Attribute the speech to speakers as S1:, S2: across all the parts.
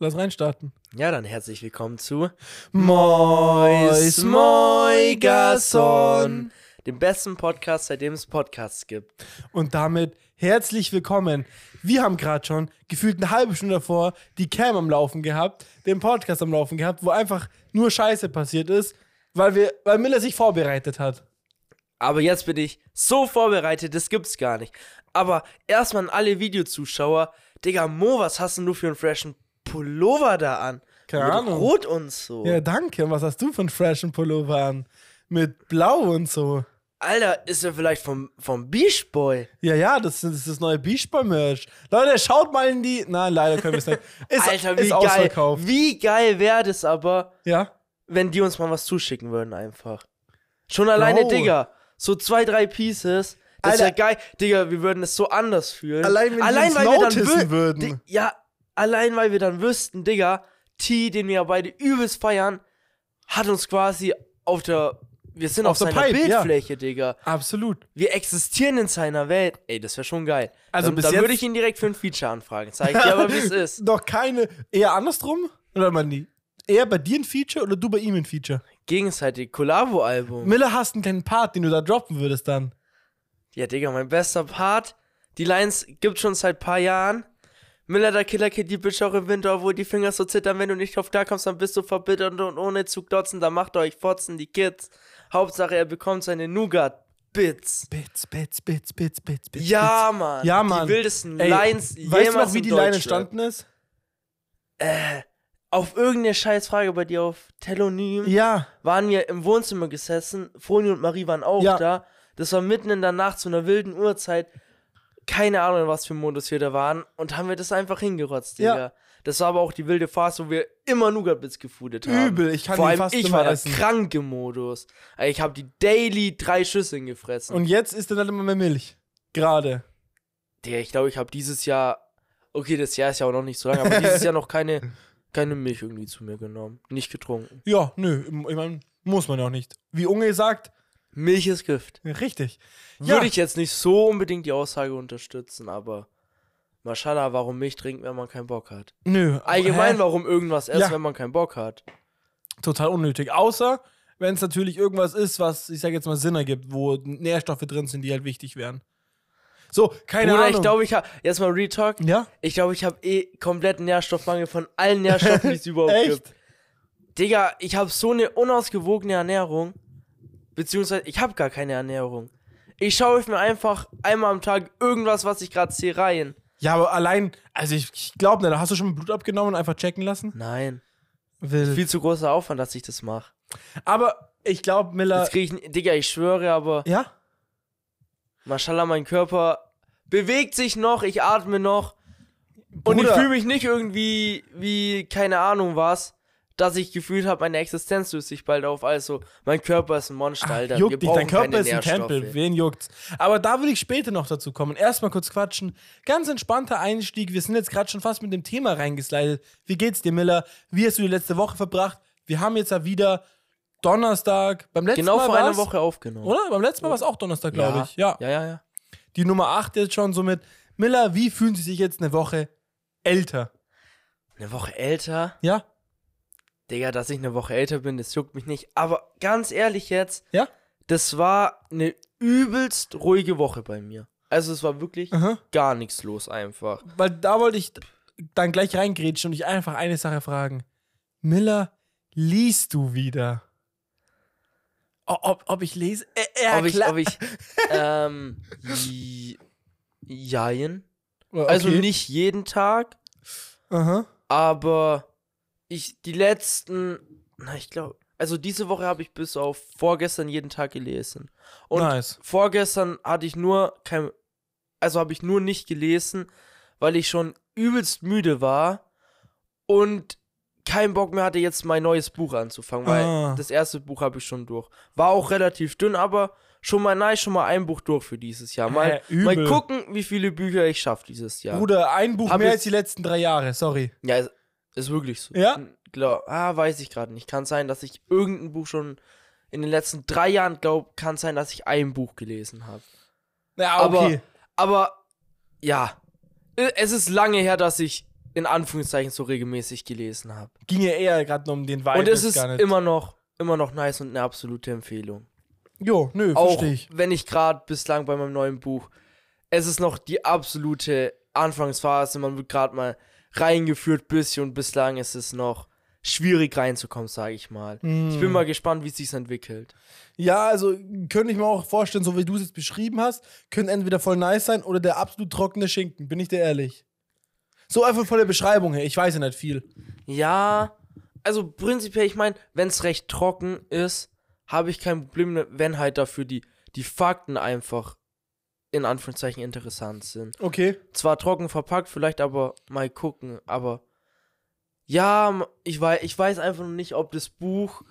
S1: Lass reinstarten.
S2: Ja, dann herzlich willkommen zu
S1: Mois,
S2: Moigason, dem besten Podcast, seitdem es Podcasts gibt.
S1: Und damit herzlich willkommen. Wir haben gerade schon gefühlt eine halbe Stunde davor die Cam am Laufen gehabt, den Podcast am Laufen gehabt, wo einfach nur Scheiße passiert ist, weil, wir, weil Miller sich vorbereitet hat.
S2: Aber jetzt bin ich so vorbereitet, das gibt's gar nicht. Aber erstmal an alle Videozuschauer, Digga, Mo, was hast denn du für einen freshen Pullover da an?
S1: Keine
S2: Mit
S1: Ahnung.
S2: Rot und so.
S1: Ja, danke. Was hast du von freshen Pullover an? Mit Blau und so.
S2: Alter, ist er vielleicht vom, vom Beach Boy?
S1: Ja, ja, das ist das, ist das neue Beach Boy Merch. Leute, schaut mal in die. Nein, leider können wir es nicht. Ist,
S2: Alter, wie
S1: ist
S2: geil.
S1: ausverkauft.
S2: Wie geil wäre das aber,
S1: Ja.
S2: wenn die uns mal was zuschicken würden, einfach. Schon alleine,
S1: Bro.
S2: Digga. So zwei, drei Pieces. Das wäre
S1: Genau. Alter.
S2: geil. Digga, wir würden es so anders fühlen.
S1: Allein, wenn die uns
S2: weil wir dann
S1: noticen
S2: wü-
S1: würden.
S2: Di- Ja, allein, weil wir dann wüssten, Digga, T, den wir ja beide übelst feiern, hat uns quasi auf der. Wir sind auf,
S1: Auf der
S2: seiner
S1: Pipe, ja.
S2: Bildfläche, Digga.
S1: Absolut.
S2: Wir existieren in seiner Welt. Ey, das wäre schon geil.
S1: Also
S2: dann,
S1: bis
S2: dann
S1: jetzt-
S2: würde ich ihn direkt für ein Feature anfragen. Zeig dir aber, wie es ist.
S1: Noch keine, eher andersrum? Oder man nie? Eher bei dir ein Feature oder du bei ihm ein Feature?
S2: Gegenseitig, Collabo-Album.
S1: Miller hast einen kleinen Part, den du da droppen würdest dann.
S2: Ja, Digga, mein bester Part. Die Lines gibt schon seit paar Jahren. Miller, der Killer Kid, die Bitch auch im Winter, obwohl die Finger so zittern. Wenn du nicht drauf klarkommst, dann bist du verbittert und ohne Zug dotzen. Dann macht euch fotzen, die Kids. Hauptsache, er bekommt seine Nougat-Bits.
S1: Bits, bits, bits, bits, bits, bits.
S2: Ja, Mann.
S1: Ja, Mann.
S2: Die wildesten
S1: Ey,
S2: Lines
S1: Weißt du
S2: jemals
S1: noch, wie
S2: im
S1: die Line
S2: Deutschrap.
S1: entstanden ist?
S2: Auf irgendeine Scheißfrage bei dir auf Telonym
S1: Ja.
S2: waren wir im Wohnzimmer gesessen. Froni und Marie waren auch
S1: Ja.
S2: da. Das war mitten in der Nacht zu einer wilden Uhrzeit. Keine Ahnung, was für Modus wir da waren. Und haben wir das einfach hingerotzt, Digga.
S1: Ja.
S2: Das war aber auch die wilde Phase, wo wir immer Nougat-Bits gefoodet haben.
S1: Übel, ich kann
S2: Vor
S1: die
S2: allem
S1: fast
S2: ich
S1: immer
S2: war da
S1: essen.
S2: krank im Modus. Ich habe die daily drei Schüsseln gefressen.
S1: Und jetzt ist dann halt immer mehr Milch. Gerade.
S2: Digga, ich glaube, ich habe dieses Jahr. Okay, das Jahr ist ja auch noch nicht so lange, aber dieses Jahr noch keine, keine Milch irgendwie zu mir genommen. Nicht getrunken.
S1: Ja, nö, ich meine, muss man ja auch nicht. Wie Unge sagt,
S2: Milch ist Gift.
S1: richtig.
S2: Würde ich jetzt nicht so unbedingt die Aussage unterstützen, aber Maschallah, warum Milch trinken, wenn man keinen Bock hat?
S1: nö.
S2: Allgemein,
S1: Oh, Hä?
S2: warum irgendwas essen,
S1: Ja.
S2: wenn man keinen Bock hat?
S1: total unnötig. Außer, wenn es natürlich irgendwas ist, was, ich sage jetzt mal, Sinn ergibt, wo Nährstoffe drin sind, die halt wichtig wären. So, keine
S2: Bruder,
S1: Ahnung.
S2: ich glaube, ich habe, jetzt mal Retalk,
S1: ja?
S2: ich glaube, ich habe eh kompletten Nährstoffmangel von allen Nährstoffen, die es überhaupt
S1: Echt?
S2: gibt. Digga, ich habe so eine unausgewogene Ernährung, beziehungsweise ich habe gar keine Ernährung. Ich schaue mir einfach einmal am Tag irgendwas, was ich gerade sehe, rein.
S1: Ja, aber allein, also ich, ich glaube nicht, hast du schon mal Blut abgenommen und einfach checken lassen?
S2: Nein,
S1: Will.
S2: viel zu großer Aufwand, dass ich das mache.
S1: Aber ich glaube, Miller.
S2: Jetzt kriege ich, Digga, ich schwöre, aber...
S1: Ja?
S2: Maschallah, mein Körper bewegt sich noch, ich atme noch. Und ich
S1: Bruder.
S2: fühle mich nicht irgendwie wie, keine Ahnung was, dass ich gefühlt habe, meine Existenz löst sich bald auf. Also, mein Körper ist ein Monster, Alter. Wir
S1: Juckt dich,
S2: brauchen
S1: dein Körper
S2: keine
S1: ist ein
S2: Nährstoffe.
S1: Tempel. Wen juckt's? Aber da will ich später noch dazu kommen. Erstmal kurz quatschen. Ganz entspannter Einstieg. Wir sind jetzt gerade schon fast mit dem Thema reingeslidet. Wie geht's dir, Miller? Wie hast du die letzte Woche verbracht? Wir haben jetzt ja wieder Donnerstag. Beim letzten
S2: Genau
S1: Mal
S2: vor einer
S1: war's-
S2: Woche aufgenommen.
S1: Oder? Beim letzten Mal war es auch Donnerstag, glaube ich. Ja.
S2: Ja, ja, ja.
S1: Die Nummer 8 jetzt schon somit. Miller, wie fühlen Sie sich jetzt eine Woche älter?
S2: Eine Woche älter.
S1: Ja?
S2: Digga, dass ich eine Woche älter bin, das juckt mich nicht. Aber ganz ehrlich jetzt,
S1: Ja?
S2: das war eine übelst ruhige Woche bei mir. Also, es war wirklich
S1: Aha.
S2: gar nichts los einfach.
S1: Weil da wollte ich dann gleich reingrätschen und dich einfach eine Sache fragen. Miller, liest du wieder? O- Ob, ob ich lese? Äh, ja,
S2: ob ich,
S1: klar.
S2: ob ich, ähm, j- jein.
S1: Okay.
S2: Also nicht jeden Tag,
S1: Aha.
S2: aber ich, die letzten, na, ich glaube, also diese Woche habe ich bis auf vorgestern jeden Tag gelesen. Und
S1: nice.
S2: vorgestern hatte ich nur kein, also habe ich nur nicht gelesen, weil ich schon übelst müde war und keinen Bock mehr hatte, jetzt mein neues Buch anzufangen, weil
S1: Ah.
S2: das erste Buch habe ich schon durch. War auch relativ dünn, aber schon mal nice, schon mal ein Buch durch für dieses Jahr. Mal,
S1: Hä,
S2: mal
S1: übel.
S2: gucken, wie viele Bücher ich schaffe dieses Jahr.
S1: Bruder, ein Buch
S2: Hab
S1: mehr
S2: ich-
S1: als die letzten drei Jahre, sorry.
S2: Ja, ist, ist wirklich so.
S1: Ja?
S2: Glaub, ah, weiß ich gerade nicht. Kann sein, dass ich irgendein Buch schon in den letzten drei Jahren glaube, kann sein, dass ich ein Buch gelesen habe.
S1: Ja, okay.
S2: Aber, aber ja, Äh, es ist lange her, dass ich in Anführungszeichen so regelmäßig gelesen habe.
S1: Ging ja eher gerade nur um den Vibe.
S2: Und es
S1: jetzt
S2: ist
S1: gar nicht.
S2: immer noch, immer noch nice und eine absolute Empfehlung.
S1: Jo, nö,
S2: Auch
S1: verstehe ich.
S2: wenn ich gerade bislang bei meinem neuen Buch, es ist noch die absolute Anfangsphase, man wird gerade mal reingeführt bisschen und bislang ist es noch schwierig reinzukommen, sage ich mal. Ich
S1: Hm.
S2: bin mal gespannt, wie es sich entwickelt.
S1: Ja, also könnte ich mir auch vorstellen, so wie du es jetzt beschrieben hast, könnte entweder voll nice sein oder der absolut trockene Schinken, bin ich dir ehrlich. So einfach von der Beschreibung her, ich weiß ja nicht viel.
S2: Ja, also prinzipiell, ich meine, wenn es recht trocken ist, habe ich kein Problem, wenn halt dafür die, die Fakten einfach in Anführungszeichen interessant sind.
S1: Okay.
S2: Zwar trocken verpackt, vielleicht aber mal gucken, aber ja, m- ich weiß, ich weiß einfach noch nicht, ob das Buch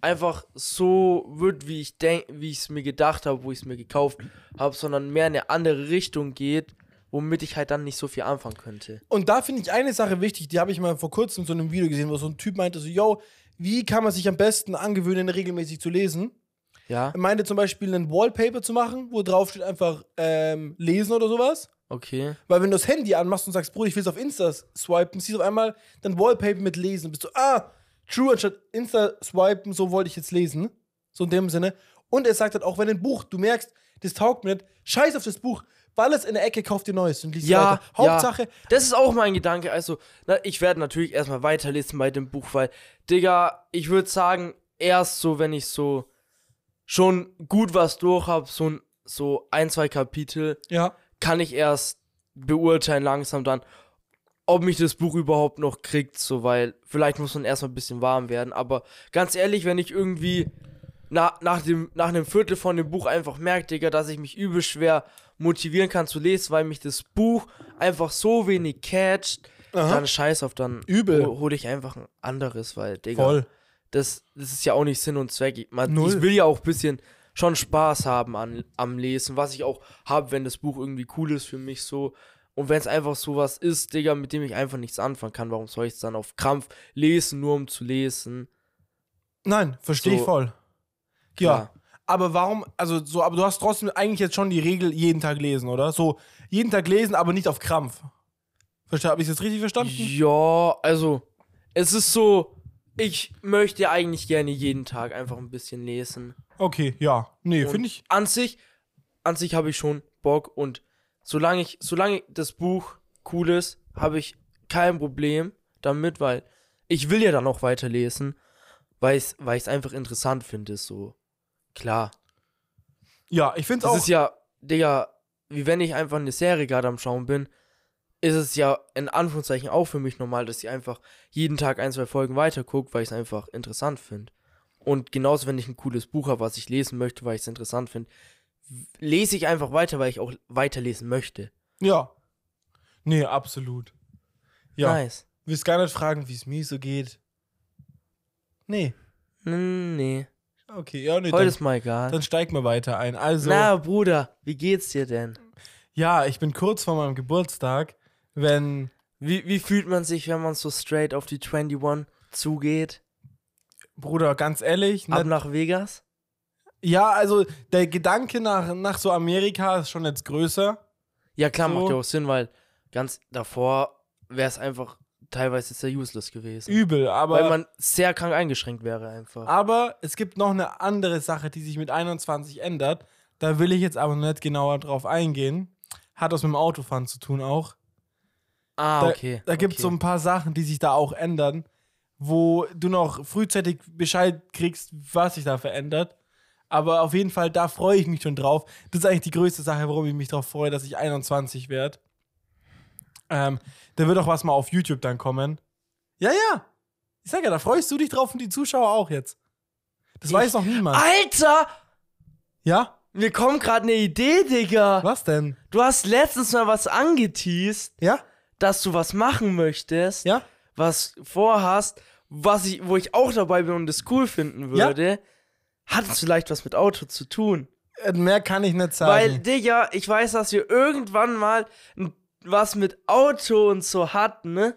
S2: einfach so wird, wie ich denk, wie ich es mir gedacht habe, wo ich es mir gekauft habe, sondern mehr in eine andere Richtung geht, womit ich halt dann nicht so viel anfangen könnte.
S1: Und da finde ich eine Sache wichtig, die habe ich mal vor kurzem in so einem Video gesehen, wo so ein Typ meinte so, yo, wie kann man sich am besten angewöhnen, regelmäßig zu lesen?
S2: Ja?
S1: Er meinte zum Beispiel ein Wallpaper zu machen, wo drauf steht einfach ähm, lesen oder sowas.
S2: Okay.
S1: Weil wenn du das Handy anmachst und sagst, Bruder, ich will es auf Insta swipen, siehst du auf einmal dann Wallpaper mit lesen. Bist du, ah, true, anstatt Insta swipen, so wollte ich jetzt lesen. So in dem Sinne. Und er sagt halt auch, wenn ein Buch, du merkst, das taugt mir nicht, scheiß auf das Buch, ball es in der Ecke, kauf dir neues und liest
S2: Ja,
S1: weiter. Hauptsache,
S2: Ja. Das ist auch mein Gedanke. Also, na, ich werde natürlich erstmal weiterlesen bei dem Buch, weil, Digga, ich würde sagen, erst so, wenn ich so schon gut was durch habe, so, ein- so ein, zwei Kapitel,
S1: ja.
S2: kann ich erst beurteilen langsam dann, ob mich das Buch überhaupt noch kriegt, so, weil vielleicht muss man erstmal ein bisschen warm werden. Aber ganz ehrlich, wenn ich irgendwie na, nach, dem, nach einem Viertel von dem Buch einfach merke, Digga, dass ich mich übel schwer motivieren kann zu lesen, weil mich das Buch einfach so wenig catcht,
S1: Aha.
S2: dann scheiß auf, dann
S1: Übel.
S2: hol, hol ich einfach ein anderes, weil, Digga,
S1: Voll.
S2: das, das ist ja auch nicht Sinn und Zweck. Ich, man,
S1: Null.
S2: ich will ja auch ein bisschen schon Spaß haben an, am Lesen, was ich auch habe, wenn das Buch irgendwie cool ist für mich so. Und wenn es einfach sowas ist, Digga, mit dem ich einfach nichts anfangen kann, warum soll ich es dann auf Krampf lesen, nur um zu lesen?
S1: Nein, verstehe ich
S2: So.
S1: voll. Ja.
S2: Klar.
S1: Aber warum, also so, aber du hast trotzdem eigentlich jetzt schon die Regel jeden Tag lesen, oder? So, jeden Tag lesen, aber nicht auf Krampf. Verstehe, habe ich jetzt richtig verstanden?
S2: Ja, also, es ist so, ich möchte eigentlich gerne jeden Tag einfach ein bisschen lesen.
S1: Okay, ja. Nee,
S2: Und
S1: finde ich.
S2: An sich, an sich habe ich schon Bock und solange ich, solange das Buch cool ist, habe ich kein Problem damit, weil ich will ja dann auch weiterlesen, weil ich weil ich's einfach interessant finde, so. Klar.
S1: Ja, ich finde es
S2: Das
S1: auch.
S2: ist ja, Digga, wie wenn ich einfach eine Serie gerade am Schauen bin, ist es ja in Anführungszeichen auch für mich normal, dass ich einfach jeden Tag ein, zwei Folgen weitergucke, weil ich es einfach interessant finde. Und genauso, wenn ich ein cooles Buch habe, was ich lesen möchte, weil ich es interessant finde, w- lese ich einfach weiter, weil ich auch weiterlesen möchte.
S1: Ja. Nee, absolut. Ja.
S2: Nice.
S1: Willst gar nicht fragen, wie es mir so geht. Nee.
S2: Hm, nee,
S1: Okay, ja, nee.
S2: heute
S1: Dann,
S2: ist mal egal.
S1: dann steig mal weiter ein. Also,
S2: Na, Bruder, wie geht's dir denn?
S1: ja, ich bin kurz vor meinem Geburtstag, wenn.
S2: Wie, wie fühlt man sich, wenn man so straight auf die 21 zugeht?
S1: Bruder, ganz ehrlich, ne,
S2: Ab
S1: nicht-
S2: nach Vegas?
S1: ja, also der Gedanke nach, nach so Amerika ist schon jetzt größer.
S2: Ja, klar,
S1: So.
S2: macht ja auch Sinn, weil ganz davor wäre es einfach teilweise sehr useless gewesen.
S1: Übel, aber. Ah,
S2: Weil man sehr krank eingeschränkt wäre einfach.
S1: Aber es gibt noch eine andere Sache, die sich mit 21 ändert. Da will ich jetzt aber nicht genauer drauf eingehen. Hat was mit dem Autofahren zu tun auch.
S2: Ah,
S1: Da,
S2: okay.
S1: Da gibt es so
S2: okay.
S1: ein paar Sachen, die sich da auch ändern, wo du noch frühzeitig Bescheid kriegst, was sich da verändert. Aber auf jeden Fall, da freue ich mich schon drauf. Das ist eigentlich die größte Sache, warum ich mich drauf freue, dass ich 21 werde. Ähm, da wird auch was mal auf YouTube dann kommen. Ja, ja. Ich sag ja, da freust du dich drauf und die Zuschauer auch jetzt. Das
S2: Ich- Ah.
S1: weiß noch niemand.
S2: Alter!
S1: Ja?
S2: Mir kommt gerade eine Idee, Digga.
S1: Was denn?
S2: Du hast letztens mal was angeteased,
S1: Ja?
S2: dass du was machen möchtest,
S1: Ja?
S2: was vorhast, was ich, wo ich auch dabei bin und es cool finden
S1: Ja.
S2: würde. Hat es vielleicht was mit Auto zu tun?
S1: Äh, Mehr kann ich nicht sagen.
S2: Weil, Digga, ich weiß, dass wir irgendwann mal n- was mit Auto und so hatten, ne?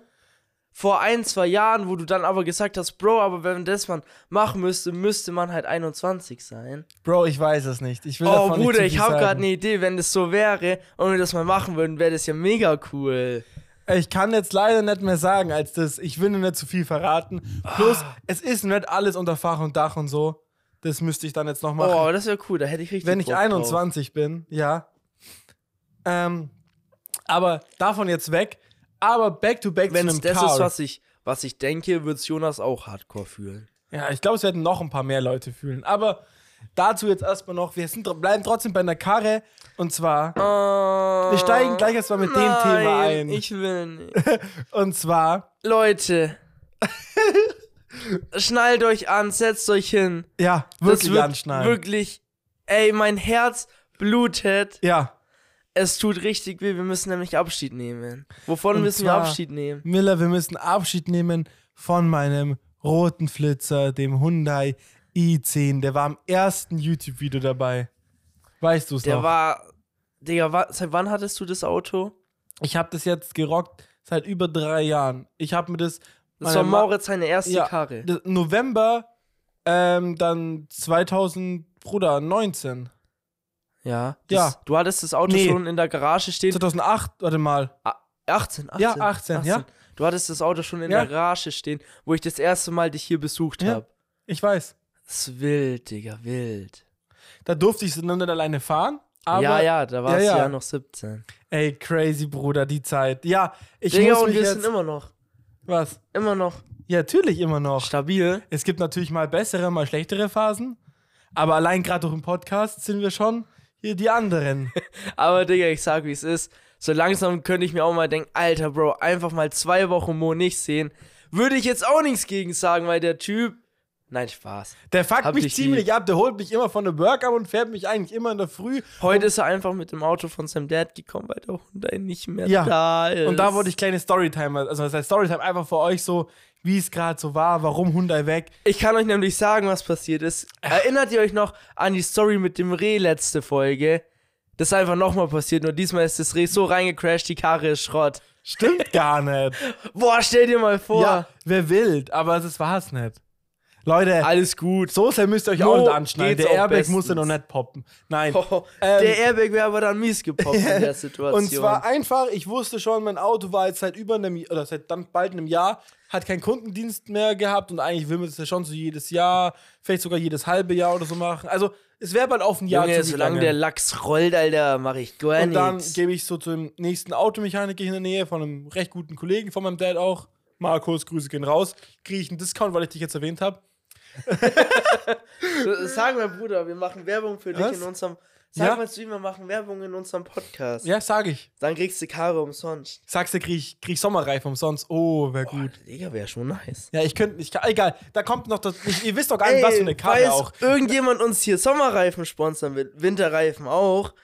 S2: Vor ein, zwei Jahren, wo du dann aber gesagt hast, Bro, aber wenn das man machen müsste, müsste man halt 21 sein.
S1: Bro, ich weiß es nicht. Ich will
S2: Oh,
S1: davon nicht
S2: Bruder,
S1: zu
S2: ich
S1: viel
S2: habe
S1: sagen.
S2: gerade eine Idee, wenn das so wäre und wir das mal machen würden, wäre das ja mega cool.
S1: Ich kann jetzt leider nicht mehr sagen als das. Ich will nur nicht zu viel verraten. Plus,
S2: Ah.
S1: es ist nicht alles unter Fach und Dach und so. Das müsste ich dann jetzt noch machen.
S2: Oh, das wäre cool, da hätte ich richtig
S1: wenn ich
S2: Bock drauf.
S1: 21 bin, ja. Ähm, aber davon jetzt weg. Aber back to back
S2: Wenn
S1: zu
S2: es
S1: einem
S2: das
S1: Car.
S2: ist, was ich, was ich denke, wird Jonas auch hardcore fühlen.
S1: ja, ich glaube, es werden noch ein paar mehr Leute fühlen. Aber dazu jetzt erstmal noch. Wir sind, bleiben trotzdem bei einer Karre. Und zwar,
S2: Wir
S1: steigen gleich erst mal mit dem
S2: nein,
S1: Thema ein.
S2: Ich will nicht.
S1: und zwar,
S2: Leute, schnallt euch an, setzt euch hin.
S1: ja,
S2: Das
S1: wirklich
S2: wird
S1: anschneiden.
S2: Wirklich, ey, mein Herz blutet.
S1: Ja,
S2: Es tut richtig weh. Wir müssen nämlich Abschied nehmen. Wovon
S1: Und
S2: müssen wir
S1: zwar-
S2: Abschied nehmen?
S1: Miller, wir müssen Abschied nehmen von meinem roten Flitzer, dem Hyundai i10. Der war im ersten YouTube-Video dabei. Weißt du es
S2: Der
S1: noch?
S2: war, Digga, wa- seit wann hattest du das Auto?
S1: ich habe das jetzt gerockt seit über drei Jahren. Ich habe mir das.
S2: Das war
S1: meine Ma-
S2: Moritz seine erste
S1: ja,
S2: Karre.
S1: das- November, ähm, dann 2000, Bruder, 19.
S2: Ja.
S1: Ja.
S2: Das, Du hattest das Auto
S1: Nee.
S2: schon in der Garage stehen.
S1: 2008, warte mal.
S2: Ah, 18, 18.
S1: Ja, 18, ja.
S2: Du hattest das Auto schon in
S1: Ja.
S2: der Garage stehen, wo ich das erste Mal dich hier besucht
S1: Ja.
S2: habe.
S1: Ich weiß.
S2: Das ist wild, Digga, wild.
S1: Da durfte ich es noch nicht alleine fahren. Aber,
S2: ja, ja, da warst
S1: ja,
S2: du
S1: ja.
S2: ja noch 17.
S1: Ey, crazy, Bruder, die Zeit. Ja, ich
S2: Digga,
S1: muss
S2: und
S1: mich
S2: wir
S1: jetzt,
S2: sind immer noch,
S1: Was?
S2: immer noch
S1: Ja, natürlich immer noch.
S2: stabil.
S1: Es gibt natürlich mal bessere, mal schlechtere Phasen. Aber allein gerade durch den Podcast sind wir schon hier die anderen.
S2: Aber Digga, ich sag, wie es ist. So langsam könnte ich mir auch mal denken, Alter, Bro, einfach mal zwei Wochen Mo nicht sehen. Würde ich jetzt auch nichts gegen sagen, weil der Typ. Nein, Spaß.
S1: Der fuckt
S2: Hab
S1: mich
S2: dich
S1: ziemlich ab, der holt mich immer von der Work ab und fährt mich eigentlich immer in der Früh.
S2: Heute ist er einfach mit dem Auto von seinem Dad gekommen, weil der Hund nicht mehr
S1: Ja.
S2: da ist.
S1: Und da wollte ich kleine Storytime, also das heißt Storytime einfach für euch so, wie es gerade so war, warum Hyundai weg.
S2: Ich kann euch nämlich sagen, was passiert ist. Erinnert ihr euch noch an die Story mit dem Reh letzte Folge? Das ist einfach nochmal passiert, nur diesmal ist das Reh so reingecrashed, die Karre ist Schrott.
S1: Stimmt gar nicht.
S2: Boah, stell dir mal vor.
S1: Ja, wer wild, aber das war's nicht. Leute,
S2: Alles gut.
S1: so sehr müsst ihr euch
S2: Mo
S1: auch nicht anschneiden.
S2: geht's
S1: Der
S2: auch
S1: Airbag musste
S2: bestens.
S1: noch nicht poppen. Nein.
S2: Oh,
S1: Ähm,
S2: der Airbag wäre aber dann mies gepoppt in der Situation.
S1: Und zwar einfach, ich wusste schon, mein Auto war jetzt seit über einem Jahr- oder seit dann bald einem Jahr, hat keinen Kundendienst mehr gehabt und eigentlich will man das ja schon so jedes Jahr, vielleicht sogar jedes halbe Jahr oder so machen. Also es wäre bald auf ein Jahr
S2: Junge,
S1: zu
S2: solange der
S1: gegangen.
S2: Lachs rollt, Alter, mache ich gar
S1: Und dann
S2: nichts.
S1: gebe ich so zum nächsten Automechaniker hier in der Nähe von einem recht guten Kollegen von meinem Dad auch. Markus, Grüße gehen raus. Kriege ich einen Discount, weil ich dich jetzt erwähnt habe.
S2: Sag mal, Bruder, wir machen Werbung für
S1: Was?
S2: dich in unserem. Sag
S1: Ja?
S2: mal zu ihm, wir machen Werbung in unserem Podcast.
S1: Ja, sage ich.
S2: Dann kriegst du Karre umsonst.
S1: Sagst du, krieg ich, krieg ich Sommerreifen umsonst. Oh, wäre
S2: Boah,
S1: gut.
S2: Digga, wäre schon nice.
S1: Ja, ich könnte nicht. Egal, da kommt noch das. Ich, ihr wisst doch gar nicht, was für eine Karre
S2: falls
S1: auch.
S2: irgendjemand uns hier Sommerreifen sponsern will, Winterreifen auch,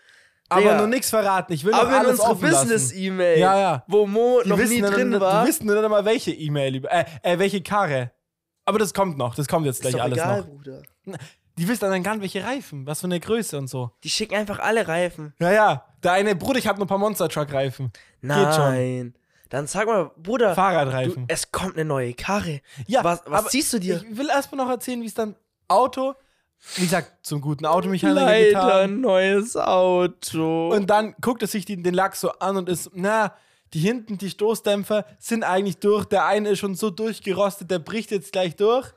S1: Aber
S2: Digga.
S1: noch nichts verraten. Ich will noch
S2: aber in
S1: alles
S2: unsere
S1: offen lassen.
S2: Business-E-Mail,
S1: Ja, ja.
S2: wo Mo
S1: Die
S2: noch
S1: wissen
S2: nie
S1: dann-
S2: drin war,
S1: Die wissen dann mal, welche E-Mail, lieber- äh, äh, welche Karre. Aber das kommt noch, das kommt jetzt
S2: ist
S1: gleich
S2: doch
S1: alles
S2: egal,
S1: noch.
S2: Bruder.
S1: Die wissen dann gar nicht, welche Reifen, was für eine Größe und so.
S2: Die schicken einfach alle Reifen.
S1: Ja, ja. Der eine, Bruder, ich hab nur ein paar Monster-Truck-Reifen.
S2: Nein. Dann sag mal, Bruder, du,
S1: Fahrradreifen.
S2: es kommt eine neue Karre.
S1: ja,
S2: was was
S1: aber
S2: siehst du dir?
S1: Ich will erstmal noch erzählen, wie es dann Auto, wie gesagt, zum guten Automechaniker
S2: Leider
S1: getan.
S2: neues Auto.
S1: Und dann guckt er sich den, den Lack so an und ist, na, die hinten, die Stoßdämpfer sind eigentlich durch. Der eine ist schon so durchgerostet, der bricht jetzt gleich durch.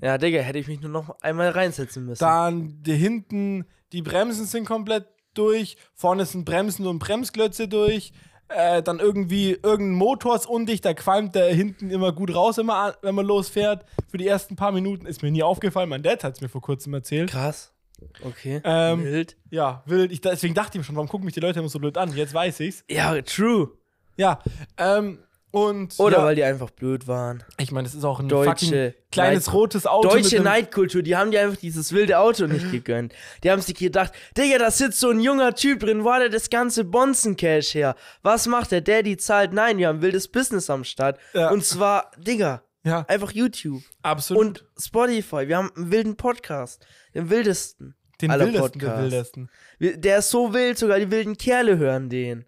S2: ja, Digga, hätte ich mich nur noch einmal reinsetzen müssen.
S1: Dann die hinten, die Bremsen sind komplett durch. Vorne sind Bremsen und Bremsklötze durch. Äh, dann irgendwie irgendein Motor ist undicht, da qualmt der hinten immer gut raus, immer, an- wenn man losfährt. Für die ersten paar Minuten ist mir nie aufgefallen. Mein Dad hat es mir vor kurzem erzählt.
S2: Krass. Okay.
S1: Ähm,
S2: Wild.
S1: Ja, wild. Ich, deswegen dachte ich mir schon, warum gucken mich die Leute immer so blöd an? Jetzt weiß ich's.
S2: Ja, true.
S1: Ja. Ähm, und
S2: Oder
S1: ja,
S2: weil die einfach blöd waren.
S1: ich meine, es ist auch ein
S2: Deutsche
S1: fucking kleines
S2: Neid-
S1: rotes Auto. mit
S2: Deutsche
S1: einem-
S2: Neidkultur, die haben dir einfach dieses wilde Auto nicht gegönnt. Die haben sich gedacht, Digga, da sitzt so ein junger Typ drin, wo hat er das ganze Bonzen-Cash her? Was macht der? Daddy zahlt? Nein, wir haben wildes Business am Start.
S1: Ja.
S2: Und zwar, Digga,
S1: Ja,
S2: einfach YouTube
S1: absolut.
S2: und Spotify. Wir haben einen wilden Podcast. Den wildesten.
S1: den
S2: aller
S1: wildesten, der
S2: Podcasts.
S1: wildesten.
S2: Wir- Der ist so wild, sogar die wilden Kerle hören den.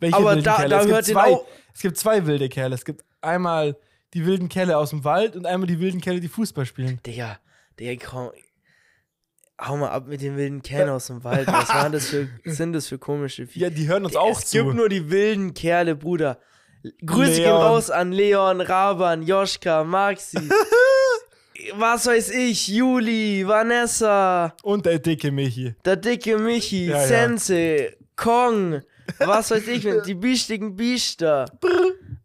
S1: Welche
S2: Aber
S1: wilden
S2: da-
S1: Kerle?
S2: da
S1: es
S2: hört
S1: gibt
S2: den
S1: zwei,
S2: auch-
S1: Es gibt zwei wilde Kerle. Es gibt einmal die wilden Kerle aus dem Wald und einmal die wilden Kerle, die Fußball spielen.
S2: Digga, Digga, komm. hau mal ab mit den wilden Kerlen aus dem Wald. Was waren das für, sind das für komische Viecher?
S1: Ja, die hören uns auch
S2: es
S1: zu.
S2: gibt nur die wilden Kerle, Bruder. Grüße gehen
S1: Leon.
S2: raus an Leon, Raban, Joschka, Maxi. was weiß ich, Juli, Vanessa,
S1: Und der dicke Michi.
S2: der dicke Michi,
S1: Ja, ja.
S2: Sense, Kong, was weiß ich, die biestigen Biester.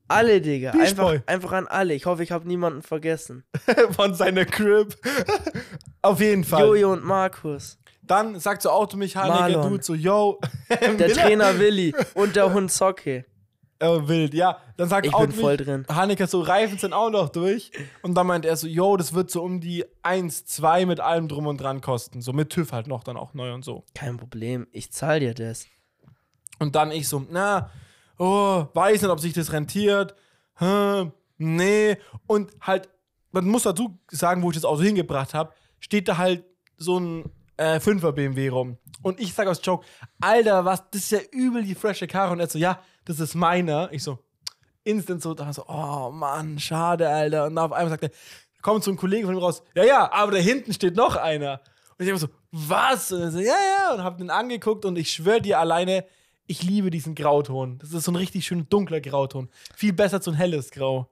S2: Alle, Digga.
S1: Beach
S2: Einfach,
S1: Boy.
S2: einfach an alle. Ich hoffe, ich habe niemanden vergessen.
S1: Von seiner Crib. Auf jeden Fall.
S2: Jojo und Markus.
S1: Dann sagt so Automechaniker,
S2: Marlon.
S1: Dude, so, yo.
S2: Der
S1: Genau.
S2: Trainer Willi und der Hund Socke.
S1: Äh, wild, ja. Dann sagt
S2: Ich bin voll drin.
S1: Haneke so, Reifen sind auch noch durch. Und dann meint er so, yo, das wird so um die 1, 2 mit allem drum und dran kosten. So mit TÜV halt noch dann auch neu und so.
S2: Kein Problem, ich zahl dir das.
S1: Und dann ich so, na, oh, weiß nicht, ob sich das rentiert. Hm, nee. Und halt, man muss dazu sagen, wo ich das Auto hingebracht habe, steht da halt so ein äh, 5er BMW rum. Und ich sage aus Joke, Alter, was, das ist ja übel die frische Karre. Und er so, ja, das ist meiner. Ich so, instant so, da so, oh Mann, schade, Alter. Und dann auf einmal sagt er, kommt so ein Kollege von ihm raus, ja, ja, aber da hinten steht noch einer. Und ich habe so, was? Und er so, ja, ja, und hab den angeguckt und ich schwöre dir alleine, ich liebe diesen Grauton. Das ist so ein richtig schön dunkler Grauton. Viel besser als so ein helles Grau.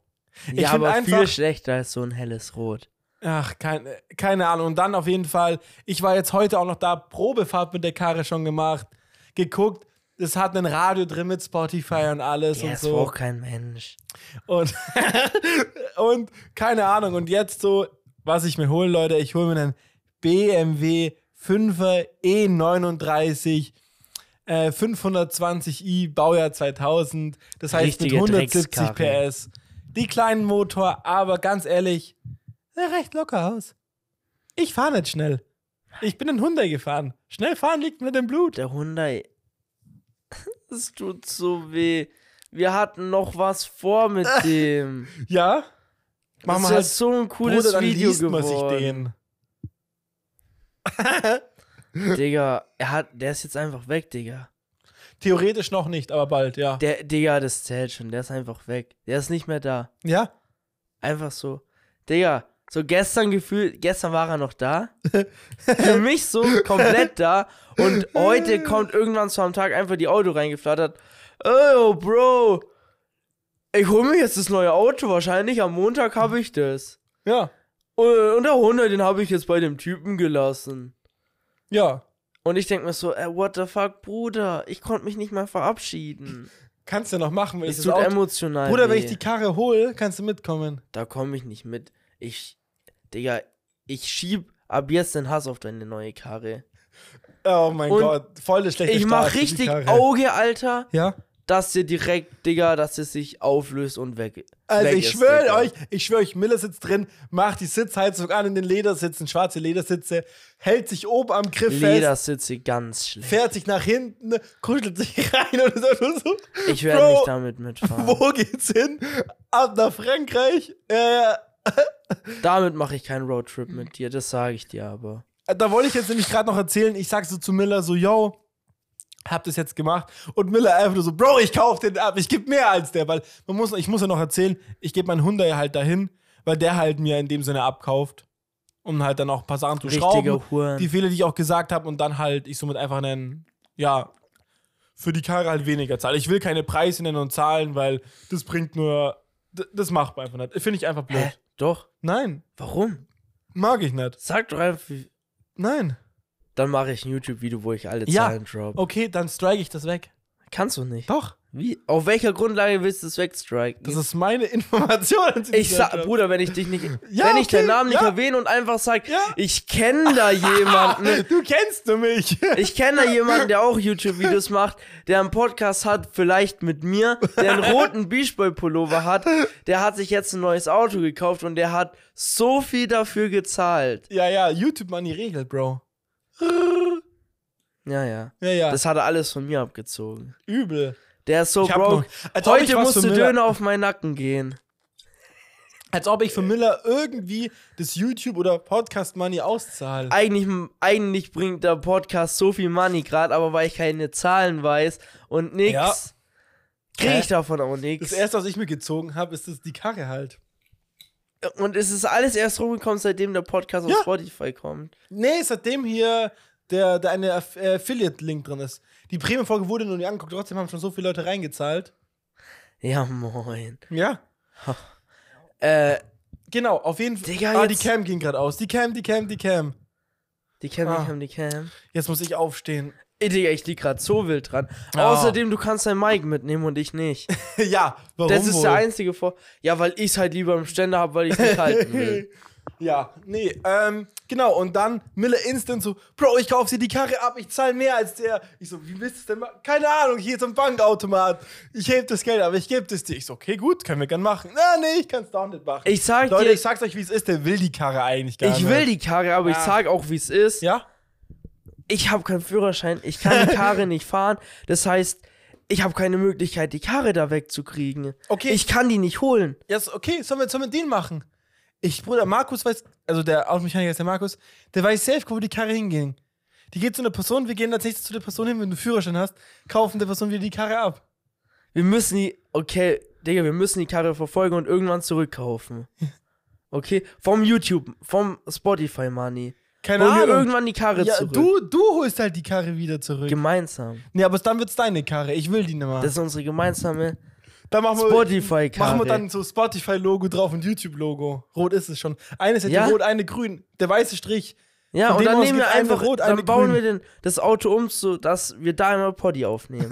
S1: Ich
S2: ja,
S1: find
S2: aber
S1: einfach-
S2: viel schlechter als so ein helles Rot.
S1: Ach, kein, keine Ahnung. Und dann auf jeden Fall, ich war jetzt heute auch noch da, Probefahrt mit der Karre schon gemacht, geguckt. Es hat einen Radio drin mit Spotify und alles
S2: Der
S1: und
S2: ist
S1: so.
S2: auch kein Mensch.
S1: Und, und keine Ahnung. Und jetzt so, was ich mir hole, Leute, ich hole mir einen BMW 5er E39 E äh, 520i Baujahr 2000. Das heißt
S2: Richtige
S1: mit 170
S2: Dreckskarre.
S1: PS. Die kleinen Motor, aber ganz ehrlich, sah recht locker aus. Ich fahre nicht schnell. Ich bin in Hyundai gefahren. Schnell fahren liegt mir im Blut.
S2: Der Hyundai. Es tut so weh. Wir hatten noch was vor mit dem.
S1: Ja?
S2: das
S1: Machen wir
S2: ist ja
S1: halt
S2: so ein cooles
S1: Bruder, dann
S2: Video
S1: liest man sich
S2: geworden.
S1: den.
S2: Digga, er hat, der ist jetzt einfach weg, Digga.
S1: Theoretisch noch nicht, aber bald, ja.
S2: Der, Digga, das zählt schon. Der ist einfach weg. Der ist nicht mehr da.
S1: ja?
S2: Einfach so. Digga, so gestern gefühlt, gestern war er noch da. Für mich so komplett da. Und heute kommt irgendwann so am Tag einfach die Auto reingeflattert. Oh, Bro. Ich hol mir jetzt das neue Auto. Wahrscheinlich am Montag habe ich das.
S1: Ja.
S2: Und und der Hunde, den habe ich jetzt bei dem Typen gelassen.
S1: Ja.
S2: Und ich denk mir so, ey, what the fuck, Bruder? Ich konnte mich nicht mal verabschieden.
S1: Kannst du noch machen, wenn ich
S2: Es
S1: das
S2: tut
S1: Auto...
S2: emotional.
S1: Bruder, wenn
S2: weh.
S1: ich die Karre hole, kannst du mitkommen.
S2: Da komme ich nicht mit. Ich, Digga, ich schieb ab jetzt den Hass auf deine neue Karre.
S1: Oh mein
S2: Und
S1: Gott, voll das schlechte
S2: Ich
S1: Start
S2: mach
S1: für die
S2: richtig
S1: Karre.
S2: Auge, Alter,
S1: Ja?
S2: dass dir direkt, Digga, dass es sich auflöst und weg.
S1: Also
S2: weg
S1: ich
S2: ist,
S1: schwöre
S2: Digga.
S1: euch, ich schwöre euch, Miller sitzt drin, macht die Sitzheizung an in den Ledersitzen, schwarze Ledersitze, hält sich oben am Griff fest,
S2: Ledersitze ganz schlecht.
S1: fährt sich nach hinten, kuschelt sich rein und so. so.
S2: Ich werde
S1: Bro,
S2: nicht damit mitfahren.
S1: Wo geht's hin? Ab nach Frankreich? Äh,
S2: Damit mache ich keinen Roadtrip mit dir, das sage ich dir aber.
S1: Äh, da wollte ich jetzt nämlich gerade noch erzählen, ich sag so zu Miller so, yo, hab das jetzt gemacht. Und Miller einfach nur so, Bro, ich kauf den ab, ich geb mehr als der, weil man muss, ich muss ja noch erzählen, ich gebe meinen Hyundai halt dahin, weil der halt mir in dem Sinne abkauft, um halt dann auch ein paar Sachen zu schrauben.
S2: Richtiger Huren.
S1: Die Fehler, die ich auch gesagt habe und dann halt ich somit einfach einen, ja, für die Karre halt weniger zahle. Ich will keine Preise nennen und zahlen, weil das bringt nur, d- das macht man einfach nicht. Finde ich einfach blöd.
S2: Hä? Doch.
S1: Nein,
S2: Warum?
S1: mag ich nicht.
S2: Sag doch einfach, wie-
S1: Nein.
S2: dann mache ich ein YouTube-Video, wo ich alle
S1: Ja. Oh.
S2: Zahlen drop.
S1: Okay, dann strike ich das weg.
S2: Kannst du nicht.
S1: Doch.
S2: Wie? Auf welcher Grundlage willst du es wegstriken?
S1: Das ist meine Information. die
S2: Ich sag,
S1: da-
S2: Bruder, wenn ich dich nicht,
S1: Ja,
S2: wenn ich
S1: okay,
S2: deinen Namen nicht
S1: ja.
S2: erwähne und einfach sag,
S1: Ja.
S2: ich kenne da jemanden,
S1: Du kennst du mich.
S2: ich kenne da jemanden, der auch YouTube-Videos macht, der einen Podcast hat, vielleicht mit mir, der einen roten Beachboy-Pullover hat, der hat sich jetzt ein neues Auto gekauft und der hat so viel dafür gezahlt.
S1: Ja, ja, YouTube Money regelt, Bro.
S2: Ja, ja.
S1: Ja, ja,
S2: Das hat er alles von mir abgezogen.
S1: übel.
S2: Der ist so
S1: Ich hab
S2: broke.
S1: noch- als ob ich
S2: Heute
S1: was
S2: musste
S1: für Miller-
S2: Döner auf meinen Nacken gehen.
S1: Als ob ich für Miller irgendwie das YouTube oder Podcast Money auszahle.
S2: eigentlich, eigentlich bringt der Podcast so viel Money gerade, aber weil ich keine Zahlen weiß und nix,
S1: Ja.
S2: kriege ich davon auch nix.
S1: Das erste, was ich mir gezogen habe, ist das die Karre halt.
S2: Und es ist alles erst rumgekommen, seitdem der Podcast auf
S1: Ja.
S2: Spotify kommt.
S1: Nee, seitdem hier der, der eine Aff- äh, Affiliate-Link drin ist. Die Premium-Folge wurde nur nicht angeguckt, trotzdem haben schon so viele Leute reingezahlt.
S2: Ja, moin.
S1: Ja.
S2: Äh,
S1: Genau, auf jeden Fall.
S2: Digga,
S1: Ah, die
S2: jetzt-
S1: Cam ging gerade aus. Die Cam, die Cam, die Cam.
S2: die Cam,
S1: Ah.
S2: die Cam, die Cam.
S1: Jetzt muss ich aufstehen.
S2: Ey, Digga, ich lieg grad so wild dran.
S1: Ah.
S2: Außerdem, du kannst dein Mic mitnehmen und ich nicht.
S1: ja, warum
S2: Das ist
S1: wohl?
S2: der einzige Vor... Ja, weil ich's halt lieber im Ständer hab, weil ich nicht halten will.
S1: Ja, nee, ähm, genau. Und dann Miller instant so, Bro, ich kaufe dir die Karre ab, ich zahle mehr als der. Ich so, wie willst du denn machen? Keine Ahnung, hier zum Bankautomat. Ich heb das Geld, aber ich gebe das dir. Ich so, okay, gut, können wir gern machen. Na, nee, ich kann es doch nicht machen.
S2: Ich sag
S1: Leute,
S2: dir,
S1: ich sag's euch, wie es ist, der will die Karre eigentlich gar nicht.
S2: ich will die Karre, aber ich
S1: Ah.
S2: sag auch, wie's ist.
S1: Ja?
S2: Ich habe keinen Führerschein, ich kann die Karre nicht fahren. Das heißt, ich habe keine Möglichkeit, die Karre da wegzukriegen.
S1: Okay.
S2: Ich kann die nicht holen.
S1: Ja, so, okay, sollen wir, sollen wir den machen? Ich, Bruder, Markus weiß, also der Automechaniker ist der Markus, der weiß safe, wo die Karre hinging. Die geht zu einer Person, wir gehen als nächstes zu der Person hin, wenn du einen Führerschein hast, kaufen der Person wieder die Karre ab.
S2: Wir müssen die. Okay, Digga, wir müssen die Karre verfolgen und irgendwann zurückkaufen. Okay? Vom YouTube, vom Spotify Money.
S1: Keine
S2: Holen wir
S1: Ahnung.
S2: irgendwann die Karre
S1: Ja,
S2: zurück.
S1: du, du holst halt die Karre wieder zurück.
S2: Gemeinsam.
S1: nee, aber dann wird's deine Karre. Ich will die nicht mehr.
S2: Das ist unsere gemeinsame
S1: Dann machen wir,
S2: Spotify-Karre.
S1: machen wir dann so Spotify-Logo drauf und YouTube-Logo. Rot ist es schon. Eine ist
S2: Ja.
S1: rot, eine grün. Der weiße Strich.
S2: Ja,
S1: Von
S2: und
S1: dem
S2: dann
S1: aus
S2: nehmen wir
S1: geht's eine
S2: einfach.
S1: rot, eine
S2: dann bauen
S1: grün.
S2: wir den, das Auto um, so dass wir da immer Poddy aufnehmen.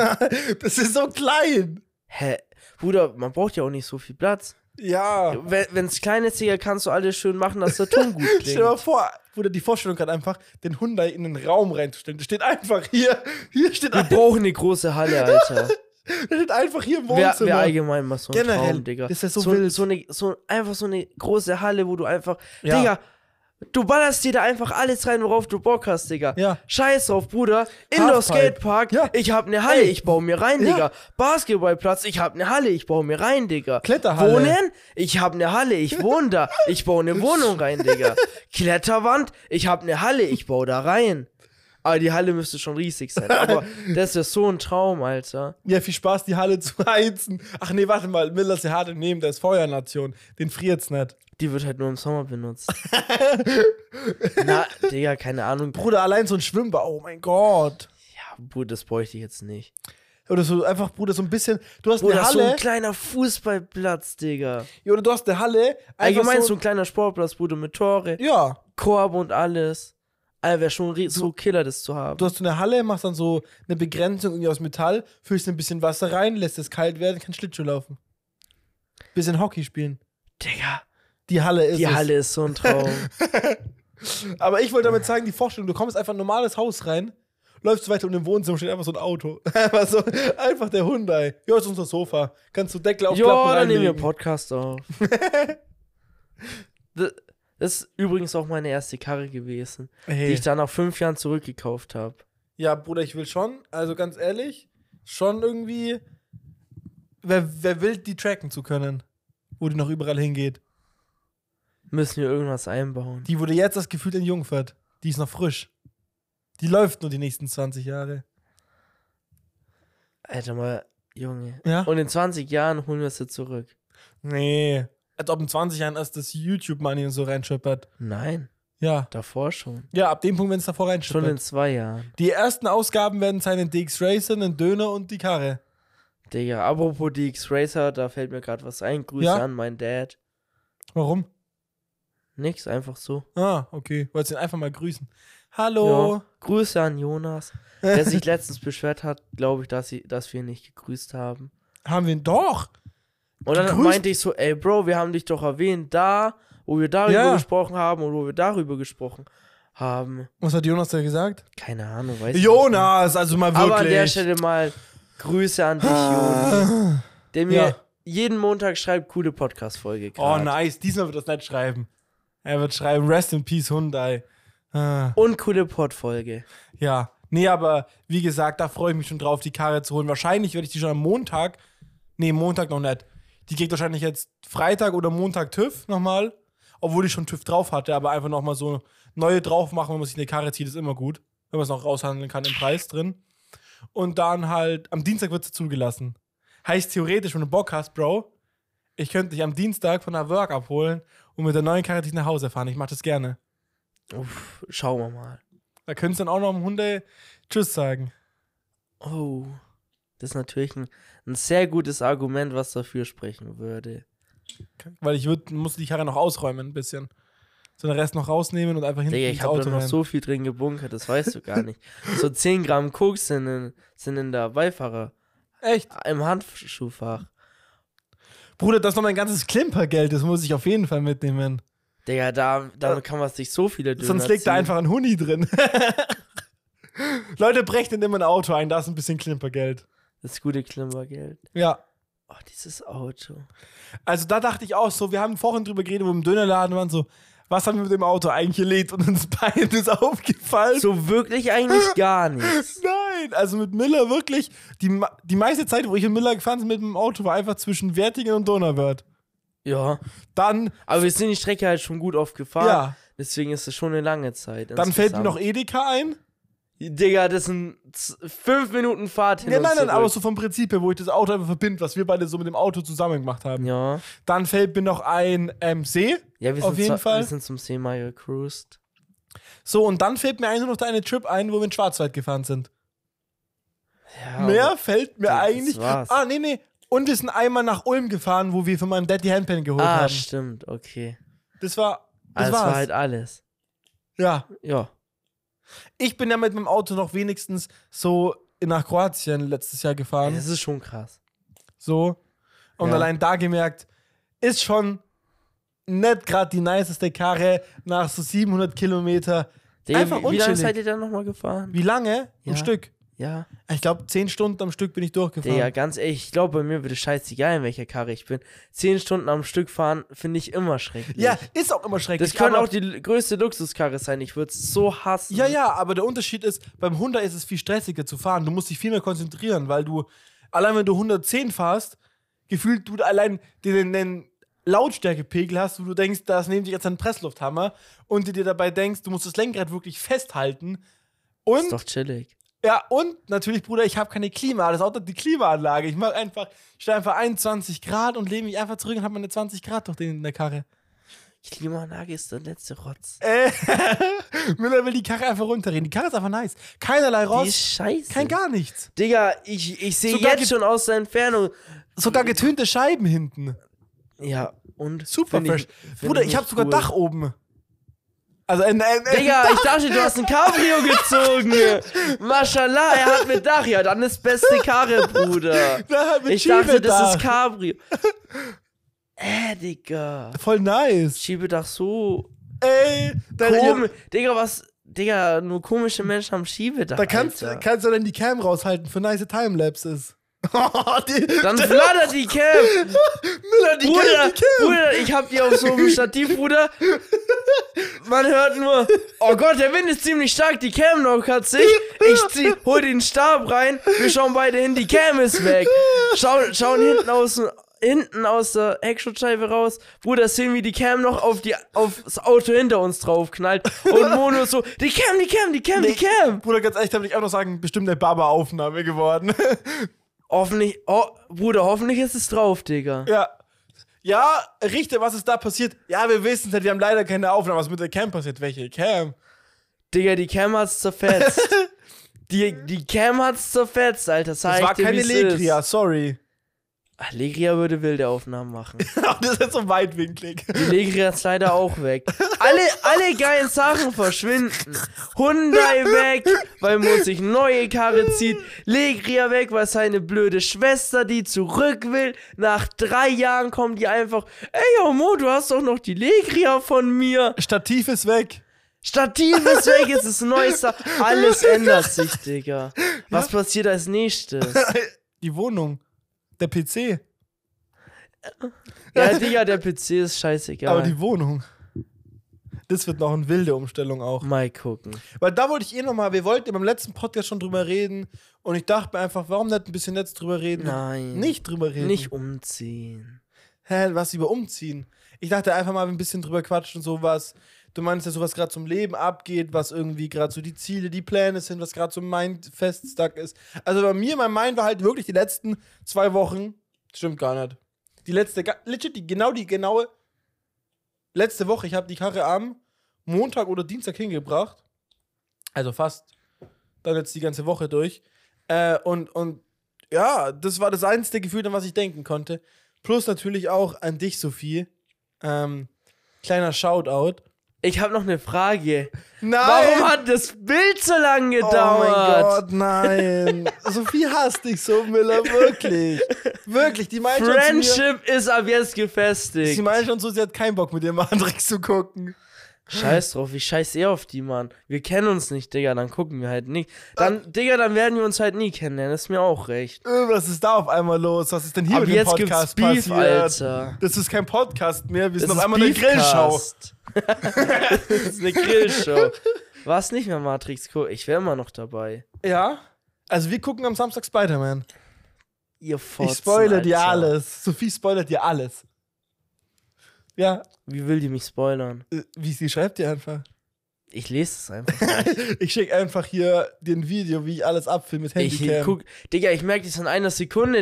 S1: Das ist so klein.
S2: Hä? Bruder, man braucht ja auch nicht so viel Platz.
S1: Ja.
S2: Wenn es klein ist, Digga, kannst du alles schön machen, dass der Ton gut
S1: Stell dir mal
S2: klingt.
S1: vor, Bruder, die Vorstellung gerade einfach, den Hyundai in den Raum reinzustellen. Das steht einfach hier. Hier steht,
S2: Wir
S1: ein,
S2: brauchen eine große Halle, Alter.
S1: das steht einfach hier im
S2: Wer, wer
S1: Wohnzimmer.
S2: allgemein mal so ein
S1: Generell,
S2: Traum, Digga.
S1: ist das so
S2: so,
S1: wild.
S2: so eine, so einfach so eine große Halle, wo du einfach,
S1: Ja.
S2: Digga, du ballerst dir da einfach alles rein, worauf du Bock hast, Digga.
S1: Ja.
S2: Scheiß drauf, Bruder. Indoor
S1: Halfpipe.
S2: Skatepark,
S1: Ja.
S2: ich hab eine Halle, ich baue mir rein,
S1: Ja.
S2: Digga. Basketballplatz, ich hab eine Halle, ich baue mir rein, Digga.
S1: Kletterhalle.
S2: Wohnen, ich hab eine Halle, ich wohne da, ich baue eine Wohnung rein, Digga. Kletterwand, ich hab eine Halle, ich baue da rein. Aber die Halle müsste schon riesig sein. Aber das ist so ein Traum, Alter.
S1: Ja, viel Spaß, die Halle zu heizen. Ach nee, warte mal, Miller ist ja hart im Nehmen, der ist Feuernation. Den friert's nicht.
S2: Die wird halt nur im Sommer benutzt. Na, Digga, keine Ahnung. Br-
S1: Bruder, allein so ein Schwimmbad, oh mein Gott.
S2: Ja, Bruder, das bräuchte ich jetzt nicht.
S1: Oder so einfach, Bruder, so ein bisschen. Du hast
S2: Bruder,
S1: eine
S2: so ein
S1: Halle.
S2: kleiner Fußballplatz, Digga.
S1: ja, oder du hast eine Halle. einfach
S2: Allgemein so ein kleiner Sportplatz, Bruder, mit Tore,
S1: ja,
S2: Korb und alles. Alter, wäre schon ri- so killer, das zu haben.
S1: du hast so eine Halle, machst dann so eine Begrenzung irgendwie aus Metall, füllst ein bisschen Wasser rein, lässt es kalt werden, kannst Schlittschuh laufen. Bisschen Hockey spielen.
S2: Digga,
S1: Die Halle ist
S2: die
S1: es.
S2: Halle ist so ein Traum.
S1: Aber ich wollte damit sagen, die Vorstellung, du kommst einfach in ein normales Haus rein, läufst weiter und im Wohnzimmer steht einfach so ein Auto. einfach so, einfach der Hyundai. Ja, ist unser Sofa. Kannst du Deckel
S2: jo,
S1: aufklappen
S2: dann nehmen wir
S1: reinlegen.
S2: einen Podcast auf. das das ist übrigens auch meine erste Karre gewesen, die
S1: hey.
S2: ich dann nach fünf Jahren zurückgekauft habe.
S1: Ja, Bruder, ich will schon, also ganz ehrlich, schon irgendwie, wer, wer will die tracken zu können, wo die noch überall hingeht.
S2: Müssen wir irgendwas einbauen.
S1: Die wurde jetzt das Gefühl in Jungfurt. Die ist noch frisch. Die läuft nur die nächsten 20 Jahre.
S2: Alter, mal, Junge.
S1: Ja?
S2: Und in 20 Jahren holen wir es dir zurück.
S1: Nee. Als ob in 20 Jahren erst das YouTube-Money und so reinschöppert.
S2: Nein,
S1: Ja.
S2: davor schon.
S1: Ja, ab dem Punkt, wenn es davor
S2: Schon
S1: reinschöppert.
S2: in zwei Jahren.
S1: Die ersten Ausgaben werden sein ein DX Racer, ein Döner und die Karre.
S2: Digga, apropos DX Racer, da fällt mir gerade was ein. Grüße
S1: Ja?
S2: an meinen Dad.
S1: Warum?
S2: Nix, einfach so.
S1: Ah, okay. Wolltest ihn einfach mal grüßen. Hallo.
S2: Ja. Grüße an Jonas, der sich letztens beschwert hat, glaube ich, dass, sie, dass wir ihn nicht gegrüßt haben.
S1: Haben wir ihn doch?
S2: Und dann
S1: Gegrüßt?
S2: meinte ich so, ey Bro, wir haben dich doch erwähnt, da, wo wir darüber
S1: Ja.
S2: gesprochen haben und wo wir darüber gesprochen haben.
S1: Was hat Jonas da gesagt?
S2: Keine Ahnung, weiß ich
S1: Jonas, also mal
S2: nicht.
S1: wirklich.
S2: Aber an der Stelle mal Grüße an dich, Jonas.
S1: Ah.
S2: der mir
S1: Ja.
S2: jeden Montag schreibt, coole Podcast-Folge.
S1: Oh
S2: grad.
S1: nice, diesmal wird er es nicht schreiben. Er wird schreiben, Rest in Peace Hyundai. Ah.
S2: Und coole Pod-Folge.
S1: Ja, nee, aber wie gesagt, da freue ich mich schon drauf, die Karre zu holen. Wahrscheinlich werde ich die schon am Montag, nee, Montag noch nicht. Die kriegt wahrscheinlich jetzt Freitag oder Montag TÜV nochmal, obwohl ich schon TÜV drauf hatte, aber einfach nochmal so neue drauf machen, wenn man sich eine Karre zieht, ist immer gut, wenn man es noch raushandeln kann, im Preis drin. Und dann halt, am Dienstag wird sie zugelassen. Heißt theoretisch, wenn du Bock hast, Bro, ich könnte dich am Dienstag von der Work abholen und mit der neuen Karre dich nach Hause fahren. Ich mache das gerne.
S2: Uff, schauen wir mal.
S1: Da könntest du dann auch noch dem Hunde Tschüss sagen.
S2: Oh, das ist natürlich ein, ein sehr gutes Argument, was dafür sprechen würde.
S1: Weil ich würd, musste die Karre noch ausräumen ein bisschen. So den Rest noch rausnehmen und einfach hinten
S2: Digga,
S1: ins
S2: ich habe
S1: Auto
S2: da noch
S1: rein.
S2: so viel drin gebunkert, das weißt du gar nicht. So 10 Gramm Koks sind in, sind in der Beifahrer,
S1: Echt?
S2: im Handschuhfach.
S1: Bruder, das ist noch mein ganzes Klimpergeld, das muss ich auf jeden Fall mitnehmen.
S2: Digga, da, damit kann man sich so viele Döner
S1: Sonst liegt da
S2: ziehen.
S1: einfach ein Huni drin. Leute brechen immer ein Auto ein, da ist ein bisschen Klimpergeld.
S2: Das gute Klimpergeld.
S1: Ja.
S2: Oh, dieses Auto.
S1: Also da dachte ich auch so, wir haben vorhin drüber geredet, wo wir im Dönerladen waren, so, was haben wir mit dem Auto eigentlich erlebt und uns beiden ist aufgefallen.
S2: So wirklich eigentlich gar nichts.
S1: Nein, also mit Miller wirklich, die, ma- die meiste Zeit, wo ich in Miller gefahren bin mit dem Auto, war einfach zwischen Wertingen und Donauwörth.
S2: Ja.
S1: Dann,
S2: Aber wir sind die Strecke halt schon gut oft gefahren.
S1: Ja.
S2: Deswegen ist es schon eine lange Zeit.
S1: dann fällt mir
S2: insgesamt.
S1: noch Edeka ein.
S2: Digga, das sind z- fünf Minuten Fahrt hin.
S1: Ja,
S2: und
S1: nein, nein,
S2: zurück.
S1: aber so vom Prinzip her, wo ich das Auto einfach verbinde, was wir beide so mit dem Auto zusammen gemacht haben.
S2: Ja.
S1: Dann fällt mir noch ein ähm, See.
S2: Ja, wir sind,
S1: Auf jeden
S2: zwar-
S1: Fall.
S2: wir sind zum Seema gecruised.
S1: So, und dann fällt mir eigentlich nur noch der eine Trip ein, wo wir in Schwarzwald gefahren sind.
S2: Ja,
S1: Mehr fällt mir
S2: das
S1: eigentlich.
S2: war's.
S1: Ah, nee, nee. Und wir sind einmal nach Ulm gefahren, wo wir von meinem Daddy Handpan geholt
S2: Ah,
S1: haben.
S2: stimmt, okay.
S1: Das war. Das
S2: Das
S1: war's.
S2: war halt alles.
S1: ja.
S2: Ja.
S1: Ich bin ja mit meinem Auto noch wenigstens so nach Kroatien letztes Jahr gefahren.
S2: Das ist schon krass.
S1: So. Und
S2: Ja.
S1: allein da gemerkt, ist schon nicht gerade die niceste Karre nach so 700 Kilometer.
S2: Digga,
S1: Einfach
S2: wie, wie lange
S1: unchillig.
S2: seid ihr dann nochmal gefahren?
S1: Wie lange? Ein
S2: Ja.
S1: Stück.
S2: Ja.
S1: Ich glaube, 10 Stunden am Stück bin ich durchgefahren.
S2: Digga, ganz ehrlich, ich glaube, bei mir würde scheißegal, in welcher Karre ich bin. Zehn Stunden am Stück fahren, finde ich immer schrecklich.
S1: ja, ist auch immer schrecklich.
S2: Das könnte
S1: aber-
S2: auch die l- größte Luxuskarre sein. Ich würde es so hassen.
S1: Ja, ja, aber der Unterschied ist, beim Honda ist es viel stressiger zu fahren. Du musst dich viel mehr konzentrieren, weil du, allein wenn du 110 fahrst, gefühlt du allein den, den Lautstärkepegel hast, wo du denkst, das nehme ich jetzt einen Presslufthammer und du dir dabei denkst, du musst das Lenkrad wirklich festhalten.
S2: Ist
S1: Und,
S2: doch chillig.
S1: ja, und natürlich, Bruder, ich habe keine Klima, das Auto hat die Klimaanlage. Ich mache einfach, stelle einfach 21 Grad und lehne mich einfach zurück und habe meine 20 Grad durch den in der Karre.
S2: Klimaanlage ist der letzte Rotz.
S1: Äh, Müller will die Karre einfach runterreden. Die Karre ist einfach nice. Keinerlei
S2: Die
S1: Rost.
S2: ist scheiße.
S1: Kein gar nichts.
S2: Digga, ich, ich sehe
S1: Sogar
S2: jetzt
S1: ge-
S2: schon aus der Entfernung.
S1: Sogar getönte Scheiben hinten.
S2: Ja, und?
S1: Super
S2: Find
S1: fresh.
S2: find
S1: Bruder, ich
S2: nicht
S1: hab sogar
S2: cool.
S1: Dach oben. Also ein, ein, ein
S2: Digga, ich dachte, du hast ein Cabrio gezogen. Maschallah, er hat mit Dach. Ja, dann ist beste Karre, Bruder.
S1: da mit
S2: Ich dachte, das
S1: Schiebedach.
S2: ist Cabrio. Äh, Digga.
S1: Voll nice.
S2: Schiebedach so
S1: Ey, da,
S2: komisch. Digga, was? Digga, nur komische Menschen haben Schiebedach.
S1: da kannst,
S2: Alter.
S1: kannst du dann die Cam raushalten für nice Timelapses. die,
S2: Dann flattert die Cam.
S1: Müller, die
S2: Bruder,
S1: Cam, die Cam.
S2: Bruder, ich hab die auf so einem Stativ, Bruder. Man hört nur, oh Gott, der Wind ist ziemlich stark, die Cam noch hat sich. Ich zieh, hol den Stab rein, wir schauen beide hin, die Cam ist weg. Schau, schauen hinten aus, hinten aus der Heckschutzscheibe raus. Bruder, sehen wir die Cam noch auf die, aufs Auto hinter uns draufknallt. Und Mono so, die Cam, die Cam, die Cam, die Cam.
S1: Bruder, ganz ehrlich, da will ich auch noch sagen, bestimmt eine Baba-Aufnahme geworden.
S2: Hoffentlich, oh, Bruder, hoffentlich ist es drauf, Digga.
S1: ja. Ja, Richter, was ist da passiert? Ja, wir wissen es nicht, wir haben leider keine Aufnahme. Was ist mit der Cam passiert? Welche Cam?
S2: Digga, die Cam hat's zerfetzt. die, die Cam hat's zerfetzt, Alter. Sag
S1: Das
S2: ich
S1: war
S2: dir,
S1: keine
S2: wie's
S1: Legria,
S2: Ist.
S1: sorry.
S2: Ach, Legria würde wilde Aufnahmen machen.
S1: das ist so weitwinklig.
S2: Die Legria ist leider auch weg. Alle, alle geilen Sachen verschwinden. Hyundai weg, weil man sich neue Karre zieht. Legria weg, weil seine blöde Schwester, die zurück will. Nach drei Jahren kommt die einfach, ey, Homo, du hast doch noch die Legria von mir.
S1: Stativ ist weg.
S2: Stativ ist weg, es ist neuester. Alles ändert sich, Digga. Was passiert als nächstes?
S1: Die Wohnung. Der PC.
S2: Ja, Digga, der PC ist scheißegal.
S1: Aber die Wohnung. Das wird noch eine wilde Umstellung auch.
S2: Mal gucken.
S1: Weil da wollte ich eh nochmal, wir wollten beim letzten Podcast schon drüber reden. Und ich dachte mir einfach, warum nicht ein bisschen jetzt drüber reden?
S2: Nein.
S1: Nicht drüber reden.
S2: Nicht umziehen.
S1: Hä, was über umziehen? Ich dachte einfach mal ein bisschen drüber quatschen, sowas. Du meinst ja, so was gerade zum Leben abgeht, was irgendwie gerade so die Ziele, die Pläne sind, was gerade so mein Feststack ist. Also bei mir, mein Mind war halt wirklich die letzten zwei Wochen, stimmt gar nicht. Die letzte, ga- legit, die, genau die genaue letzte Woche, ich habe die Karre am Montag oder Dienstag hingebracht. Also fast. Dann jetzt die ganze Woche durch. Äh, und, und ja, das war das einzige Gefühl, an was ich denken konnte. Plus natürlich auch an dich, Sophie. Ähm, kleiner Shoutout.
S2: Ich habe noch eine Frage.
S1: Nein!
S2: Warum hat das Bild so lange
S1: Oh
S2: gedauert?
S1: mein Gott, nein. Sophie hasst dich so, Miller, wirklich. Wirklich, die meint schon zu mir,
S2: Friendship ist ab jetzt
S1: sie
S2: gefestigt.
S1: meint schon so, sie hat keinen Bock mit dir Matrix zu gucken.
S2: Scheiß drauf, ich scheiß eh auf die, Mann. Wir kennen uns nicht, Digga, dann gucken wir halt nicht. Dann, Digga, dann werden wir uns halt nie kennenlernen, ist mir auch recht.
S1: Äh, Was ist da auf einmal los? Was ist denn hier
S2: Ab
S1: mit dem
S2: jetzt
S1: Podcast
S2: gibt's Beef,
S1: passiert?
S2: Alter.
S1: Das ist kein Podcast mehr, wir sind
S2: Das
S1: auf einmal eine Grillschau.
S2: Beefcast. das ist eine Grillshow. War es nicht mehr Matrix Co. Ich wäre immer noch dabei.
S1: Ja? Also wir gucken am Samstag Spider-Man.
S2: Ihr
S1: Ich
S2: Fotzen,
S1: spoilere dir
S2: Alter.
S1: alles. Sophie spoilert dir alles. Ja,
S2: Wie will die mich spoilern?
S1: äh, wie sie schreibt dir einfach.
S2: Ich lese es einfach.
S1: Ich schicke einfach hier den Video, wie ich alles abfilme mit
S2: Ich
S1: Handycam.
S2: guck, Digga, ich merke das in einer Sekunde,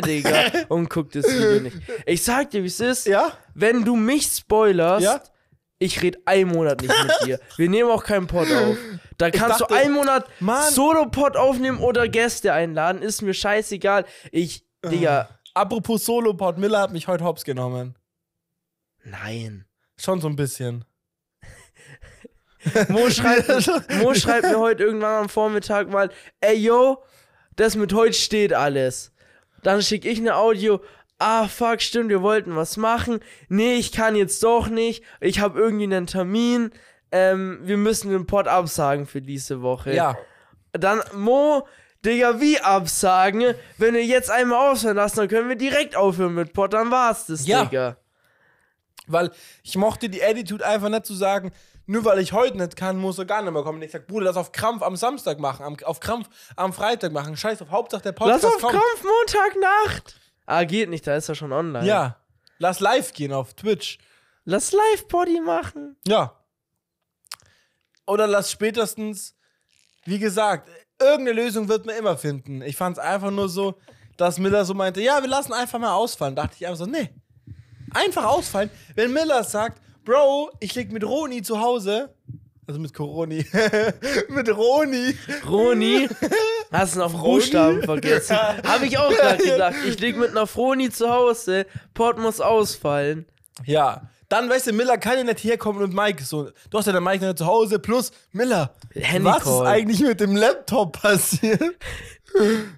S2: Digga, und guck das Video nicht. Ich sag dir, wie es ist.
S1: ja?
S2: Wenn du mich spoilerst,
S1: Ja?
S2: ich rede einen Monat nicht mit dir. Wir nehmen auch keinen Pod auf. Da kannst
S1: dachte-
S2: du einen Monat
S1: Mann.
S2: Solo-Pod aufnehmen oder Gäste einladen. Ist mir scheißegal. Ich, Digga,
S1: Ah. Apropos Solo, Port Miller hat mich heute hops genommen.
S2: nein.
S1: Schon so ein bisschen.
S2: Mo schreibt, Mo schreibt mir heute irgendwann am Vormittag mal, ey yo, das mit heute steht alles. Dann schicke ich eine Audio. Ah, fuck, stimmt, wir wollten was machen. Nee, ich kann jetzt doch nicht. Ich habe irgendwie einen Termin. Ähm, wir müssen den Pod absagen für diese Woche.
S1: Ja.
S2: Dann, Mo, Digga, wie absagen? Wenn wir jetzt einmal aufhören lassen, dann können wir direkt aufhören mit Pod. Dann war's das,
S1: Ja.
S2: Digga.
S1: Weil ich mochte die Attitude einfach nicht zu sagen, nur weil ich heute nicht kann, muss er gar nicht mehr kommen. Ich sag, Bruder, lass auf Krampf am Samstag machen, am, auf Krampf am Freitag machen. Scheiß auf, Hauptsache der Podcast
S2: Lass auf
S1: kommt.
S2: Kampf Montagnacht. Ah, geht nicht, da ist er schon online.
S1: Ja. Lass live gehen auf Twitch.
S2: Lass Live-Body machen.
S1: Ja. Oder lass spätestens, wie gesagt, irgendeine Lösung wird man immer finden. Ich fand es einfach nur so, dass Miller so meinte, ja, wir lassen einfach mal ausfallen. Dachte ich einfach so, nee. Einfach ausfallen. Wenn Miller sagt, Bro, ich leg mit Roni zu Hause. Also mit Coroni. mit Roni.
S2: Roni. Hast du noch einen Buchstaben vergessen? Habe ich auch gerade gedacht. Ich lieg mit einer Froni zu Hause. Port muss ausfallen.
S1: Ja. Dann, weißt du, Miller kann ja nicht herkommen und Mike so. Du hast ja den Mike nicht zu Hause. Plus, Miller, was ist
S2: Handycall.
S1: eigentlich mit dem Laptop passiert?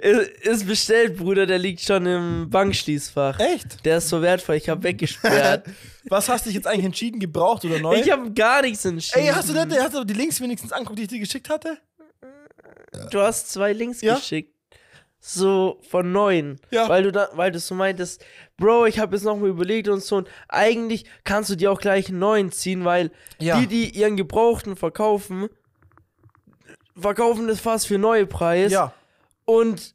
S2: Ist, ist bestellt, Bruder. Der liegt schon im Bankschließfach.
S1: Echt?
S2: Der ist so wertvoll. Ich habe weggesperrt.
S1: Was hast du dich jetzt eigentlich entschieden, gebraucht oder neu?
S2: ich habe gar nichts entschieden.
S1: Ey, hast du, nicht, hast du die Links wenigstens angeguckt, die ich dir geschickt hatte?
S2: Du hast zwei Links
S1: Ja?
S2: geschickt. So von neun.
S1: Ja.
S2: Weil du da, weil du so meintest, Bro, ich habe jetzt nochmal überlegt und so. Und eigentlich kannst du dir auch gleich einen neuen ziehen, weil
S1: Ja.
S2: die, die ihren Gebrauchten verkaufen, verkaufen das fast für neue Preis. Und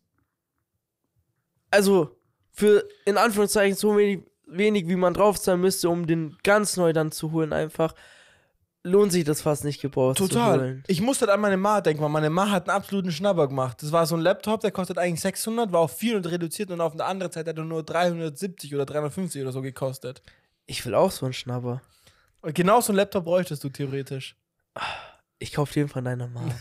S2: also für in Anführungszeichen so wenig, wenig wie man drauf sein müsste, um den ganz neu dann zu holen, einfach lohnt sich das fast nicht gebraucht zu
S1: Total.
S2: holen.
S1: Ich musste halt an meine Ma denken, weil meine Ma hat einen absoluten Schnapper gemacht. Das war so ein Laptop, der kostet eigentlich 600, war auf 400 reduziert und auf eine andere Zeit hat er nur 370 oder 350 oder so gekostet.
S2: Ich will auch so einen Schnapper.
S1: Und genau so einen Laptop bräuchtest du theoretisch.
S2: Ich kaufe den von deiner Mama.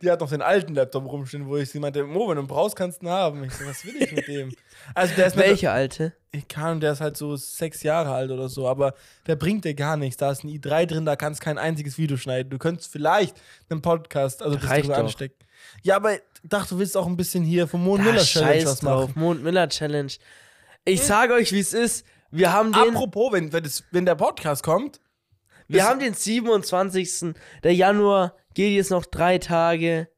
S1: Die hat noch den alten Laptop rumstehen, wo ich sie meinte, Mo, wenn du ihn brauchst, kannst du ihn haben. Ich so, was will ich mit dem? Also der ist nicht-
S2: Welche alte?
S1: ich kann, der ist halt so sechs Jahre alt oder so, aber der bringt dir gar nichts. Da ist ein i3 drin, da kannst kein einziges Video schneiden. Du könntest vielleicht einen Podcast, also das
S2: Reicht
S1: drüber
S2: doch.
S1: anstecken. Ja, aber ich dachte, du willst auch ein bisschen hier vom Mond
S2: Da
S1: Miller Challenge
S2: scheiß
S1: was machen.
S2: drauf. Mond Miller Challenge. Ich sage euch, wie es ist. Wir haben den,
S1: Apropos, wenn, wenn, das, wenn der Podcast kommt,
S2: wir haben den 27. Der Januar geht jetzt noch drei Tage.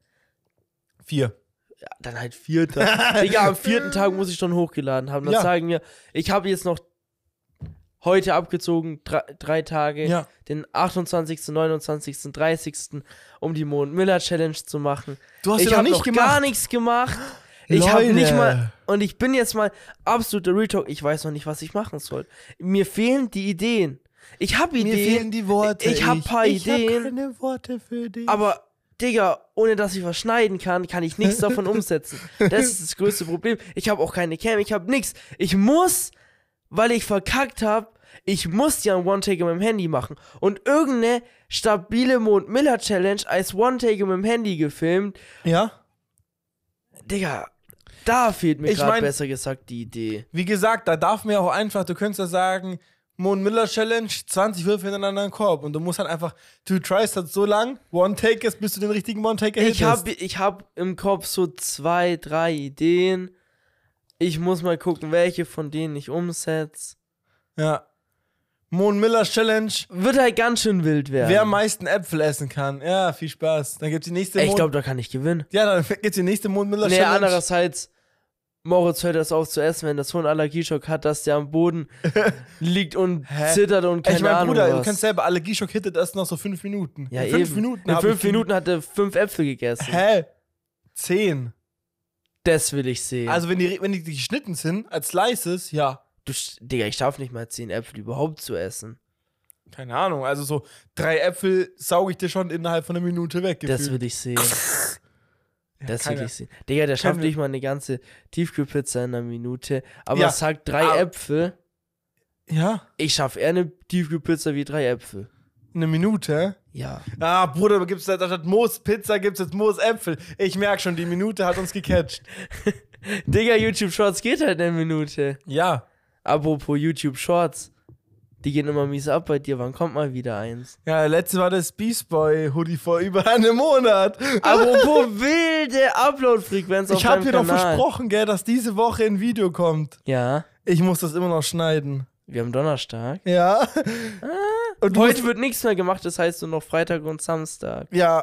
S1: vier.
S2: Ja, dann halt vierter. Digga, am vierten Tag muss ich schon hochgeladen haben. Dann
S1: Ja.
S2: sagen wir, ich habe jetzt noch heute abgezogen, drei, drei Tage.
S1: Ja.
S2: Den 28., 29., 30. um die Mond Miller Challenge zu machen.
S1: Du hast
S2: ich
S1: sie noch
S2: hab
S1: nicht
S2: noch gar
S1: gemacht.
S2: nichts gemacht. Ich habe
S1: Leute.
S2: nicht mal und ich bin jetzt mal absoluter Retalk. Ich weiß noch nicht, was ich machen soll. Mir fehlen die Ideen. Ich habe Ideen,
S1: Mir fehlen die Worte.
S2: Ich hab paar
S1: ich
S2: Ideen.
S1: Hab keine Worte für dich.
S2: aber Digga, ohne dass ich was schneiden kann, kann ich nichts davon umsetzen. Das ist das größte Problem. Ich habe auch keine Cam, ich habe nichts. Ich muss, weil ich verkackt habe. ich muss ja ein One-Take mit dem Handy machen. Und irgendeine stabile Mond-Miller-Challenge als One-Take mit dem Handy gefilmt.
S1: Ja?
S2: Digga, da fehlt mir
S1: Ich
S2: gerade
S1: mein-
S2: besser gesagt die Idee.
S1: Wie gesagt, da darf man ja auch einfach, du könntest ja sagen, Mon Miller Challenge, 20 Würfe hintereinander in den Korb. Und du musst halt einfach, du tryst halt so lang, One Take ist, bis du den richtigen One Take erhittest.
S2: Ich hab, ich hab im Kopf so zwei, drei Ideen. Ich muss mal gucken, welche von denen ich umsetze.
S1: Ja. Mon Miller Challenge,
S2: Wird halt ganz schön wild werden.
S1: wer am meisten Äpfel essen kann. Ja, viel Spaß. Dann gibt's die nächste
S2: ich
S1: Mon-
S2: glaube, da kann ich gewinnen.
S1: Ja, dann gibt's die nächste Mon Miller
S2: Nee,
S1: Challenge.
S2: andererseits, Moritz hört das auf zu essen, wenn das Huhn Allergieschock hat, dass der am Boden liegt und
S1: Hä?
S2: zittert und keine
S1: ich mein
S2: Ahnung
S1: Bruder, du
S2: was.
S1: kannst selber Allergieschock hittet erst noch so fünf Minuten.
S2: ja,
S1: In
S2: eben.
S1: fünf Minuten
S2: In
S1: hab
S2: fünf
S1: ich-
S2: Minuten hat er fünf Äpfel gegessen.
S1: Hä? Zehn.
S2: Das will ich sehen.
S1: Also wenn die, wenn die geschnitten sind, als Slices, ja.
S2: du, sch- Digga, ich darf nicht mal zehn Äpfel überhaupt zu essen.
S1: Keine Ahnung, also so drei Äpfel sauge ich dir schon innerhalb von einer Minute weg.
S2: Das
S1: gefühlt.
S2: will ich sehen. Das will
S1: keiner.
S2: ich sehen. Digga, der schafft
S1: Keiner.
S2: nicht mal eine ganze Tiefkühlpizza in einer Minute. Aber
S1: Ja, Ah.
S2: sagt drei
S1: aber-
S2: Äpfel.
S1: ja,
S2: Ich schaff eher eine Tiefkühlpizza wie drei Äpfel.
S1: eine Minute.
S2: Ja.
S1: Ah, Bruder, da gibt's da statt Moos Pizza gibt's jetzt Moos Äpfel. Ich merk schon, die Minute hat uns gecatcht.
S2: Digga, YouTube Shorts geht halt eine Minute.
S1: ja.
S2: Apropos YouTube Shorts. Die gehen immer mies ab bei dir. Wann kommt mal wieder eins?
S1: Ja, letzte war das Beast Boy Hoodie vor über einem Monat.
S2: Apropos wilde Upload-Frequenz auf
S1: ich habe
S2: deinem
S1: dir doch
S2: Kanal.
S1: versprochen, gell, dass diese Woche ein Video kommt.
S2: Ja,
S1: Ich muss das immer noch schneiden.
S2: wir haben Donnerstag.
S1: Ja. Ah. Und du
S2: Heute
S1: musst-
S2: wird nichts mehr gemacht, das heißt nur noch Freitag und Samstag.
S1: ja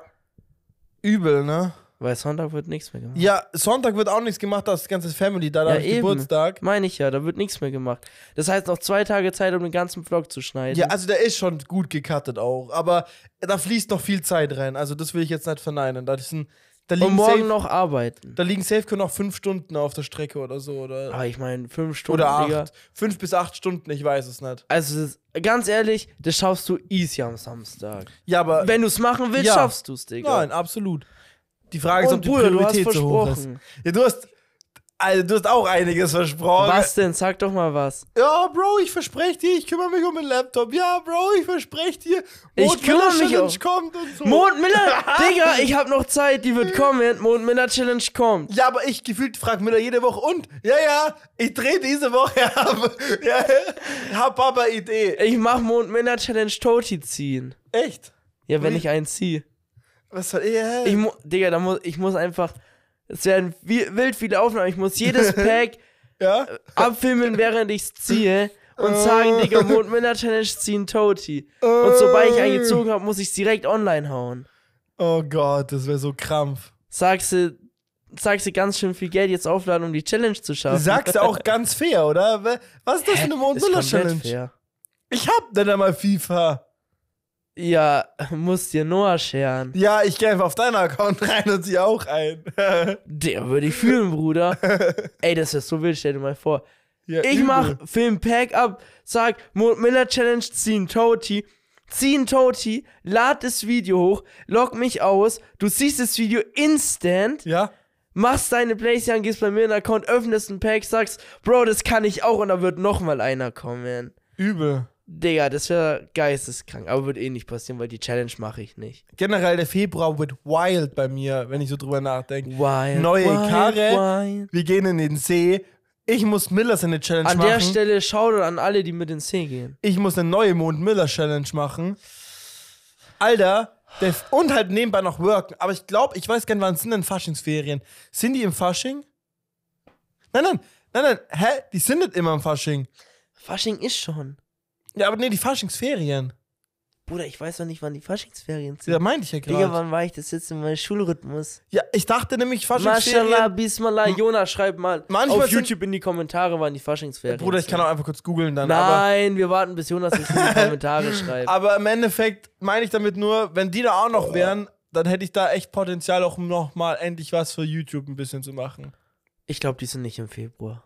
S1: übel, ne?
S2: Weil Sonntag wird nichts mehr gemacht.
S1: Ja, Sonntag wird auch nichts gemacht, da ist die ganze Family da, da
S2: Ja,
S1: hab ich
S2: eben.
S1: Geburtstag.
S2: Meine ich ja, da wird nichts mehr gemacht. Das heißt noch zwei Tage Zeit, um den ganzen Vlog zu schneiden.
S1: Ja, also der ist schon gut gecuttet auch, aber da fließt noch viel Zeit rein. Also das will ich jetzt nicht verneinen. Da, sind, da
S2: und
S1: liegen
S2: morgen
S1: safe,
S2: noch arbeiten.
S1: da liegen safe noch fünf Stunden auf der Strecke oder so oder
S2: Aber ich meine, fünf Ah, Stunden,
S1: oder acht,
S2: Digga.
S1: fünf bis acht Stunden, ich weiß es nicht.
S2: Also das ist, ganz ehrlich, das schaffst du easy am Samstag.
S1: Ja, aber
S2: Wenn du es machen willst,
S1: Äh, Ja.
S2: schaffst du es, Digga.
S1: nein, absolut. Die Frage ist,
S2: Und
S1: ob die
S2: Bruder, du hast
S1: Priorität so hoch ist.
S2: versprochen.
S1: Ja, du hast also, du hast auch einiges versprochen.
S2: Was denn? Sag doch mal was.
S1: Ja, Bro, ich verspreche dir, ich kümmere mich um den Laptop. Ja, Bro, ich verspreche dir,
S2: Ich
S1: Mond
S2: kümmere
S1: Miller
S2: mich
S1: Challenge
S2: auch.
S1: kommt und so.
S2: Mond Miller, Digga, ich hab noch Zeit, die wird kommen. Mond Miller Challenge kommt.
S1: Ja, aber ich gefühlt frag Müller jede Woche und ja, ja, ich drehe diese Woche ab. Ja, hab Papa Idee.
S2: Ich mach Mond Miller Challenge Toti ziehen.
S1: Echt?
S2: Ja, wenn
S1: Wie?
S2: ich einen ziehe.
S1: Was soll ich?
S2: Ich mu Digga, da mu ich muss einfach. Es werden wi- wild viele Aufnahmen. Ich muss jedes Pack
S1: ja?
S2: abfilmen, während ich es ziehe. Und
S1: Äh.
S2: sagen, Digga, Mondmänner Challenge ziehen Toti. Und sobald ich einen gezogen habe, muss ich es direkt online hauen.
S1: Oh Gott, das wäre so krampf.
S2: Sagst du, sagst du ganz schön viel Geld jetzt aufladen, um die Challenge zu schaffen.
S1: Sagst du auch ganz fair, oder? We- Was ist das für eine Mond
S2: Ist
S1: Müller
S2: komplett
S1: Challenge?
S2: fair.
S1: Ich hab nicht einmal FIFA.
S2: Ja, muss dir Noah scheren.
S1: Ja, ich gehe einfach auf deinen Account rein und zieh auch ein.
S2: Der würde ich fühlen, Bruder. Ey, das ist so wild, stell dir mal vor.
S1: Ja,
S2: Ich
S1: übel.
S2: mach Film Pack ab, sag Mond Miller Challenge, ziehen Toti, ziehen Toti, lad das Video hoch, log mich aus, du siehst das Video instant,
S1: Ja?
S2: machst deine Plays an, gehst bei mir in den Account, öffnest einen Pack, sagst, Bro, das kann ich auch und da wird nochmal einer kommen.
S1: Übel.
S2: Digga, das wäre geisteskrank, aber wird eh nicht passieren, weil die Challenge mache ich nicht.
S1: Generell der Februar wird wild bei mir, wenn ich so drüber nachdenke.
S2: Wild,
S1: Neue
S2: wild,
S1: Karre.
S2: wild.
S1: Wir gehen in den See. Ich muss Miller seine Challenge
S2: An
S1: machen.
S2: der Stelle Shoutout an alle, die mit ins See gehen.
S1: ich muss eine neue Mond Miller Challenge machen. Alter, der F- und halt nebenbei noch worken. Aber ich glaube, ich weiß gar nicht, wann sind denn Faschingsferien? Sind die im Fasching? Nein, nein, nein, nein. Hä? Die sind nicht immer im Fasching.
S2: Fasching ist schon.
S1: Ja, aber nee, die Faschingsferien.
S2: Bruder, ich weiß noch nicht, wann die Faschingsferien sind.
S1: Da meinte ich ja
S2: Digga,
S1: gerade.
S2: wann war ich das jetzt in meinem Schulrhythmus?
S1: Ja, ich dachte nämlich
S2: Mashallah,
S1: Faschingsferien.
S2: Bismillah, Jonas, schreib mal
S1: Hm. Manchmal
S2: auf
S1: sind-
S2: YouTube in die Kommentare, wann die Faschingsferien
S1: Bruder, ich kann auch einfach kurz googeln dann.
S2: sind.
S1: Aber,
S2: Nein, wir warten, bis Jonas das in die Kommentare schreibt.
S1: aber im Endeffekt meine ich damit nur, wenn die da auch noch wären, dann hätte ich da echt Potenzial, auch um nochmal endlich was für YouTube ein bisschen zu machen.
S2: Ich glaube, die sind nicht im Februar.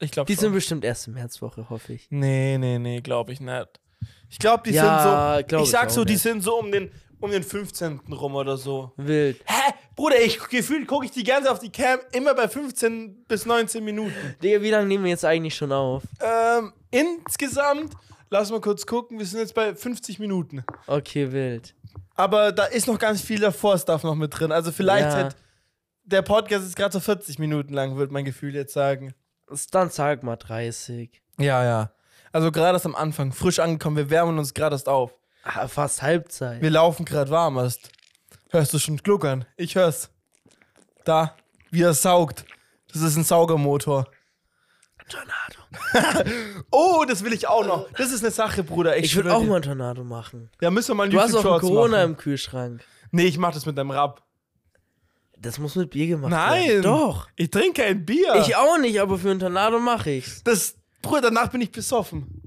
S1: Ich glaube
S2: Die sind bestimmt erst im Märzwoche, hoffe ich.
S1: Nee, nee, nee, glaube ich nicht. Ich glaube, die
S2: Ja,
S1: sind so.
S2: glaub
S1: Ich
S2: ich
S1: sag
S2: auch
S1: so, die
S2: nicht.
S1: sind so um den, um den 15. rum oder so.
S2: Wild.
S1: Hä? Bruder, ich gefühlt gucke ich die ganze auf die Cam immer bei 15 bis 19 Minuten.
S2: Digga, wie lange nehmen wir jetzt eigentlich schon auf?
S1: Ähm, insgesamt Lass mal kurz gucken, wir sind jetzt bei 50 Minuten.
S2: Okay, wild.
S1: Aber da ist noch ganz viel davor Stuff noch mit drin. Also vielleicht
S2: Ja.
S1: hat der Podcast ist gerade so 40 Minuten lang, würde mein Gefühl jetzt sagen.
S2: Dann sag mal 30.
S1: Ja, ja. Also gerade erst am Anfang, frisch angekommen, wir wärmen uns gerade erst auf.
S2: Ah, fast Halbzeit.
S1: Wir laufen gerade warm erst. Hörst du schon gluckern? Ich hör's. Da, wie er saugt. Das ist ein Saugermotor.
S2: Tornado.
S1: Oh, das will ich auch noch. Das ist eine Sache, Bruder. Ich,
S2: Ich würde
S1: schwör
S2: auch
S1: dir.
S2: mal einen Tornado machen.
S1: Ja, müssen wir mal einen
S2: Du hast auch einen
S1: YouTube-Shorts
S2: Corona
S1: machen.
S2: im Kühlschrank.
S1: Nee, ich mach das mit einem Rap.
S2: Das muss mit Bier gemacht
S1: Nein. Ah.
S2: werden. Doch.
S1: Ich trinke kein Bier.
S2: Ich auch nicht, aber für einen Tornado mache ich's.
S1: das, Bruder, danach bin ich besoffen.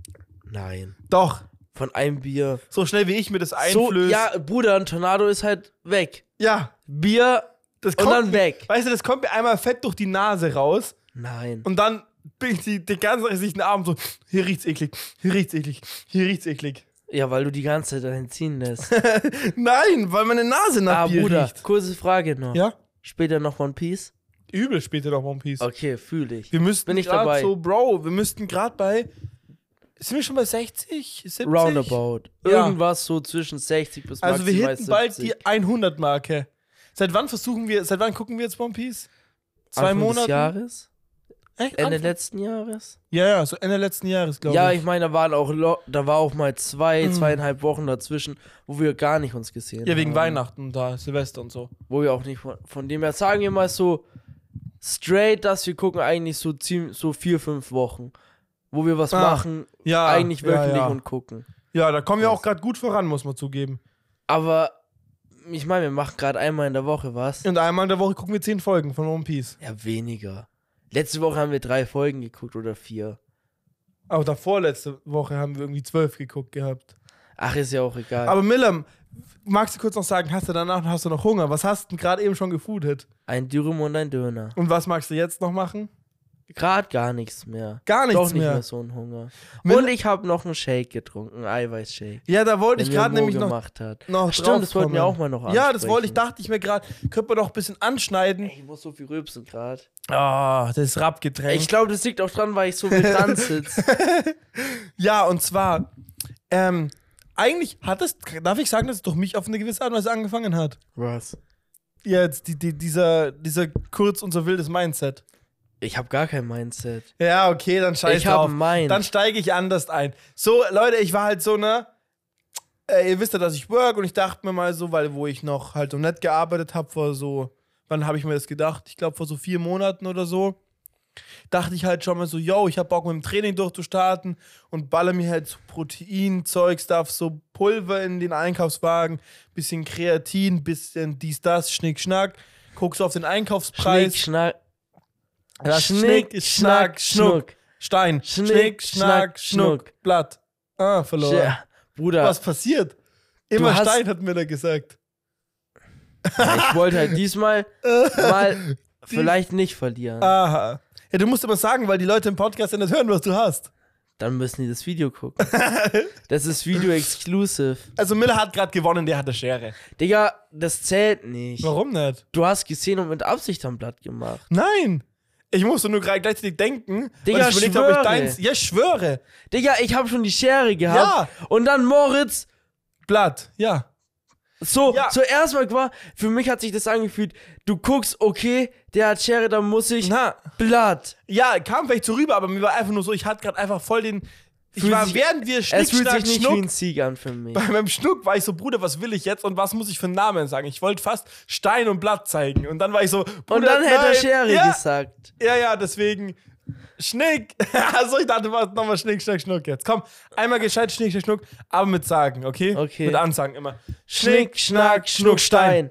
S2: Nein.
S1: Doch.
S2: Von einem Bier.
S1: So schnell wie ich mir das
S2: So,
S1: einflöße.
S2: ja, Bruder, ein Tornado ist halt weg.
S1: ja.
S2: Bier
S1: Das
S2: und
S1: kommt
S2: dann
S1: mir,
S2: weg.
S1: Weißt du, das kommt mir einmal fett durch die Nase raus
S2: Nein.
S1: und dann bin ich die, den ganzen restlichen Abend so, hier riecht's eklig, hier riecht's eklig, hier riecht's eklig.
S2: Ja, weil du die ganze Zeit dahin ziehen lässt.
S1: Nein, weil meine Nase nach
S2: ah,
S1: Bier
S2: Bruder,
S1: riecht.
S2: kurze Frage noch.
S1: Ja?
S2: Später noch One Piece?
S1: Übel später noch One Piece.
S2: Okay, fühle ich.
S1: Wir müssten
S2: Bin ich
S1: grad
S2: dabei.
S1: so, Bro, wir müssten gerade bei. Sind wir schon bei 60? 70?
S2: Roundabout.
S1: Ja.
S2: Irgendwas so zwischen 60 bis
S1: Also wir
S2: maximal
S1: hitten bald die
S2: 70.
S1: 100-Marke. Seit wann versuchen wir, seit wann gucken wir jetzt One Piece? Zwei
S2: Anfang
S1: Monate?
S2: Des Jahres?
S1: Echt?
S2: Ende
S1: Anfang?
S2: letzten Jahres?
S1: ja, ja, so Ende letzten Jahres, glaube
S2: Ja,
S1: ich.
S2: ich meine, da waren auch lo- da war auch mal zwei, zweieinhalb Wochen dazwischen, wo wir gar nicht uns gesehen haben.
S1: Hm. Ja, wegen Weihnachten und da, Silvester und so.
S2: Wo wir auch nicht von, von dem her sagen wir mal so straight, dass wir gucken eigentlich so ziem, so vier, fünf Wochen, wo wir was
S1: Ah.
S2: machen,
S1: Ja,
S2: eigentlich wöchentlich
S1: ja, ja.
S2: und gucken.
S1: Ja, da kommen wir auch gerade gut voran, muss man zugeben.
S2: Aber ich meine, wir machen gerade einmal in der Woche was.
S1: Und einmal in der Woche gucken wir 10 Folgen von One Piece.
S2: Ja, weniger. Letzte Woche haben wir drei Folgen geguckt oder vier.
S1: Aber davor letzte Woche haben wir irgendwie 12 geguckt gehabt.
S2: Ach, ist ja auch egal.
S1: Aber Millem, magst du kurz noch sagen, hast du danach hast du noch Hunger? Was hast du denn gerade eben schon gefoodet?
S2: ein Dürüm und ein Döner.
S1: Und was magst du jetzt noch machen?
S2: Gerade gar nichts mehr.
S1: Gar nichts
S2: Doch nicht mehr,
S1: mehr.
S2: so ein Hunger.
S1: Mil-
S2: und ich habe noch einen Shake getrunken, einen Eiweißshake.
S1: Ja, da wollte ich
S2: den
S1: gerade
S2: mir Mo
S1: nämlich noch,
S2: gemacht hat.
S1: noch
S2: Stimmt, das wollten wir
S1: draufkommen.
S2: auch mal noch
S1: Ja, das
S2: ansprechen.
S1: wollte ich, dachte ich mir gerade, könnte man doch ein bisschen anschneiden.
S2: Ey, Ich muss so viel rülpsen gerade.
S1: Ah, das Rappgetränk.
S2: Ich glaube, das liegt auch dran, weil ich so viel dran sitze.
S1: Ja, und zwar, ähm, eigentlich hat es, darf ich sagen, dass es durch mich auf eine gewisse Art und Weise angefangen hat.
S2: Was?
S1: Jetzt, die, die, dieser, dieser kurz und so wildes Mindset.
S2: Ich habe gar kein Mindset.
S1: Ja, okay, dann scheiß
S2: Ich hab
S1: drauf.
S2: meins.
S1: Dann steige ich anders ein. So, Leute, ich war halt so, ne? Äh, ihr wisst ja, dass ich work und ich dachte mir mal so, weil wo ich noch halt so nett gearbeitet habe, vor so, wann habe ich mir das gedacht? Ich glaube, vor so vier Monaten oder so. Dachte ich halt schon mal so, yo, ich habe Bock mit dem Training durchzustarten und baller mir halt so Protein, Zeug, Stuff, so Pulver in den Einkaufswagen, bisschen Kreatin, bisschen dies, das, Schnick, Schnack. Guckst auf den Einkaufspreis.
S2: Schnick, schnack.
S1: Ja, Schnick, Schnack, Schnuck. Stein. Schnick,
S2: Schnick,
S1: Schnack,
S2: Schnack,
S1: Schnuck.
S2: Schnuck.
S1: Blatt. Ah, verloren.
S2: Ja, Bruder,
S1: Was passiert? Immer
S2: hast-
S1: Stein hat mir da gesagt.
S2: ich wollte halt diesmal mal vielleicht nicht
S1: Ah.
S2: verlieren.
S1: Aha. Ja, du musst aber sagen, weil die Leute im Podcast ja nicht hören, was du hast.
S2: Dann müssen die das Video gucken. Das ist Video exclusive.
S1: Also Miller hat gerade gewonnen, der hat eine Schere.
S2: Digga, das zählt nicht.
S1: Warum nicht?
S2: Du hast gesehen und mit Absicht am Blatt gemacht.
S1: Nein. Ich musste nur gerade gleichzeitig denken,
S2: Digga,
S1: weil ich überlegt habe, ob ich
S2: schwöre.
S1: deins. Ja, ich schwöre.
S2: Digga, ich habe schon die Schere gehabt. Und dann Moritz
S1: Blatt, ja.
S2: So,
S1: Ja.
S2: zuerst mal war, für mich hat sich das angefühlt, du guckst, okay, der hat Schere, dann muss ich
S1: Na.
S2: Blatt.
S1: Ja, kam vielleicht so rüber, aber mir war einfach nur so, ich hatte gerade einfach voll den. Ich
S2: Fühlt
S1: war,
S2: sich-
S1: während wir Schnick,
S2: Es fühlt
S1: Schnack,
S2: sich nicht
S1: Schnuck
S2: wie ein Sieg an für mich.
S1: bei meinem Schnuck war ich so, Bruder, was will ich jetzt und was muss ich für einen Namen sagen? Ich wollte fast Stein und Blatt zeigen. Und dann war ich so, Bruder,
S2: Und dann hätte er
S1: nein.
S2: Schere
S1: ja,
S2: gesagt.
S1: Ja, ja, deswegen. Schnick. Also ich dachte, machst nochmal Schnick, Schnack, Schnuck jetzt. Komm, einmal gescheit Schnick, Schnack, Schnuck, aber mit Sagen, okay?
S2: Okay.
S1: Mit Ansagen immer.
S2: Schnick, Schnack, Schnuck, Stein.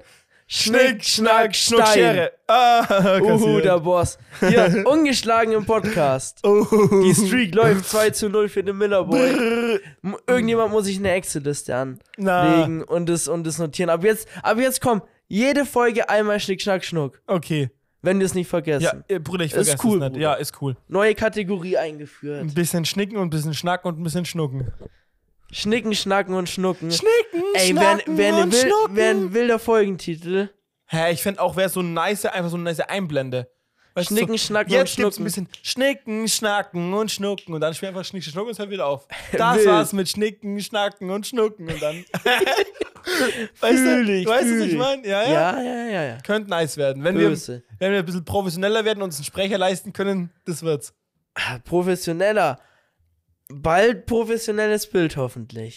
S1: Schnick, Schnack, Schnuck, Schere. Ah,
S2: Uhu,
S1: kassiert.
S2: der Boss. Hier, ungeschlagen im Podcast.
S1: Uhu.
S2: Die Streak läuft 2 zu 0 für den Millerboy. M- Irgendjemand muss sich eine Excel-Liste
S1: Na.
S2: anlegen und das, und das notieren. Aber jetzt, aber jetzt komm, jede Folge einmal Schnick, Schnack, Schnuck.
S1: Okay.
S2: Wenn wir es nicht vergessen.
S1: Ja, äh, Bruder, ich
S2: Ist
S1: vergesse
S2: cool,
S1: es nicht.
S2: Bruder.
S1: Ja, ist cool.
S2: Neue Kategorie eingeführt.
S1: Ein bisschen schnicken und ein bisschen schnacken und ein bisschen schnucken.
S2: Schnicken, Schnacken und Schnucken.
S1: Schnicken,
S2: Ey, wär,
S1: schnacken
S2: wär ne
S1: und
S2: wil-
S1: schnucken.
S2: wär ein wilder Folgentitel.
S1: Hä, ich fände auch, wäre so ein nice, einfach so eine nice Einblende. Weißt du,
S2: Schnicken, Schnacken und
S1: jetzt gibt's
S2: Schnucken.
S1: ein bisschen Schnicken, Schnacken und Schnucken und dann spielen wir einfach Schnicken, Schnucken und es hört wieder auf. Das
S2: Wild.
S1: war's mit Schnicken, Schnacken und Schnucken und dann. weißt
S2: Fühl
S1: du,
S2: ich,
S1: weißt du,
S2: fühl
S1: was ich
S2: ich.
S1: meine? Ja, ja.
S2: Ja, ja, ja, ja.
S1: Könnte nice werden. Wenn wir,
S2: Böse.
S1: wenn wir ein bisschen professioneller werden und uns einen Sprecher leisten können, das wird's.
S2: Ah, Professioneller. Bald professionelles Bild hoffentlich.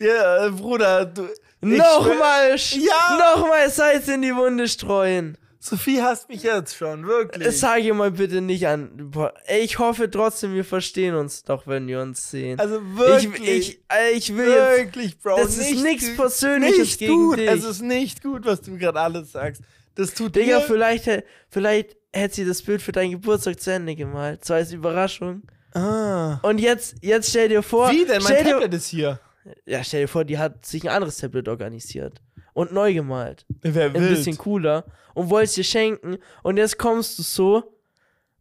S1: ja, Bruder, du. ich schwör-
S2: Nochmal, sch-
S1: Ja.
S2: nochmal Salz in die Wunde streuen.
S1: Sophie hasst mich jetzt schon, wirklich.
S2: Das sage ich mal bitte nicht an. Boah, ey, Ich hoffe trotzdem, wir verstehen uns doch, wenn wir uns sehen.
S1: also
S2: ich,
S1: wirklich.
S2: ich, äh, ich will jetzt.
S1: Wirklich, Bro.
S2: Das ist nichts
S1: gut-
S2: Persönliches
S1: nicht
S2: gegen
S1: gut.
S2: dich.
S1: Es ist nicht gut, was du gerade alles sagst. Das tut
S2: Digga,
S1: mir...
S2: vielleicht, hä- vielleicht hätte sie das Bild für deinen Geburtstag zu Ende gemalt. So als Überraschung.
S1: Ah.
S2: Und jetzt, jetzt stell dir vor.
S1: Wie denn? Mein
S2: stell dir,
S1: Tablet ist hier.
S2: ja, stell dir vor, die hat sich ein anderes Tablet organisiert. Und neu gemalt.
S1: Wer
S2: Ein bisschen cooler. Und wollte es dir schenken. Und jetzt kommst du so.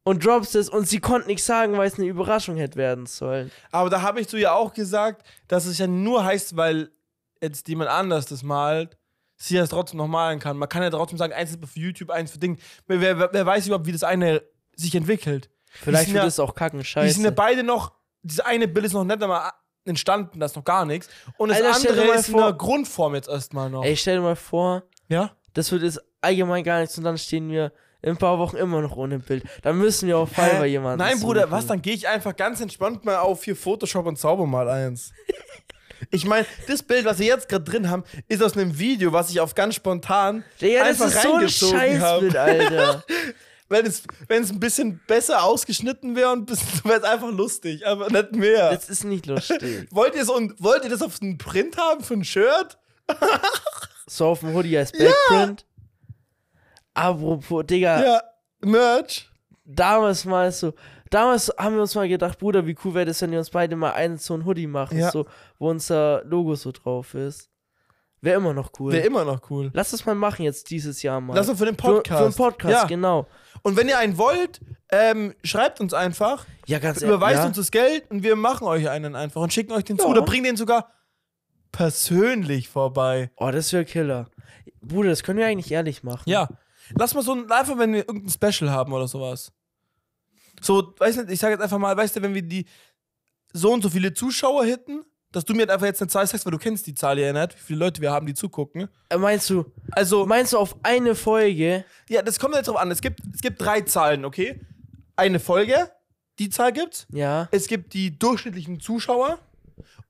S2: Und droppst es. Und sie konnte nichts sagen, weil es eine Überraschung hätte werden sollen.
S1: Aber da habe ich zu ihr auch gesagt, dass es ja nur heißt, weil jetzt jemand anders das malt, sie das trotzdem noch malen kann. Man kann ja trotzdem sagen, eins ist für YouTube, eins für Ding. Wer, wer, wer weiß überhaupt, wie das eine sich entwickelt.
S2: Vielleicht
S1: sind
S2: wird
S1: ja-
S2: es auch kacken,
S1: ne- Die sind ja
S2: scheiße.
S1: beide noch, dieses eine Bild ist noch nicht einmal entstanden, das ist noch gar nichts. Und das
S2: Alter, stell dir
S1: andere
S2: mal
S1: ist in
S2: vor-
S1: der Grundform jetzt erstmal noch.
S2: Ey, stell dir mal vor,
S1: Ja?
S2: das wird jetzt allgemein gar nichts und dann stehen wir in ein paar Wochen immer noch ohne Bild. Dann müssen wir auf Fall bei jemandem.
S1: Nein, Bruder,
S2: suchen.
S1: was? Dann gehe ich einfach ganz entspannt mal auf hier Photoshop und zauber mal eins. Ich meine, das Bild, was wir jetzt gerade drin haben, ist aus einem Video, was ich auf ganz spontan
S2: Digga, das
S1: einfach
S2: ist so ein
S1: reingezogen habe.
S2: Scheißbild, Alter.
S1: Wenn es, wenn es ein bisschen besser ausgeschnitten wäre und wäre es einfach lustig, aber nicht mehr.
S2: Das ist nicht lustig.
S1: wollt, ihr es und, wollt ihr das auf einen Print haben für ein Shirt?
S2: So auf dem Hoodie als Backprint. Apropos, Digga,
S1: Ja, Merch.
S2: damals mal so, damals haben wir uns mal gedacht, Bruder, wie cool wäre das, wenn wir uns beide mal einen so ein Hoodie machen,
S1: Ja.
S2: so, wo unser Logo so drauf ist. Wäre immer noch cool.
S1: Wäre immer noch cool.
S2: Lass das mal machen jetzt dieses Jahr mal.
S1: Lass uns für den
S2: Für-
S1: Podcast.
S2: Für einen Podcast,
S1: ja.
S2: genau.
S1: Und wenn ihr einen wollt, ähm, schreibt uns einfach.
S2: Ja, ganz
S1: überweist
S2: ja.
S1: uns das Geld und wir machen euch einen einfach und schicken euch den zu
S2: Ja.
S1: oder bringen den sogar persönlich vorbei.
S2: Oh, das wäre Killer. Bruder, das können wir eigentlich ehrlich machen.
S1: Ja. Lass mal so ein, einfach, wenn wir irgendein Special haben oder sowas. So, weiß nicht, ich sage jetzt einfach mal, weißt du, wenn wir die so und so viele Zuschauer hitten, dass du mir halt einfach jetzt eine Zahl sagst, weil du kennst die Zahl ja nicht, wie viele Leute wir haben, die zugucken.
S2: Äh, Meinst du,
S1: Also,
S2: meinst du auf eine Folge?
S1: ja, das kommt jetzt drauf an. Es gibt, es gibt drei Zahlen, okay? Eine Folge, die Zahl gibt's.
S2: Ja.
S1: es gibt die durchschnittlichen Zuschauer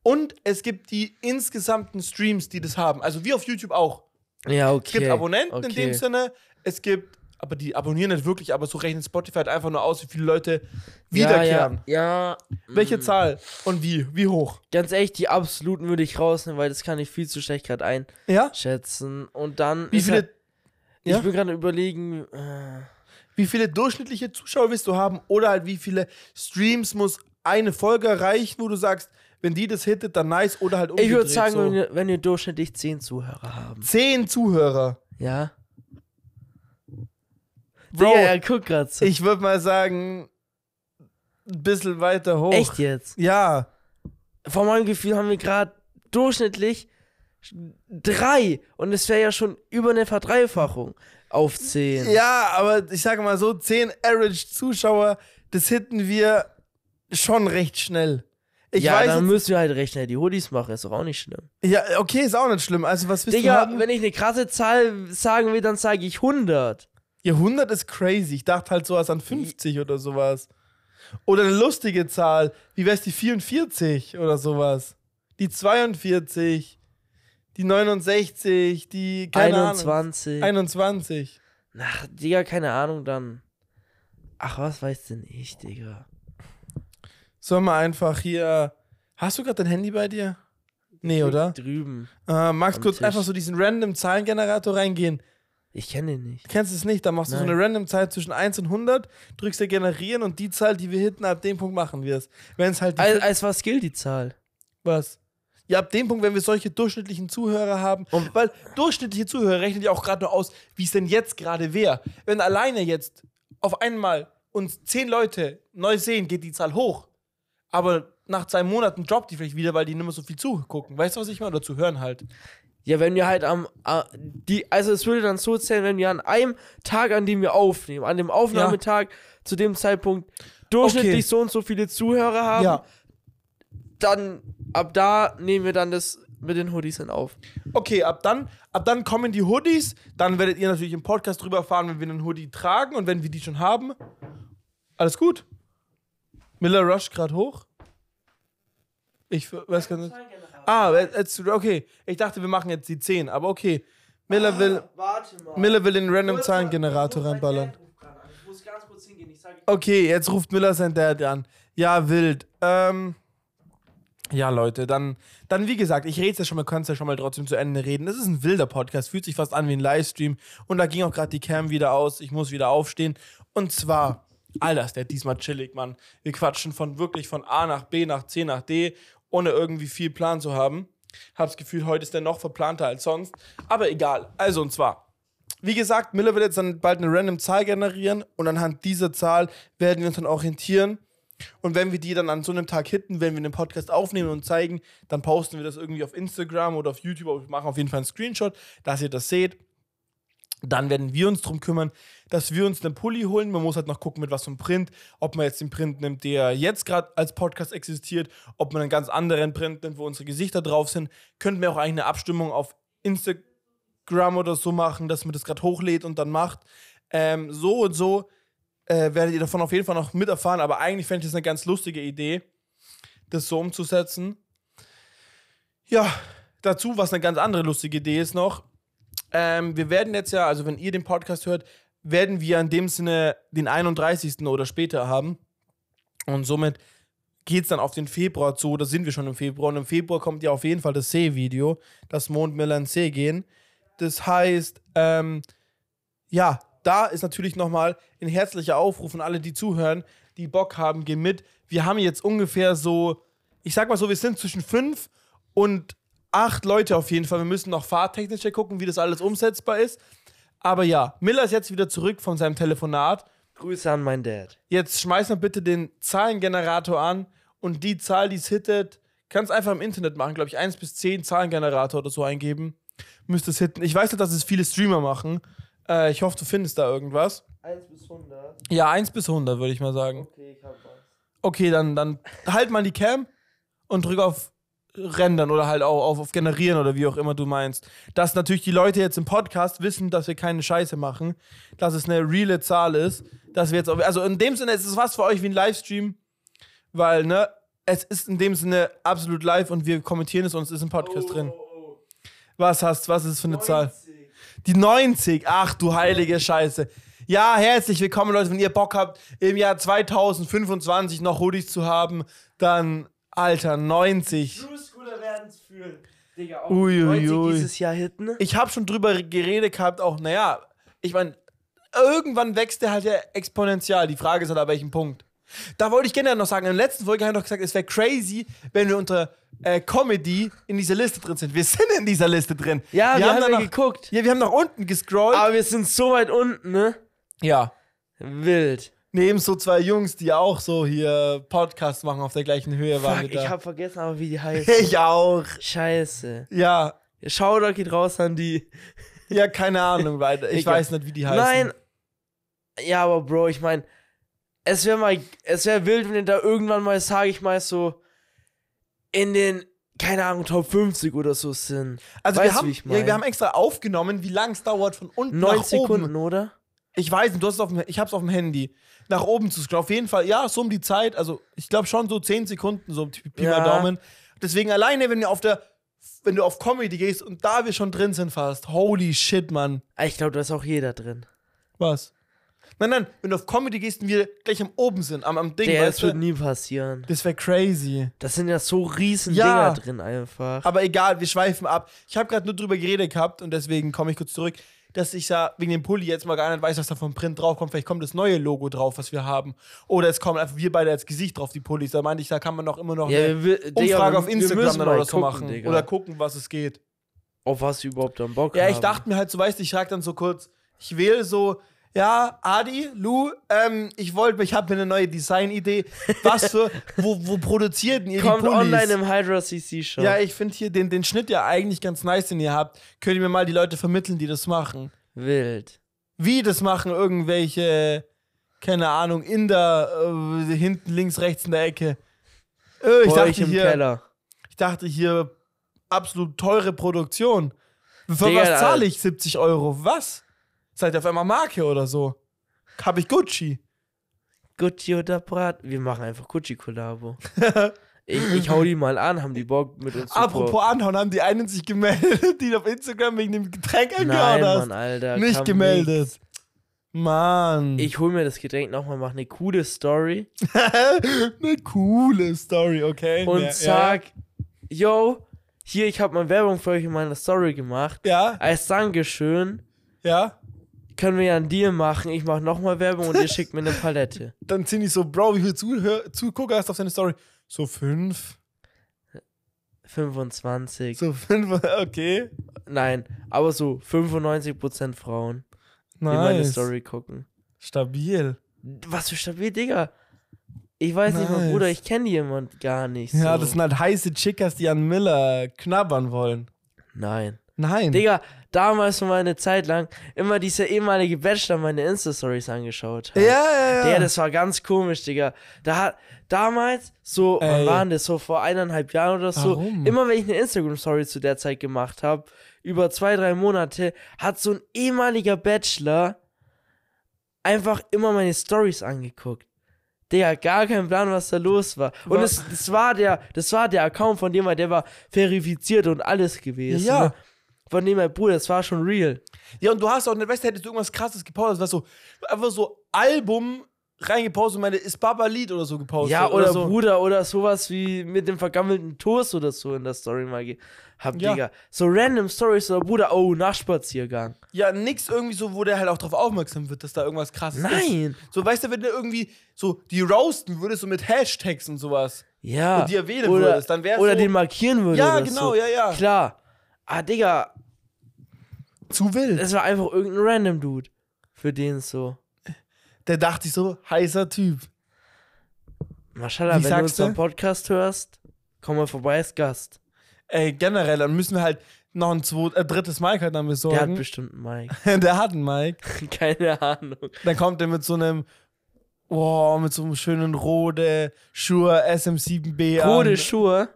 S1: und es gibt die insgesamten Streams, die das haben. Also wie auf YouTube auch.
S2: Ja, okay.
S1: Es gibt Abonnenten
S2: okay.
S1: in dem Sinne, es gibt, aber die abonnieren nicht wirklich, aber so rechnet Spotify halt einfach nur aus, wie viele Leute wiederkehren.
S2: Ja, ja, ja.
S1: Welche
S2: Mm.
S1: Zahl und wie, wie hoch?
S2: Ganz ehrlich, die absoluten würde ich rausnehmen, weil das kann ich viel zu schlecht gerade
S1: Ja?
S2: einschätzen. Und dann.
S1: Wie
S2: ist
S1: viele,
S2: Halt,
S1: ja?
S2: Ich bin gerade überlegen. Äh,
S1: wie viele durchschnittliche Zuschauer willst du haben oder halt wie viele Streams muss eine Folge erreichen, wo du sagst, wenn die das hittet, dann nice oder halt
S2: ich
S1: umgedreht.
S2: würde sagen, wenn,
S1: so.
S2: wir, wenn wir durchschnittlich 10 Zuhörer haben.
S1: zehn Zuhörer.
S2: Ja.
S1: Bro,
S2: Digga, er guckt gerade so.
S1: Ich würde mal sagen, ein bisschen weiter hoch.
S2: Echt jetzt?
S1: Ja.
S2: Von meinem Gefühl haben wir gerade durchschnittlich drei. Und es wäre ja schon über eine Verdreifachung auf 10.
S1: Ja, aber ich sage mal so, 10 average Zuschauer, das hitten wir schon recht schnell. Ich
S2: ja,
S1: weiß
S2: dann müssen wir halt recht schnell die Hoodies machen, ist doch auch nicht schlimm.
S1: jetzt, ja, okay, ist auch nicht schlimm. Also, was willst du
S2: Digga,
S1: haben?
S2: wenn ich eine krasse Zahl sagen will, dann sage ich 100.
S1: Ja, 100 ist crazy. Ich dachte halt sowas an 50 oder sowas. Oder eine lustige Zahl. Wie wär's die 44 oder sowas? Die 42, die 69, die keine Ahnung,
S2: 21.
S1: 21.
S2: Ach, Digga, keine Ahnung, dann. Ach, was weiß denn ich, Digga?
S1: Sollen wir einfach hier. Hast du gerade dein Handy bei dir? Nee, oder?
S2: Drüben.
S1: Äh, magst
S2: Am
S1: kurz
S2: Tisch.
S1: einfach so diesen random Zahlengenerator reingehen?
S2: Ich kenne den nicht.
S1: Kennst du es nicht? Da machst du so
S2: Nein.
S1: eine random Zahl zwischen 1 und 100, drückst da generieren und die Zahl, die wir hinten, ab dem Punkt machen wir es. Wenn es halt. Die
S2: Als, als was gilt die Zahl?
S1: was? Ja, ab dem Punkt, wenn wir solche durchschnittlichen Zuhörer haben,
S2: Und-
S1: weil durchschnittliche Zuhörer rechnen ja auch gerade nur aus, wie es denn jetzt gerade wäre. Wenn alleine jetzt auf einmal uns zehn Leute neu sehen, geht die Zahl hoch. Aber nach zwei Monaten droppt die vielleicht wieder, weil die nicht mehr so viel zugucken. Weißt du, was ich meine? Oder zu hören halt.
S2: Ja, wenn wir halt am. a- die, also, es würde dann so zählen, wenn wir an einem Tag, an dem wir aufnehmen, an dem Aufnahmetag, zu dem Zeitpunkt durchschnittlich
S1: Okay.
S2: so und so viele Zuhörer haben,
S1: ja.
S2: dann ab da nehmen wir dann das mit den Hoodies dann auf.
S1: Okay, ab dann, ab dann kommen die Hoodies. Dann werdet ihr natürlich im Podcast drüber erfahren, wenn wir einen Hoodie tragen und wenn wir die schon haben. Alles gut. Miller Rush gerade hoch. Ich f- weiß gar nicht. Ah, jetzt, okay. Ich dachte, wir machen jetzt die 10, aber okay. Miller will,
S2: Ah, Warte mal.
S1: Miller will den random Zahlengenerator reinballern.
S2: Ich muss ganz kurz hingehen. Ich sage.
S1: Okay, jetzt ruft Miller sein Dad an. Ja, wild. Ähm, ja, Leute, dann, dann wie gesagt, ich rede es ja schon mal, können es ja schon mal trotzdem zu Ende reden. Das ist ein wilder Podcast, fühlt sich fast an wie ein Livestream. Und da ging auch gerade die Cam wieder aus, ich muss wieder aufstehen. Und zwar, Alter, ist der diesmal chillig, Mann. Wir quatschen von wirklich von A nach B nach C nach D, ohne irgendwie viel Plan zu haben. Hab's Gefühl, heute ist der noch verplanter als sonst. Aber egal. Also, und zwar, wie gesagt, Miller wird jetzt dann bald eine random Zahl generieren und anhand dieser Zahl werden wir uns dann orientieren. Und wenn wir die dann an so einem Tag hitten, wenn wir einen Podcast aufnehmen und zeigen, dann posten wir das irgendwie auf Instagram oder auf YouTube. Aber wir machen auf jeden Fall einen Screenshot, dass ihr das seht. Dann werden wir uns darum kümmern, dass wir uns einen Pulli holen. Man muss halt noch gucken, mit was für einem Print. Ob man jetzt den Print nimmt, der jetzt gerade als Podcast existiert, ob man einen ganz anderen Print nimmt, wo unsere Gesichter drauf sind. Könnten wir auch eigentlich eine Abstimmung auf Instagram Instagram oder so machen, dass man das gerade hochlädt und dann macht. Ähm, so und so äh, werdet ihr davon auf jeden Fall noch miterfahren, aber eigentlich fände ich das eine ganz lustige Idee, das so umzusetzen. Ja, dazu, was eine ganz andere lustige Idee ist noch. Ähm, wir werden jetzt ja, also wenn ihr den Podcast hört, werden wir in dem Sinne den 31. oder später haben. Und somit geht es dann auf den Februar zu, da sind wir schon im Februar. Und im Februar kommt ja auf jeden Fall das See-Video, dass Mondmiller in den See gehen. Das heißt, ähm, ja, da ist natürlich nochmal ein herzlicher Aufruf an alle, die zuhören, die Bock haben, gehen mit. Wir haben jetzt ungefähr so, ich sag mal so, wir sind zwischen fünf und acht Leute auf jeden Fall. Wir müssen noch fahrtechnisch ja gucken, wie das alles umsetzbar ist. Aber ja, Miller ist jetzt wieder zurück von seinem Telefonat.
S2: Grüße an meinen Dad.
S1: Jetzt schmeiß mal bitte den Zahlengenerator an und die Zahl, die es hittet, kannst einfach im Internet machen, glaube ich, 1 bis 10 Zahlengenerator oder so eingeben. Müsste es hitten. Ich weiß nicht, dass es viele Streamer machen. Äh, ich hoffe, du findest da irgendwas.
S2: 1 bis 100.
S1: Ja, 1 bis 100, würde ich mal sagen.
S2: Okay, ich hab was.
S1: Okay, dann, dann halt mal die Cam und drück auf Rendern oder halt auch auf, auf Generieren oder wie auch immer du meinst. Dass natürlich die Leute jetzt im Podcast wissen, dass wir keine Scheiße machen, dass es eine reale Zahl ist, dass wir jetzt, auch- also in dem Sinne ist es was für euch wie ein Livestream, weil, ne, es ist in dem Sinne absolut live und wir kommentieren es und es ist im Podcast drin. Was hast, was ist es für eine Zahl? Die 90. Ach du heilige Scheiße. Ja, herzlich willkommen, Leute. Wenn ihr Bock habt, im Jahr 2025 noch Hoodies zu haben, dann, Alter, 90.
S2: True Schooler werden's fühlen. Digga, auch
S1: Ui, ui,
S2: 90
S1: ui.
S2: dieses Jahr ne? hitten.
S1: Ich habe schon drüber geredet gehabt, auch, naja, ich meine, irgendwann wächst der halt ja exponentiell. Die Frage ist halt, ab welchem Punkt. Da wollte ich generell noch sagen, in der letzten Folge habe ich noch gesagt, es wäre crazy, wenn wir unter äh, Comedy in dieser Liste drin sind. Wir sind in dieser Liste drin.
S2: Ja, wir, haben,
S1: dann
S2: ja
S1: nach,
S2: geguckt.
S1: ja, wir haben nach unten gescrollt.
S2: Aber wir sind so weit unten, ne?
S1: ja.
S2: Wild.
S1: Neben so zwei Jungs, die auch so hier Podcast machen auf der gleichen Höhe waren
S2: Fuck,
S1: wir da.
S2: ich hab vergessen, aber wie die heißt.
S1: ich auch.
S2: Scheiße.
S1: Ja,
S2: Shoutout geht raus an die.
S1: ja, keine Ahnung weiter. Ich
S2: Egal.
S1: weiß nicht, wie die heißen.
S2: Nein. Ja, aber Bro, ich meine, es wäre mal, es wäre wild, wenn ihr da irgendwann mal, sage ich mal, so in den, keine Ahnung, Top 50 oder so sind.
S1: also
S2: weißt
S1: wir
S2: du,
S1: haben,
S2: wie ich mein?
S1: ja, wir haben extra aufgenommen, wie lang es dauert von unten
S2: 9
S1: nach oben.
S2: Sekunden, oder?
S1: Ich weiß nicht, du hast es auf dem, ich hab's auf dem Handy. Nach oben zu scrollen. Auf jeden Fall, ja, so um die Zeit, also ich glaube schon so 10 Sekunden, so Pi Pi mal
S2: Ja.
S1: Daumen. Deswegen alleine, wenn du auf der, wenn du auf Comedy gehst und da wir schon drin sind fast, holy shit, Mann.
S2: Ah, Ich glaube, da ist auch jeder drin.
S1: Was? Nein, nein, wenn du auf Comedy gehst und wir gleich am oben sind, am, am Ding,
S2: Der,
S1: weißt
S2: das wird
S1: du?
S2: nie passieren.
S1: Das wäre crazy.
S2: Das sind ja so riesen
S1: Ja.
S2: Dinger drin einfach.
S1: Aber egal, wir schweifen ab. Ich habe gerade nur drüber geredet gehabt und deswegen komme ich kurz zurück, dass ich ja wegen dem Pulli jetzt mal gar nicht weiß, was da vom Print draufkommt. Vielleicht kommt das neue Logo drauf, was wir haben. Oder es kommen einfach wir beide als Gesicht drauf, die Pullis. Da meinte ich, da kann man noch immer noch eine
S2: wir, wir- Digga,
S1: Umfrage
S2: wir-
S1: auf
S2: wir
S1: Instagram
S2: müssen
S1: dann
S2: mal
S1: oder so
S2: gucken,
S1: machen.
S2: Digga.
S1: Oder gucken, was es geht.
S2: auf was sie überhaupt am Bock
S1: Ja,
S2: haben.
S1: ich dachte mir halt so, weißt du, ich schlag dann so kurz, ich wähle so, ja, Adi, Lou, ähm, ich wollte, ich habe mir eine neue Designidee. Was für, wo, wo produziert denn ihr die
S2: Kommt
S1: Pullis?
S2: online im Hydra CC Shop.
S1: ja, ich finde hier den, den Schnitt ja eigentlich ganz nice, den ihr habt. Könnt ihr mir mal die Leute vermitteln, die das machen?
S2: Wild.
S1: Wie das machen irgendwelche, keine Ahnung, Inder, äh, hinten, links, rechts in der Ecke. Äh, ich,
S2: Bei euch
S1: dachte
S2: im
S1: hier,
S2: Keller.
S1: ich dachte hier, absolut teure Produktion. Für
S2: Digga,
S1: was zahle
S2: Alter.
S1: ich 70 Euro? Was? Seid ihr auf einmal Marke oder so? Hab ich Gucci?
S2: Gucci oder Brat? Wir machen einfach Gucci-Kollabo. ich, ich hau die mal an, haben die Bock mit uns zu
S1: Apropos anhauen, haben die einen sich gemeldet, die auf Instagram wegen dem Getränk
S2: pro-
S1: angehört
S2: Nein,
S1: hast.
S2: Mann, Alter.
S1: Nicht
S2: kam
S1: gemeldet. Mann.
S2: nix. Ich hol mir das Getränk nochmal, mach eine coole Story
S1: Eine coole Story, okay?
S2: und
S1: Ja,
S2: sag, yo, hier, ich hab mal Werbung für euch in meiner Story gemacht.
S1: Ja,
S2: Als Dankeschön
S1: ja.
S2: können wir ja einen Deal machen. Ich mach nochmal Werbung und ihr schickt mir eine Palette.
S1: Dann sind die so, Bro, wie viele Zuhör Zugucker hast du auf deine Story? So fünf.
S2: 25.
S1: So fünf, okay.
S2: Nein, aber so 95% Frauen, die meine
S1: Nice.
S2: Story gucken.
S1: Stabil.
S2: Was für stabil, Digga. Ich weiß nicht mal,
S1: Nice.
S2: Bruder, ich kenne jemand gar nicht. So.
S1: Ja, das sind halt heiße Chickas, die an Miller knabbern wollen.
S2: Nein.
S1: Nein.
S2: Digga, damals war meine Zeit lang immer dieser ehemalige Bachelor meine Insta-Stories angeschaut
S1: Ja,
S2: hat.
S1: ja, ja.
S2: Digga, das war ganz komisch, Digga. Da hat damals, so,
S1: Ey.
S2: wann waren das? So vor eineinhalb Jahren oder so,
S1: Warum?
S2: immer wenn ich eine Instagram-Story zu der Zeit gemacht habe, über zwei, drei Monate, hat so ein ehemaliger Bachelor einfach immer meine Stories angeguckt. Digga, gar kein Plan, was da los war. Und
S1: Wa-
S2: es, das war der, das war der Account von dem, der war verifiziert und alles gewesen.
S1: Ja.
S2: Ne? Von dem, mein Bruder, das war schon real.
S1: Ja, und du hast auch nicht, weißt du, hättest du irgendwas krasses gepostet, was so, einfach so Album reingepostet und meine Is Baba Lied oder so gepostet.
S2: ja, oder,
S1: so.
S2: Bruder oder sowas wie mit dem vergammelten Toast oder so in der Story mal gehabt,
S1: Ja.
S2: Digga. So random Stories oder Bruder, oh, Nachspaziergang.
S1: Ja, nix irgendwie so, wo der halt auch drauf aufmerksam wird, dass da irgendwas krasses ist.
S2: Nein.
S1: So, weißt du, wenn du irgendwie so die roasten würdest, so mit Hashtags und sowas.
S2: Ja.
S1: Und die erwähnen
S2: oder,
S1: würdest, dann wär's
S2: Oder
S1: so-
S2: den markieren würdest.
S1: Ja,
S2: oder
S1: genau,
S2: so.
S1: ja, ja.
S2: Klar. Ah, Digga,
S1: Zu wild.
S2: das war einfach irgendein random Dude. Für den so.
S1: Der dachte sich so, heißer Typ.
S2: Maschallah,
S1: Wie
S2: wenn du
S1: sagst du?
S2: unseren Podcast hörst, komm mal vorbei als Gast.
S1: Ey, generell, dann müssen wir halt noch ein zweites, äh, drittes Mike halt dann
S2: Der hat
S1: besorgen.
S2: bestimmt einen Mike.
S1: Der hat, einen Mike.
S2: Keine Ahnung.
S1: Dann kommt der mit so einem, oh, mit so einem schönen Rode, Shure SM7B. an.
S2: Rode Schuhe.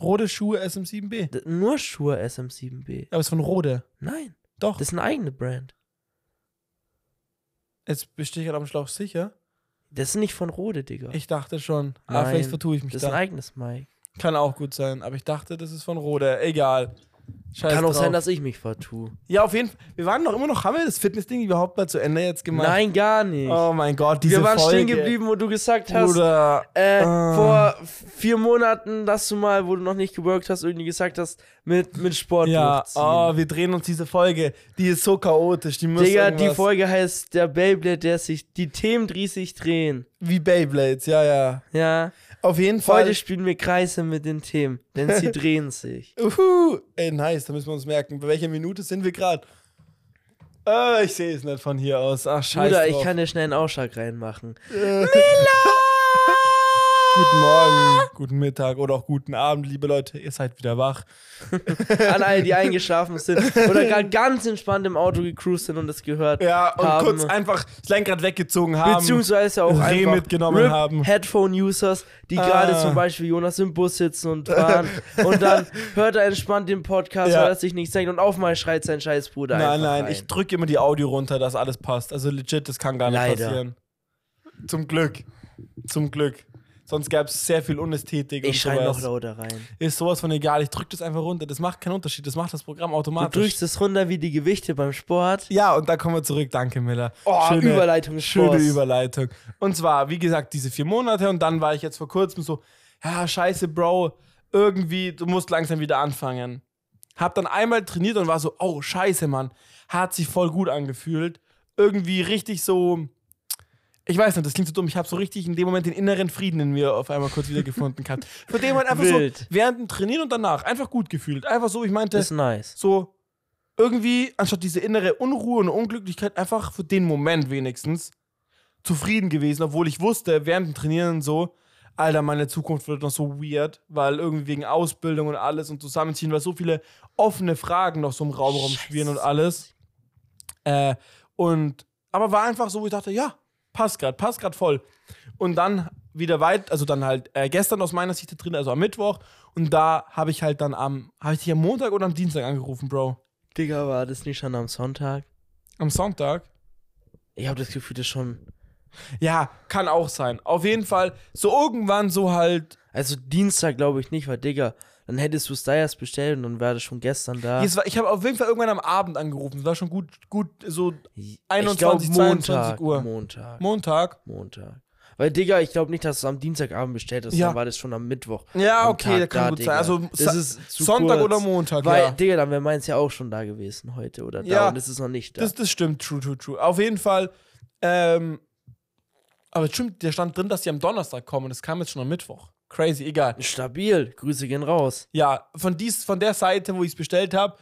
S1: Rode Schuhe SM7B.
S2: D- Nur Schuhe SM7B.
S1: Aber es ist von Rode.
S2: Nein,
S1: Doch.
S2: das ist eine eigene Brand.
S1: Jetzt bestehe ich gerade am Schlauch sicher.
S2: Das ist nicht von Rode, Digga.
S1: Ich dachte schon. Aber
S2: Nein,
S1: vielleicht vertue ich mich
S2: das ist ein
S1: da.
S2: eigenes Mike.
S1: Kann auch gut sein. Aber ich dachte, das ist von Rode. Egal. Scheiß
S2: Kann auch
S1: drauf.
S2: sein, dass ich mich vertue.
S1: Ja, auf jeden Fall. Wir waren doch immer noch, haben wir das Fitnessding überhaupt mal zu Ende jetzt gemacht?
S2: Nein, gar nicht.
S1: Oh mein Gott, diese
S2: Wir waren
S1: Folge.
S2: stehen geblieben, wo du gesagt hast,
S1: Bruder.
S2: äh,
S1: Ah.
S2: vor vier Monaten, dass du mal, wo du noch nicht geworkt hast, irgendwie gesagt hast, mit, mit Sport
S1: Ja,
S2: durchziehen.
S1: oh, wir drehen uns diese Folge. Die ist so chaotisch. Die muss
S2: Digga, die
S1: irgendwas-
S2: Folge heißt der Beyblade, der sich die Themen riesig drehen.
S1: Wie Beyblades, ja, ja.
S2: Ja.
S1: Auf jeden Fall.
S2: Heute spielen wir Kreise mit den Themen, denn sie drehen sich.
S1: Uhu. Ey, nice, da müssen wir uns merken. Bei welcher Minute sind wir gerade? Äh, ich sehe es nicht von hier aus. Ach, scheiße.
S2: Bruder, ich kann dir schnell einen Ausschlag reinmachen.
S1: Guten Morgen, guten Mittag oder auch guten Abend, liebe Leute. Ihr seid wieder wach.
S2: An alle, die eingeschlafen sind oder gerade ganz entspannt im Auto gecruised sind und es gehört
S1: Ja, und
S2: haben.
S1: kurz einfach das Lenkrad weggezogen haben.
S2: Beziehungsweise auch
S1: Reh
S2: einfach
S1: mitgenommen
S2: RIP
S1: haben.
S2: Headphone-Users, die gerade
S1: Ah.
S2: zum Beispiel Jonas im Bus sitzen und fahren und dann hört er entspannt den Podcast,
S1: Ja.
S2: weil er sich nichts denkt und auf einmal schreit sein scheiß Bruder
S1: nein,
S2: einfach
S1: nein,
S2: rein.
S1: ich drücke immer die Audio runter, dass alles passt. Also legit, das kann gar nicht
S2: Leider.
S1: passieren. Zum Glück. Zum Glück. Sonst gäbe es sehr viel Unästhetik
S2: ich
S1: und
S2: schreie noch
S1: sowas.
S2: lauter rein.
S1: Ist sowas von egal. Ich drücke das einfach runter. Das macht keinen Unterschied. Das macht das Programm
S2: Du
S1: automatisch.
S2: drückst es runter wie die Gewichte beim Sport.
S1: Ja, und da kommen wir zurück. Danke, Miller.
S2: Oh, Überleitung ist
S1: Schöne
S2: Boss.
S1: Überleitung. Und zwar, wie gesagt, diese vier Monate und dann war ich jetzt vor kurzem so, ja, scheiße, Bro, irgendwie, du musst langsam wieder anfangen. Hab dann einmal trainiert und war so, oh, scheiße, Mann. Hat sich voll gut angefühlt. Irgendwie richtig so, ich weiß nicht, das klingt so dumm. Ich habe so richtig in dem Moment den inneren Frieden in mir auf einmal kurz wiedergefunden gehabt. Von dem man einfach
S2: Wild.
S1: so während dem Trainieren und danach einfach gut gefühlt. Einfach so, ich meinte,
S2: Das ist nice.
S1: so, irgendwie, anstatt diese innere Unruhe und Unglücklichkeit, einfach für den Moment wenigstens zufrieden gewesen, obwohl ich wusste, während dem Trainieren so, Alter, meine Zukunft wird noch so weird, weil irgendwie wegen Ausbildung und alles und Zusammenziehen, weil so viele offene Fragen noch so im Raum rumschwirren und alles. Äh, und, aber war einfach so, wo ich dachte, ja, passt gerade, passt gerade voll. Und dann wieder weit, also dann halt äh, gestern aus meiner Sicht da drin, also am Mittwoch. Und da habe ich halt dann am, habe ich dich am Montag oder am Dienstag angerufen, Bro?
S2: Digga, war das nicht schon am Sonntag?
S1: Am Sonntag?
S2: Ich habe das Gefühl, das schon.
S1: Ja, kann auch sein. Auf jeden Fall, so irgendwann so halt.
S2: Also Dienstag glaube ich nicht, weil Digga, dann hättest du es da erst bestellt und dann wäre das schon gestern da.
S1: Es war, ich habe auf jeden Fall irgendwann am Abend angerufen. Es war schon gut, gut, so
S2: Ich
S1: 21, 22
S2: Montag,
S1: Uhr.
S2: Montag,
S1: Montag.
S2: Montag. Weil, Digga, ich glaube nicht, dass du es am Dienstagabend bestellt hast,
S1: Ja.
S2: dann war das schon am Mittwoch.
S1: Ja,
S2: am
S1: okay,
S2: Tag
S1: das kann
S2: da,
S1: gut sein.
S2: Digga.
S1: Also
S2: das
S1: Sa-
S2: ist zu
S1: Sonntag
S2: kurz.
S1: oder Montag,
S2: Weil,
S1: ja.
S2: Digga, dann wäre meins ja auch schon da gewesen heute oder da
S1: Ja.
S2: und das ist noch nicht da.
S1: Das, das stimmt, true, true, true. Auf jeden Fall, ähm, aber es stimmt, der stand drin, dass die am Donnerstag kommen. Das kam jetzt schon am Mittwoch. Crazy, egal.
S2: Stabil, Grüße gehen raus.
S1: Ja, von, dies, von der Seite, wo ich es bestellt habe,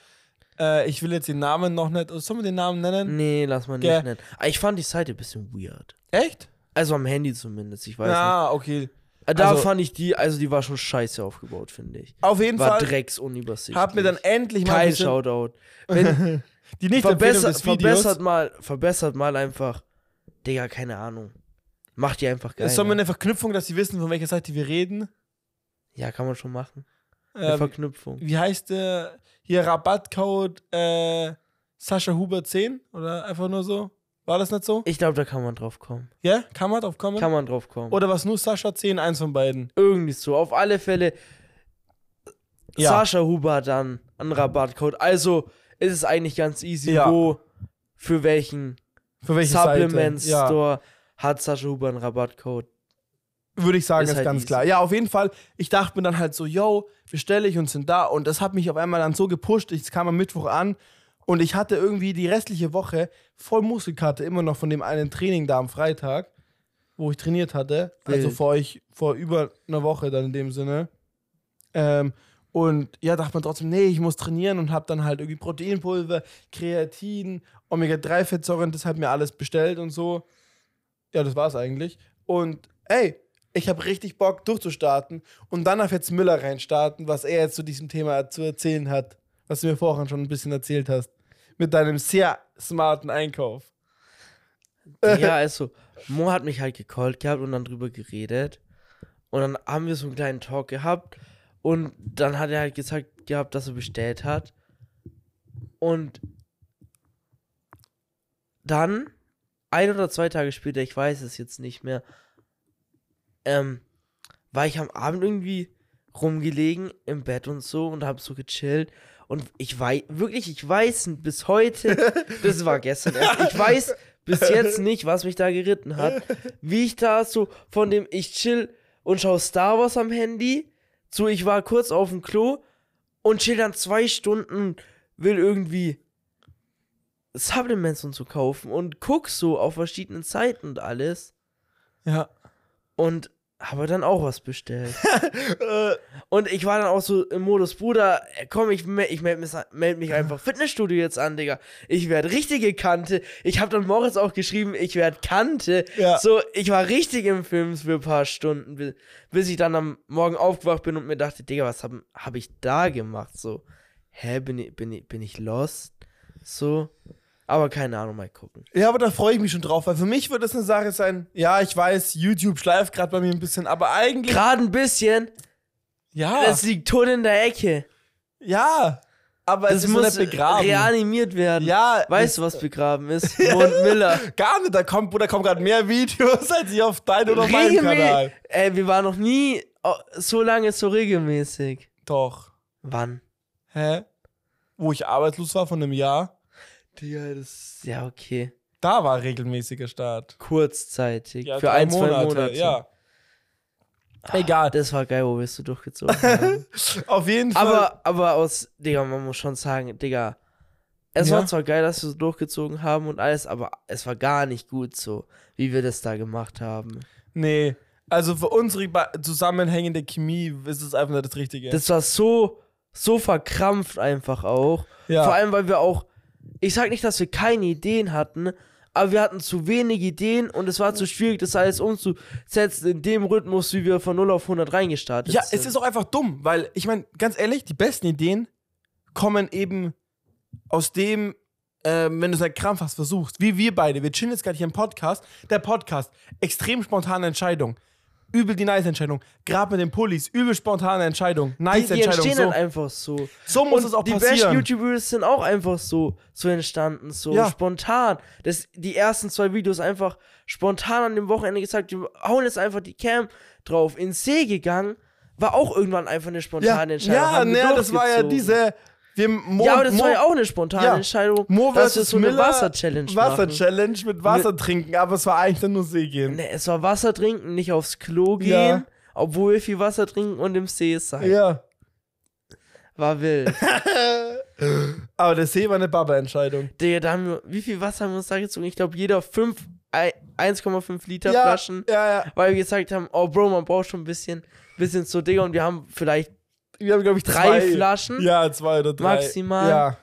S1: äh, ich will jetzt den Namen noch nicht. also Sollen wir den Namen nennen?
S2: Nee, lass mal nicht
S1: Gell.
S2: nennen. Ah, Ich fand die Seite ein bisschen weird.
S1: Echt?
S2: Also am Handy zumindest, ich weiß nicht.
S1: Ja, okay.
S2: Ah, Da
S1: also-
S2: fand ich die, also die war schon scheiße aufgebaut, finde ich.
S1: Auf jeden
S2: War
S1: Fall
S2: drecksunübersichtlich.
S1: hab mir dann endlich mal ein
S2: Kein
S1: bisschen-
S2: Shoutout. Wenn,
S1: die nicht
S2: verbessert,
S1: des Videos.
S2: verbessert mal, verbessert mal einfach. Digga, keine Ahnung. Macht die einfach geil. ne?
S1: Es soll mir eine Verknüpfung, dass sie wissen, von welcher Seite wir reden.
S2: ja, kann man schon machen. Eine
S1: ne- Ähm,
S2: Verknüpfung.
S1: wie heißt der? Hier Rabattcode äh, Sascha Huber 10 oder einfach nur so? War das nicht so?
S2: Ich glaube, da kann man drauf kommen.
S1: Ja? Kann man drauf kommen?
S2: Kann man drauf kommen.
S1: Oder was nur Sascha 10, eins von beiden?
S2: Irgendwie so. Auf alle Fälle.
S1: Ja.
S2: Sascha Huber hat dann einen Rabattcode. Also ist es eigentlich ganz easy,
S1: Ja.
S2: wo für welchen
S1: Für welche
S2: Supplement
S1: Seite? Ja.
S2: Store hat Sascha Huber einen Rabattcode.
S1: Würde ich sagen,
S2: Ist
S1: ist,
S2: halt
S1: ganz
S2: easy.
S1: klar. Ja, auf jeden Fall. Ich dachte mir dann halt so, yo, bestelle ich und sind da. Und das hat mich auf einmal dann so gepusht. Ich es kam am Mittwoch an und ich hatte irgendwie die restliche Woche voll Muskelkarte immer noch von dem einen Training da am Freitag, wo ich trainiert hatte. Also
S2: Wild.
S1: vor ich, vor über einer Woche dann in dem Sinne. Ähm, und ja, dachte man trotzdem, nee, ich muss trainieren und habe dann halt irgendwie Proteinpulver, Kreatin, Omega-3-Fettsäuren, das hat mir alles bestellt und so. Ja, das war's eigentlich. Und ey, ich habe richtig Bock durchzustarten und dann auf jetzt Müller reinstarten, was er jetzt zu diesem Thema zu erzählen hat, was du mir vorhin schon ein bisschen erzählt hast. Mit deinem sehr smarten Einkauf.
S2: Ja, also, Mo hat mich halt gecallt gehabt und dann drüber geredet. Und dann haben wir so einen kleinen Talk gehabt. Und dann hat er halt gesagt gehabt, dass er bestellt hat. Und dann, ein oder zwei Tage später, ich weiß es jetzt nicht mehr, ähm, war ich am Abend irgendwie rumgelegen im Bett und so und hab so gechillt. Und ich weiß, wirklich, ich weiß n- bis heute, das war gestern erst, ich weiß bis jetzt nicht, was mich da geritten hat. Wie ich da so von dem ich chill und schau Star Wars am Handy zu ich war kurz auf dem Klo und chill dann zwei Stunden, will irgendwie Supplements und so kaufen und guck so auf verschiedenen Seiten und alles
S1: Ja.
S2: und habe dann auch was bestellt.
S1: Äh,
S2: Und ich war dann auch so im Modus, Bruder, äh, komm, ich, me- ich melde mich, meld mich einfach Fitnessstudio jetzt an, Digga. Ich werde richtige Kante. Ich habe dann Moritz auch geschrieben, ich werde Kante.
S1: Ja.
S2: So, ich war richtig im Film für ein paar Stunden, bis, bis ich dann am Morgen aufgewacht bin und mir dachte, Digga, was habe hab ich da gemacht? So, hä, bin ich, bin ich, bin ich lost? So, aber keine Ahnung, mal gucken.
S1: ja, aber da freue ich mich schon drauf, weil für mich wird das eine Sache sein, ja, ich weiß, YouTube schleift gerade bei mir ein bisschen, aber eigentlich.
S2: Gerade ein bisschen,
S1: ja,
S2: das liegt tot in der Ecke.
S1: ja. Aber
S2: Das
S1: es ist
S2: muss
S1: nicht begraben.
S2: reanimiert werden.
S1: ja,
S2: Weißt du, was begraben ist? Mond Miller.
S1: gar nicht. Da kommt, Bruder, kommen gerade mehr Videos als ich auf deinem oder meinem Kanal.
S2: Regelmäßig. Ey, wir waren noch nie oh, so lange so regelmäßig.
S1: Doch.
S2: Wann?
S1: Hä? Wo ich arbeitslos war von einem Jahr,
S2: Digga, das. Ja, okay.
S1: da war regelmäßiger Start.
S2: Kurzzeitig.
S1: Ja,
S2: Für
S1: drei Ah.
S2: ein, zwei Monate.
S1: Ja. Egal.
S2: Das war geil, wo wir es so durchgezogen haben.
S1: Auf jeden Fall.
S2: aber, aber aus. Digga, man muss schon sagen, Digga. Es
S1: Ja.
S2: war zwar geil, dass wir so durchgezogen haben und alles, aber es war gar nicht gut so, wie wir das da gemacht haben.
S1: nee. Also für unsere ba- zusammenhängende Chemie ist es einfach nicht das Richtige.
S2: Das war so, so verkrampft einfach auch.
S1: ja.
S2: Vor allem, weil wir auch ich sag nicht, dass wir keine Ideen hatten, aber wir hatten zu wenig Ideen und es war zu schwierig, das alles umzusetzen in dem Rhythmus, wie wir von 0 auf 100 reingestartet
S1: Ja,
S2: sind.
S1: es ist auch einfach dumm, weil ich meine, ganz ehrlich, die besten Ideen kommen eben aus dem, äh, wenn du es halt krampfhaft versuchst, wie wir beide. Wir chillen jetzt gerade hier im Podcast. Der Podcast, extrem spontane Entscheidung. Übel die nice Entscheidung. Gerade mit den Pullis, übel spontane Entscheidung.
S2: die,
S1: Nice
S2: die
S1: Entscheidung.
S2: entstehen
S1: So,
S2: dann einfach so.
S1: so muss
S2: und
S1: es auch
S2: die besten
S1: passieren.
S2: YouTubers sind auch einfach so, so entstanden, so
S1: Ja.
S2: spontan. Das, die ersten zwei Videos einfach spontan an dem Wochenende gesagt, die hauen jetzt einfach die Cam drauf. In See gegangen, war auch irgendwann einfach eine
S1: Ja,
S2: spontane Entscheidung.
S1: ja
S2: haben wir
S1: na, das war ja
S2: durchgezogen.
S1: diese. Wir, Mo,
S2: ja, aber das
S1: Mo,
S2: war ja auch eine spontane
S1: Ja.
S2: Entscheidung,
S1: Mo
S2: dass wir
S1: versus
S2: so eine
S1: Miller,
S2: Wasser-Challenge machen.
S1: Wasser-Challenge mit Wasser trinken, aber es war eigentlich dann nur See gehen.
S2: Ne, es war Wasser trinken, nicht aufs Klo gehen,
S1: Ja.
S2: obwohl wir viel Wasser trinken und im See sein.
S1: Ja.
S2: War wild.
S1: Aber der See war eine Baba-Entscheidung.
S2: Digga, da haben wir, wie viel Wasser haben wir uns da gezogen? Ich glaube, jeder fünf- ei- 1,5 Liter
S1: ja,
S2: Flaschen,
S1: Ja, ja.
S2: weil wir gesagt haben, oh Bro, man braucht schon ein bisschen, bisschen so, Digga, und wir haben vielleicht,
S1: Wir haben, glaube ich,
S2: Drei
S1: zwei.
S2: Flaschen?
S1: Ja, zwei oder drei.
S2: Maximal?
S1: Ja.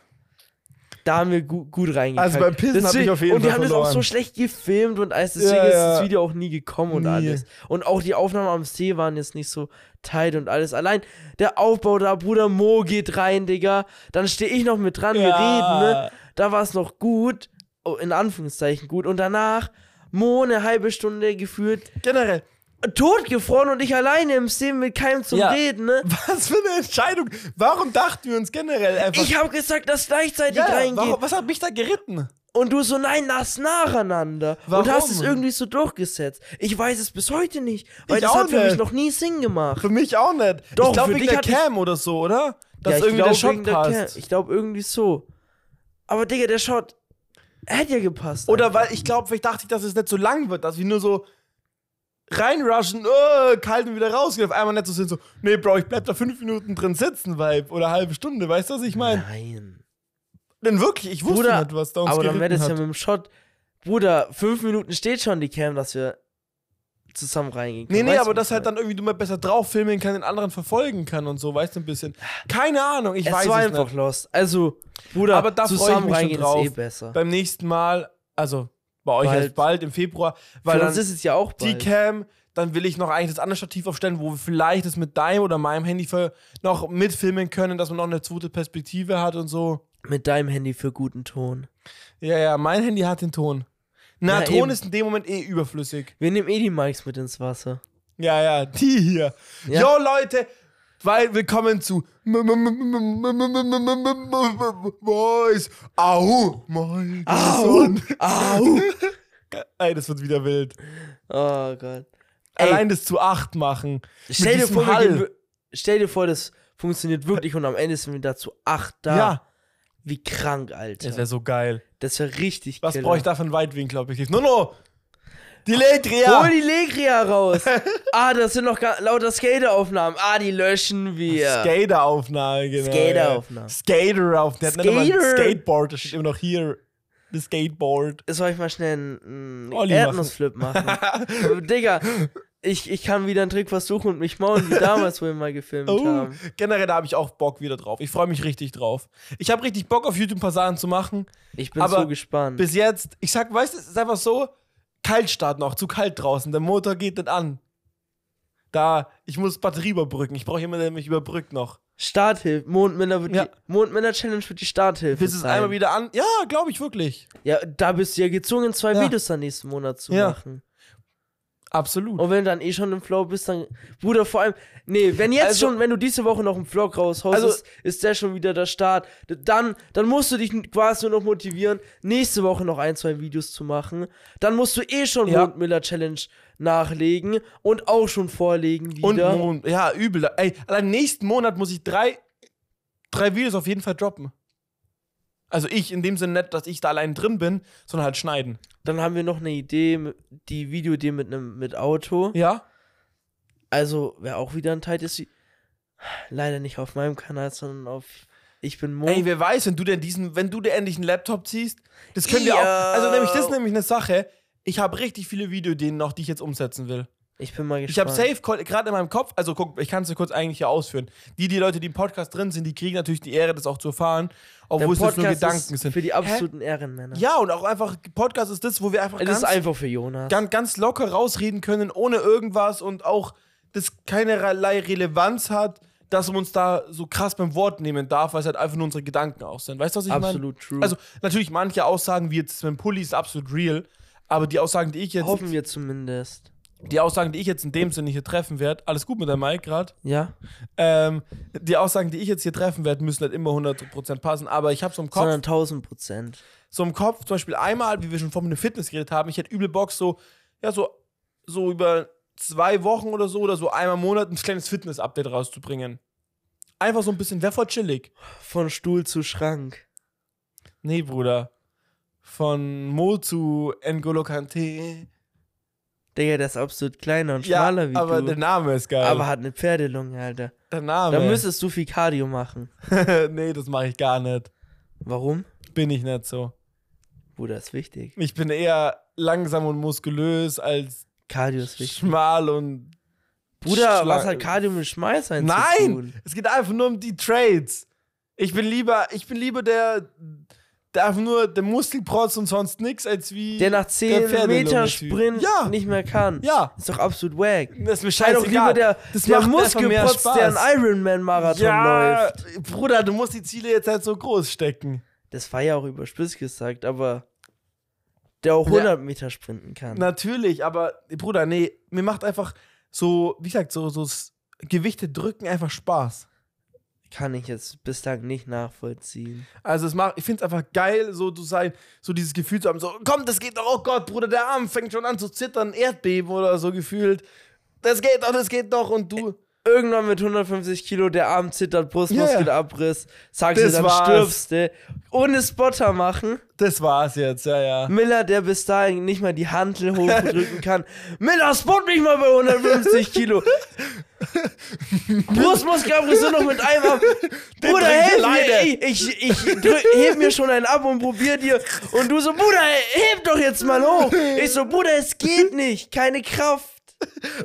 S2: da haben wir gu gut reingekackt.
S1: Also beim Pissen hab ich
S2: Deswegen-
S1: auf jeden
S2: Und wir
S1: Fall
S2: haben das auch so
S1: verloren.
S2: schlecht gefilmt und alles, deswegen
S1: Ja,
S2: ist
S1: ja.
S2: das Video auch nie gekommen und
S1: Nie.
S2: alles. Und auch die Aufnahmen am See waren jetzt nicht so tight und alles. Allein der Aufbau da, Bruder Mo geht rein, Digga, dann stehe ich noch mit dran, wir
S1: Ja.
S2: reden, ne? da war es noch gut, oh, in Anführungszeichen gut. Und danach, Mo eine halbe Stunde gefühlt,
S1: Generell,
S2: totgefroren und ich alleine im See mit keinem zum
S1: Ja.
S2: Reden, ne?
S1: was für eine Entscheidung. Warum dachten wir uns generell einfach...
S2: Ich habe gesagt, dass gleichzeitig
S1: ja,
S2: reingeht.
S1: warum, was hat mich da geritten?
S2: Und du so, nein, lass nacheinander.
S1: Warum?
S2: Und hast es irgendwie so durchgesetzt. Ich weiß es bis heute nicht, weil
S1: Ich
S2: das
S1: auch
S2: hat für
S1: nicht.
S2: mich noch nie Sinn gemacht.
S1: Für mich auch nicht.
S2: Doch,
S1: ich glaube,
S2: für
S1: wegen
S2: dich
S1: der
S2: hat mich-
S1: Cam oder so, oder? Dass irgendwie
S2: glaub
S1: der Shot
S2: wegen
S1: passt.
S2: Ke- ich glaube irgendwie so. Aber Digga, der Shot hätte ja gepasst.
S1: Oder weil ich glaube, vielleicht dachte ich, dass es nicht so lang wird, dass wir nur so reinrushen, oh, kalt und wieder rausgehen. Auf einmal nicht so sind, so, nee, Bro, ich bleib da fünf Minuten drin sitzen, Vibe. Oder halbe Stunde, weißt du, was ich meine?
S2: Nein.
S1: Denn wirklich, ich wusste
S2: Bruder,
S1: nicht, was da uns
S2: Aber dann wäre
S1: geritten
S2: das
S1: hat.
S2: ja mit dem Shot. Bruder, fünf Minuten steht schon die Cam, dass wir zusammen reingehen
S1: Nee,
S2: können.
S1: nee,
S2: Weißt du,
S1: aber
S2: was
S1: dass
S2: ich
S1: halt
S2: meine?
S1: dann irgendwie du mal besser drauf filmen kann, den anderen verfolgen kann und so, weißt du, ein bisschen. Keine Ahnung, ich
S2: Es
S1: weiß
S2: war
S1: es
S2: einfach
S1: nicht.
S2: lost. Also, Bruder,
S1: Aber da freu ich
S2: zusammen
S1: mich schon
S2: reingehen
S1: drauf.
S2: ist eh besser.
S1: Beim nächsten Mal, also bei euch
S2: Bald.
S1: erst bald im Februar, weil
S2: Weil
S1: dann
S2: uns ist es ja auch
S1: die
S2: bald.
S1: Cam, dann will ich noch eigentlich das andere Stativ aufstellen, wo wir vielleicht das mit deinem oder meinem Handy ver- noch mitfilmen können, dass man noch eine zweite Perspektive hat und so.
S2: Mit deinem Handy für guten Ton.
S1: Ja, ja, mein Handy hat den Ton. Na,
S2: Ja,
S1: Ton
S2: eben.
S1: ist in dem Moment eh überflüssig.
S2: Wir nehmen eh die Mikes mit ins Wasser.
S1: Ja, ja, die hier.
S2: Ja.
S1: Yo, Leute, weil willkommen zu Boys. Au, mein Sohn.
S2: Au!
S1: Ey, das wird wieder wild.
S2: Oh Gott. Ey.
S1: Allein das zu acht machen. Mit
S2: Stell dir,
S1: diesem
S2: vor, wir
S1: Hall.
S2: gehen wir- stell dir vor, das funktioniert wirklich und am Ende sind wir dazu acht da.
S1: Ja,
S2: Wie krank, Alter.
S1: das wäre so geil.
S2: Das wäre richtig
S1: Was
S2: killer.
S1: brauche ich da für ein Weitwinkelobjektiv? No, no! Die Ledria!
S2: Hol die Legria raus. ah, das sind noch ga- lauter Skateraufnahmen. Ah, die löschen wir.
S1: Skateraufnahme, genau.
S2: Skateraufnahme.
S1: Skateraufnahme. Skater. Nennt man
S2: Skater.
S1: Skateboard, das steht immer noch hier. Das Skateboard.
S2: Jetzt soll ich mal schnell einen mm,
S1: Olli machen.
S2: Erdnussflip machen. Aber, Digga, ich, ich kann wieder einen Trick versuchen und mich maulen, wie damals, wo wir mal gefilmt
S1: Oh,
S2: haben.
S1: generell, da habe ich auch Bock wieder drauf. Ich freue mich richtig drauf. Ich habe richtig Bock, auf YouTube ein paar Sachen zu machen.
S2: Ich bin
S1: Aber
S2: so gespannt.
S1: Bis jetzt, ich sag, weißt du, es ist einfach so, kalt starten auch, zu kalt draußen. Der Motor geht nicht an. Da, ich muss Batterie überbrücken. Ich brauche jemanden, der mich überbrückt noch.
S2: Starthilfe. Mondmänner wird
S1: Ja.
S2: die Mondmänner Challenge wird die Starthilfe.
S1: Bis es
S2: sein.
S1: einmal wieder an. Ja, glaube ich wirklich.
S2: Ja, da bist du ja gezwungen, zwei
S1: Ja.
S2: Videos dann nächsten Monat zu
S1: Ja.
S2: machen.
S1: Absolut.
S2: Und wenn du dann eh schon im Flow bist, dann. Bruder, vor allem. Nee, wenn jetzt
S1: Also-
S2: schon, wenn du diese Woche noch einen Vlog raushaust,
S1: Also-
S2: ist, ist der schon wieder der Start. D- Dann, dann musst du dich n- quasi nur noch motivieren, nächste Woche noch ein, zwei Videos zu machen. Dann musst du eh schon
S1: Ja.
S2: Mondmiller Challenge nachlegen und auch schon vorlegen
S1: Und
S2: wieder.
S1: Mond, ja, übel. Ey, allein nächsten Monat muss ich drei, drei Videos auf jeden Fall droppen. Also ich in dem Sinne nicht, dass ich da allein drin bin, sondern halt schneiden.
S2: dann haben wir noch eine Idee, mit- die Videoidee mit einem mit Auto.
S1: Ja?
S2: Also, wäre auch wieder ein Teil des. Vi- Leider nicht auf meinem Kanal, sondern auf Ich bin Mo.
S1: Ey, wer weiß, wenn du denn diesen, wenn du dir endlich einen Laptop ziehst, das können wir
S2: Ja.
S1: auch. Also nämlich das ist nämlich eine Sache. Ich habe richtig viele Videoideen noch, die ich jetzt umsetzen will.
S2: Ich bin mal
S1: Ich habe
S2: gespannt.
S1: safe call- gerade in meinem Kopf, also guck, ich kann es dir kurz eigentlich hier ausführen. Die, die Leute, die im Podcast drin sind, die kriegen natürlich die Ehre, das auch zu erfahren,
S2: Der
S1: obwohl es jetzt nur
S2: Podcast
S1: Gedanken
S2: ist
S1: sind.
S2: Für die
S1: Hä?
S2: absoluten Ehrenmänner.
S1: Ja, und auch einfach, Podcast ist das, wo wir einfach
S2: es
S1: ganz,
S2: ist einfach für Jonas.
S1: ganz, ganz locker rausreden können, ohne irgendwas und auch das keinerlei Relevanz hat, dass man uns da so krass beim Wort nehmen darf, weil es halt einfach nur unsere Gedanken auch sind. Weißt du, was ich meine?
S2: Absolut true.
S1: Also natürlich, manche Aussagen wie jetzt mit dem Pulli ist absolut real, aber die Aussagen, die ich jetzt,
S2: Hoffen wir zumindest.
S1: die Aussagen, die ich jetzt in dem Sinne hier treffen werde, alles gut mit der Mike gerade.
S2: Ja?
S1: Ähm, die Aussagen, die ich jetzt hier treffen werde, müssen halt immer 100% passen, aber ich habe so im Kopf,
S2: Sondern 1000 Prozent.
S1: so im Kopf, zum Beispiel einmal, wie wir schon vorhin mit dem Fitness geredet haben, ich hätte übel Bock, so, ja, so, so über zwei Wochen oder so oder so einmal im Monat ein kleines Fitness-Update rauszubringen. Einfach so ein bisschen, wär voll chillig.
S2: Von Stuhl zu Schrank.
S1: Nee, Bruder. Von Mo zu N'Golo Kante.
S2: Digga, der ist absolut kleiner und
S1: Ja,
S2: schmaler wie
S1: aber
S2: du.
S1: der Name ist geil.
S2: aber hat eine Pferdelunge, Alter.
S1: der Name.
S2: Da müsstest du viel Cardio machen.
S1: nee, das mache ich gar nicht.
S2: Warum?
S1: Bin ich nicht so.
S2: Bruder, ist wichtig.
S1: Ich bin eher langsam und muskulös als
S2: Cardio ist wichtig.
S1: schmal und.
S2: Bruder,
S1: schlank.
S2: was hat Cardio mit Schmeißein zu tun?
S1: Nein! Es geht einfach nur um die Trades. Ich bin lieber, ich bin lieber der, der einfach nur der Muskelprotz und sonst nix, als wie.
S2: Der nach 10
S1: Pferdelunge-Typ.
S2: Meter Sprint
S1: Ja.
S2: nicht mehr kann.
S1: Ja.
S2: Ist doch absolut wack.
S1: Das ist mir
S2: Sei doch lieber
S1: scheißegal.
S2: der,
S1: das
S2: der
S1: macht einfach mehr
S2: Muskelprotz,
S1: Spaß.
S2: der einen Ironman-Marathon
S1: ja,
S2: läuft.
S1: Bruder, du musst die Ziele jetzt halt so groß stecken.
S2: Das war ja auch überspitzt gesagt, aber der auch
S1: Ja.
S2: 100 Meter sprinten kann.
S1: Natürlich, aber Bruder, nee, mir macht einfach so, wie gesagt, so, so s- Gewichte drücken einfach Spaß.
S2: Kann ich jetzt bislang nicht nachvollziehen.
S1: Also es macht, ich finde es einfach geil, so zu sein, so dieses Gefühl zu haben, so, komm, das geht doch, oh Gott, Bruder, der Arm fängt schon an zu zittern, Erdbeben oder so gefühlt. Das geht doch, das geht doch und du.
S2: Irgendwann mit 150 Kilo, der Arm zittert, Brustmuskelabriss, sagst
S1: Das
S2: du, dann
S1: war's.
S2: stirbst du. Ohne Spotter machen.
S1: Das war's jetzt, ja, ja.
S2: Miller, der bis dahin nicht mal die Hantel hochdrücken kann. Miller, spot mich mal bei 150 Kilo. Brustmuskelabriss nur noch mit einem Arm. Bruder,
S1: bringt
S2: helf
S1: alleine.
S2: mir. ey, Ich, ich, drück, heb mir schon einen ab und probier dir. Und du so, Bruder, heb doch jetzt mal hoch. Ich so, Bruder, es geht nicht. Keine Kraft.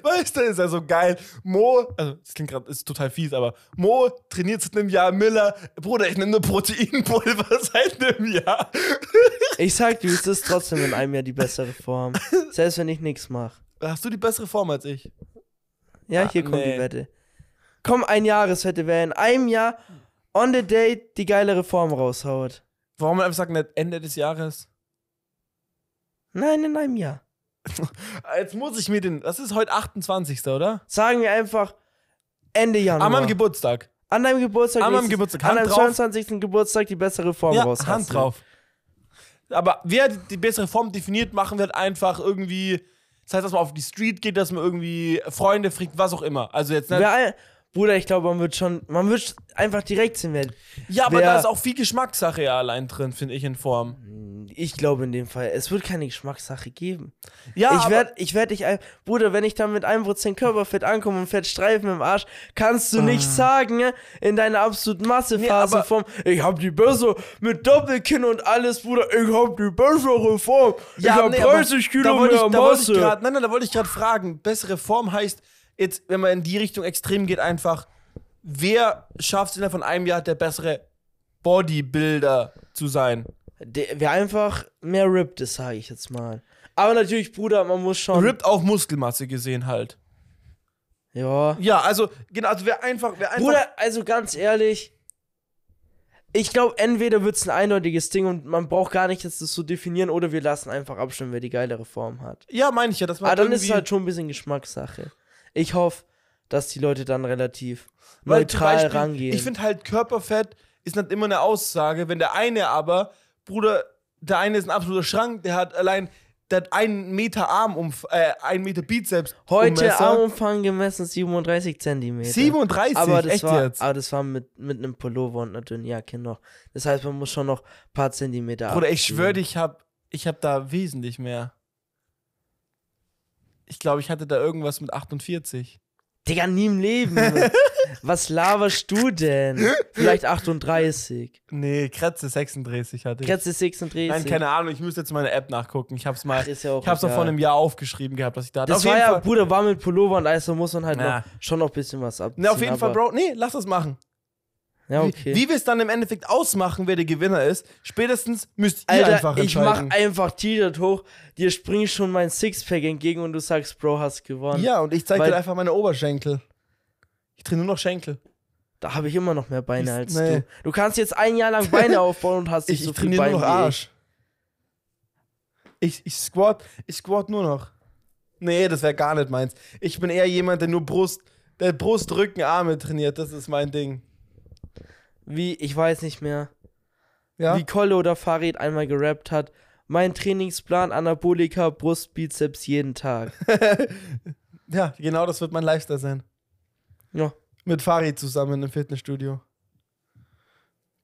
S1: Weißt du, ist ja so geil. Mo, also das klingt gerade, ist total fies, aber Mo trainiert seit einem Jahr, Miller, Bruder, ich nehme nur Proteinpulver seit einem Jahr.
S2: Ich sag dir, es ist trotzdem in einem Jahr die bessere Form. Selbst wenn ich nichts mache.
S1: Hast du die bessere Form als ich?
S2: Ja,
S1: Ah,
S2: hier kommt
S1: nee.
S2: die Wette. Komm, ein Jahreswette, wer in einem Jahr on the date die geilere Form raushaut.
S1: Warum man einfach sagt, nicht Ende des Jahres?
S2: Nein, in einem Jahr.
S1: Jetzt muss ich mir den, das ist heute 28. oder?
S2: Sagen wir einfach Ende Januar.
S1: An meinem Geburtstag.
S2: an deinem Geburtstag.
S1: An meinem
S2: nächstes-
S1: Geburtstag.
S2: An
S1: Hand
S2: deinem
S1: drauf.
S2: 22. Geburtstag die bessere Form
S1: ja,
S2: raus.
S1: Hand drauf. Aber wer die bessere Form definiert, machen wir halt einfach irgendwie. Das heißt, dass man auf die Street geht, dass man irgendwie Freunde fragt, was auch immer. Also jetzt nicht.
S2: Wer ein, Bruder, ich glaube, man wird schon, man wird sch- einfach direkt sind werden.
S1: ja, aber
S2: wer-
S1: da ist auch viel Geschmackssache ja allein drin, finde ich, in Form.
S2: Ich glaube in dem Fall, es wird keine Geschmackssache geben.
S1: Ja,
S2: ich
S1: aber-
S2: werde ich werd dich, ein, Bruder, wenn ich dann mit 1% Körperfett ankomme und fett Streifen im Arsch, kannst du nicht sagen, ne, in deiner absoluten Massephase
S1: aber-
S2: vom, ich hab die bessere, mit Doppelkinn und alles, Bruder, ich hab die bessere Form.
S1: ja,
S2: ich hab
S1: nee, aber
S2: 30
S1: da
S2: Kilo
S1: wollte
S2: mehr
S1: ich, da wollte
S2: Masse.
S1: ich grad, Nein, nein, da wollte ich gerade fragen. Bessere Form heißt, jetzt, wenn man in die Richtung extrem geht, einfach, wer schafft es innerhalb von einem Jahr, der bessere Bodybuilder zu sein?
S2: Der- Wer einfach mehr ripped ist, sage ich jetzt mal. Aber natürlich, Bruder, man muss schon.
S1: Ripped auf Muskelmasse gesehen halt.
S2: Ja.
S1: Ja, also, genau, also wer einfach, wer einfach.
S2: Bruder, also ganz ehrlich, ich glaube, entweder wird es ein eindeutiges Ding und man braucht gar nicht jetzt das so definieren oder wir lassen einfach abstimmen, wer die geilere Form hat.
S1: Ja, meine ich ja, dass man
S2: Aber dann ist
S1: irgendwie,
S2: es halt schon ein bisschen Geschmackssache. Ich hoffe, dass die Leute dann relativ
S1: weil zum
S2: neutral
S1: Beispiel,
S2: rangehen.
S1: Ich finde halt, Körperfett ist nicht immer eine Aussage, wenn der eine aber, Bruder, der eine ist ein absoluter Schrank, der hat allein, der hat einen Meter Arm, um, äh, einen Meter Bizeps. um
S2: Heute
S1: Ummesser.
S2: Armumfang gemessen 37 Zentimeter.
S1: 37,
S2: aber das
S1: echt
S2: war, Ah,
S1: jetzt.
S2: Aber das war mit, mit einem Pullover und einer dünnen Jacke noch. Das heißt, man muss schon noch ein paar Zentimeter
S1: Bruder, ich
S2: abziehen.
S1: schwöre ich hab, ich hab da wesentlich mehr. Ich glaube, ich hatte da irgendwas mit 48.
S2: Digga, nie im Leben. Was laberst du denn? Vielleicht 38.
S1: Nee, Kretze 36 hatte ich.
S2: Kretze 36.
S1: Nein, keine Ahnung, ich müsste jetzt meine App nachgucken. Ich hab's mal,
S2: Ach, ist ja auch
S1: ich hab's noch
S2: egal.
S1: vor einem Jahr aufgeschrieben gehabt, dass ich da hatte.
S2: Das
S1: auf
S2: war
S1: jeden
S2: ja,
S1: Fall,
S2: Bruder, war mit Pullover und alles, da muss man halt
S1: Na.
S2: noch, schon noch ein bisschen was abziehen.
S1: ne, auf jeden Fall,
S2: aber-
S1: Bro. Nee, lass das machen.
S2: Ja,
S1: Wie,
S2: okay.
S1: wie wir es dann im Endeffekt ausmachen, wer der Gewinner ist, spätestens müsst ihr einfach
S2: Alter, ich mach
S1: entscheiden.
S2: einfach T-Shirt hoch, dir springt schon mein Sixpack entgegen und du sagst, Bro, hast gewonnen.
S1: ja, und ich zeig
S2: weil-
S1: dir einfach meine Oberschenkel. Ich trainiere nur noch Schenkel.
S2: Da habe ich immer noch mehr Beine als
S1: Ist- nee.
S2: du. Du kannst jetzt ein Jahr lang Beine aufbauen und hast nicht
S1: Ich,
S2: so
S1: ich
S2: viel
S1: trainiere
S2: Beine.
S1: nur noch
S2: wie ich.
S1: Arsch. Ich, ich squat, ich squat nur noch. Nee, das wäre gar nicht meins. Ich bin eher jemand, der nur Brust, der Brust, Rücken, Arme trainiert. Das ist mein Ding.
S2: Wie, ich weiß nicht mehr.
S1: Ja?
S2: Wie Kolle oder Farid einmal gerappt hat. Mein Trainingsplan Anabolika, Brust, Bizeps jeden Tag.
S1: ja, genau das wird mein Lifestyle sein.
S2: Ja.
S1: Mit Farid zusammen im Fitnessstudio.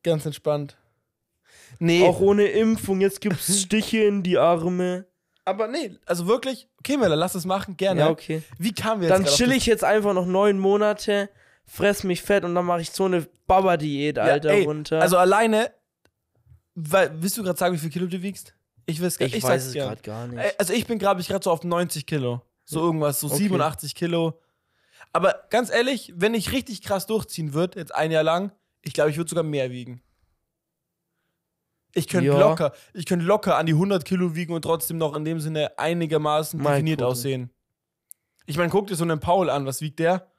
S1: Ganz entspannt. Nee,
S2: Auch ohne Impfung, jetzt gibt's Stiche in die Arme.
S1: aber nee, also wirklich, okay, Miller, lass es machen, gerne.
S2: Ja, okay.
S1: Wie kamen wir ne? jetzt
S2: Dann
S1: grad auf
S2: chill
S1: das-
S2: ich jetzt einfach noch neun Monate, fress mich fett und dann mache ich so eine Baba-Diät, Alter,
S1: ey,
S2: runter.
S1: Also alleine, weil, willst du gerade sagen, wie viel Kilo du wiegst? Ich, will's,
S2: ich, weiß
S1: sag's
S2: es
S1: gern.
S2: gerade gar nicht.
S1: Ey, Also ich bin, glaube ich, gerade so auf 90 Kilo. So irgendwas, so
S2: Okay.
S1: 87 Kilo. Aber ganz ehrlich, wenn ich richtig krass durchziehen würde, jetzt ein Jahr lang, ich glaube, ich würde sogar mehr wiegen. Ich könnte
S2: Ja.
S1: locker, ich könnte locker an die 100 Kilo wiegen und trotzdem noch in dem Sinne einigermaßen
S2: Mal
S1: definiert
S2: gucken.
S1: aussehen. Ich meine, guck dir so einen Paul an, was wiegt der?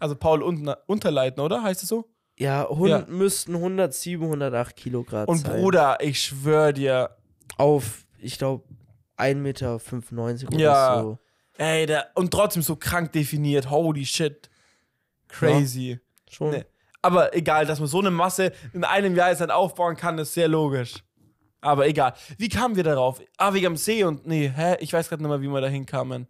S1: Also Paul Unterna- Unterleitner, oder? Heißt es so?
S2: ja, Hund
S1: ja.
S2: müssten 107, 108 Kilo Grad
S1: Und
S2: sein.
S1: Bruder, ich schwör dir,
S2: Auf, ich glaube, 1,95 Meter oder
S1: Ja.
S2: so.
S1: ey, der, und trotzdem so krank definiert, holy shit. Crazy.
S2: Schon.
S1: Nee. Aber egal, dass man so eine Masse in einem Jahr jetzt dann aufbauen kann, ist sehr logisch. Aber egal. Wie kamen wir darauf? Ah, wegen am See und nee, hä? Ich weiß gerade nicht mehr, wie wir da hinkamen.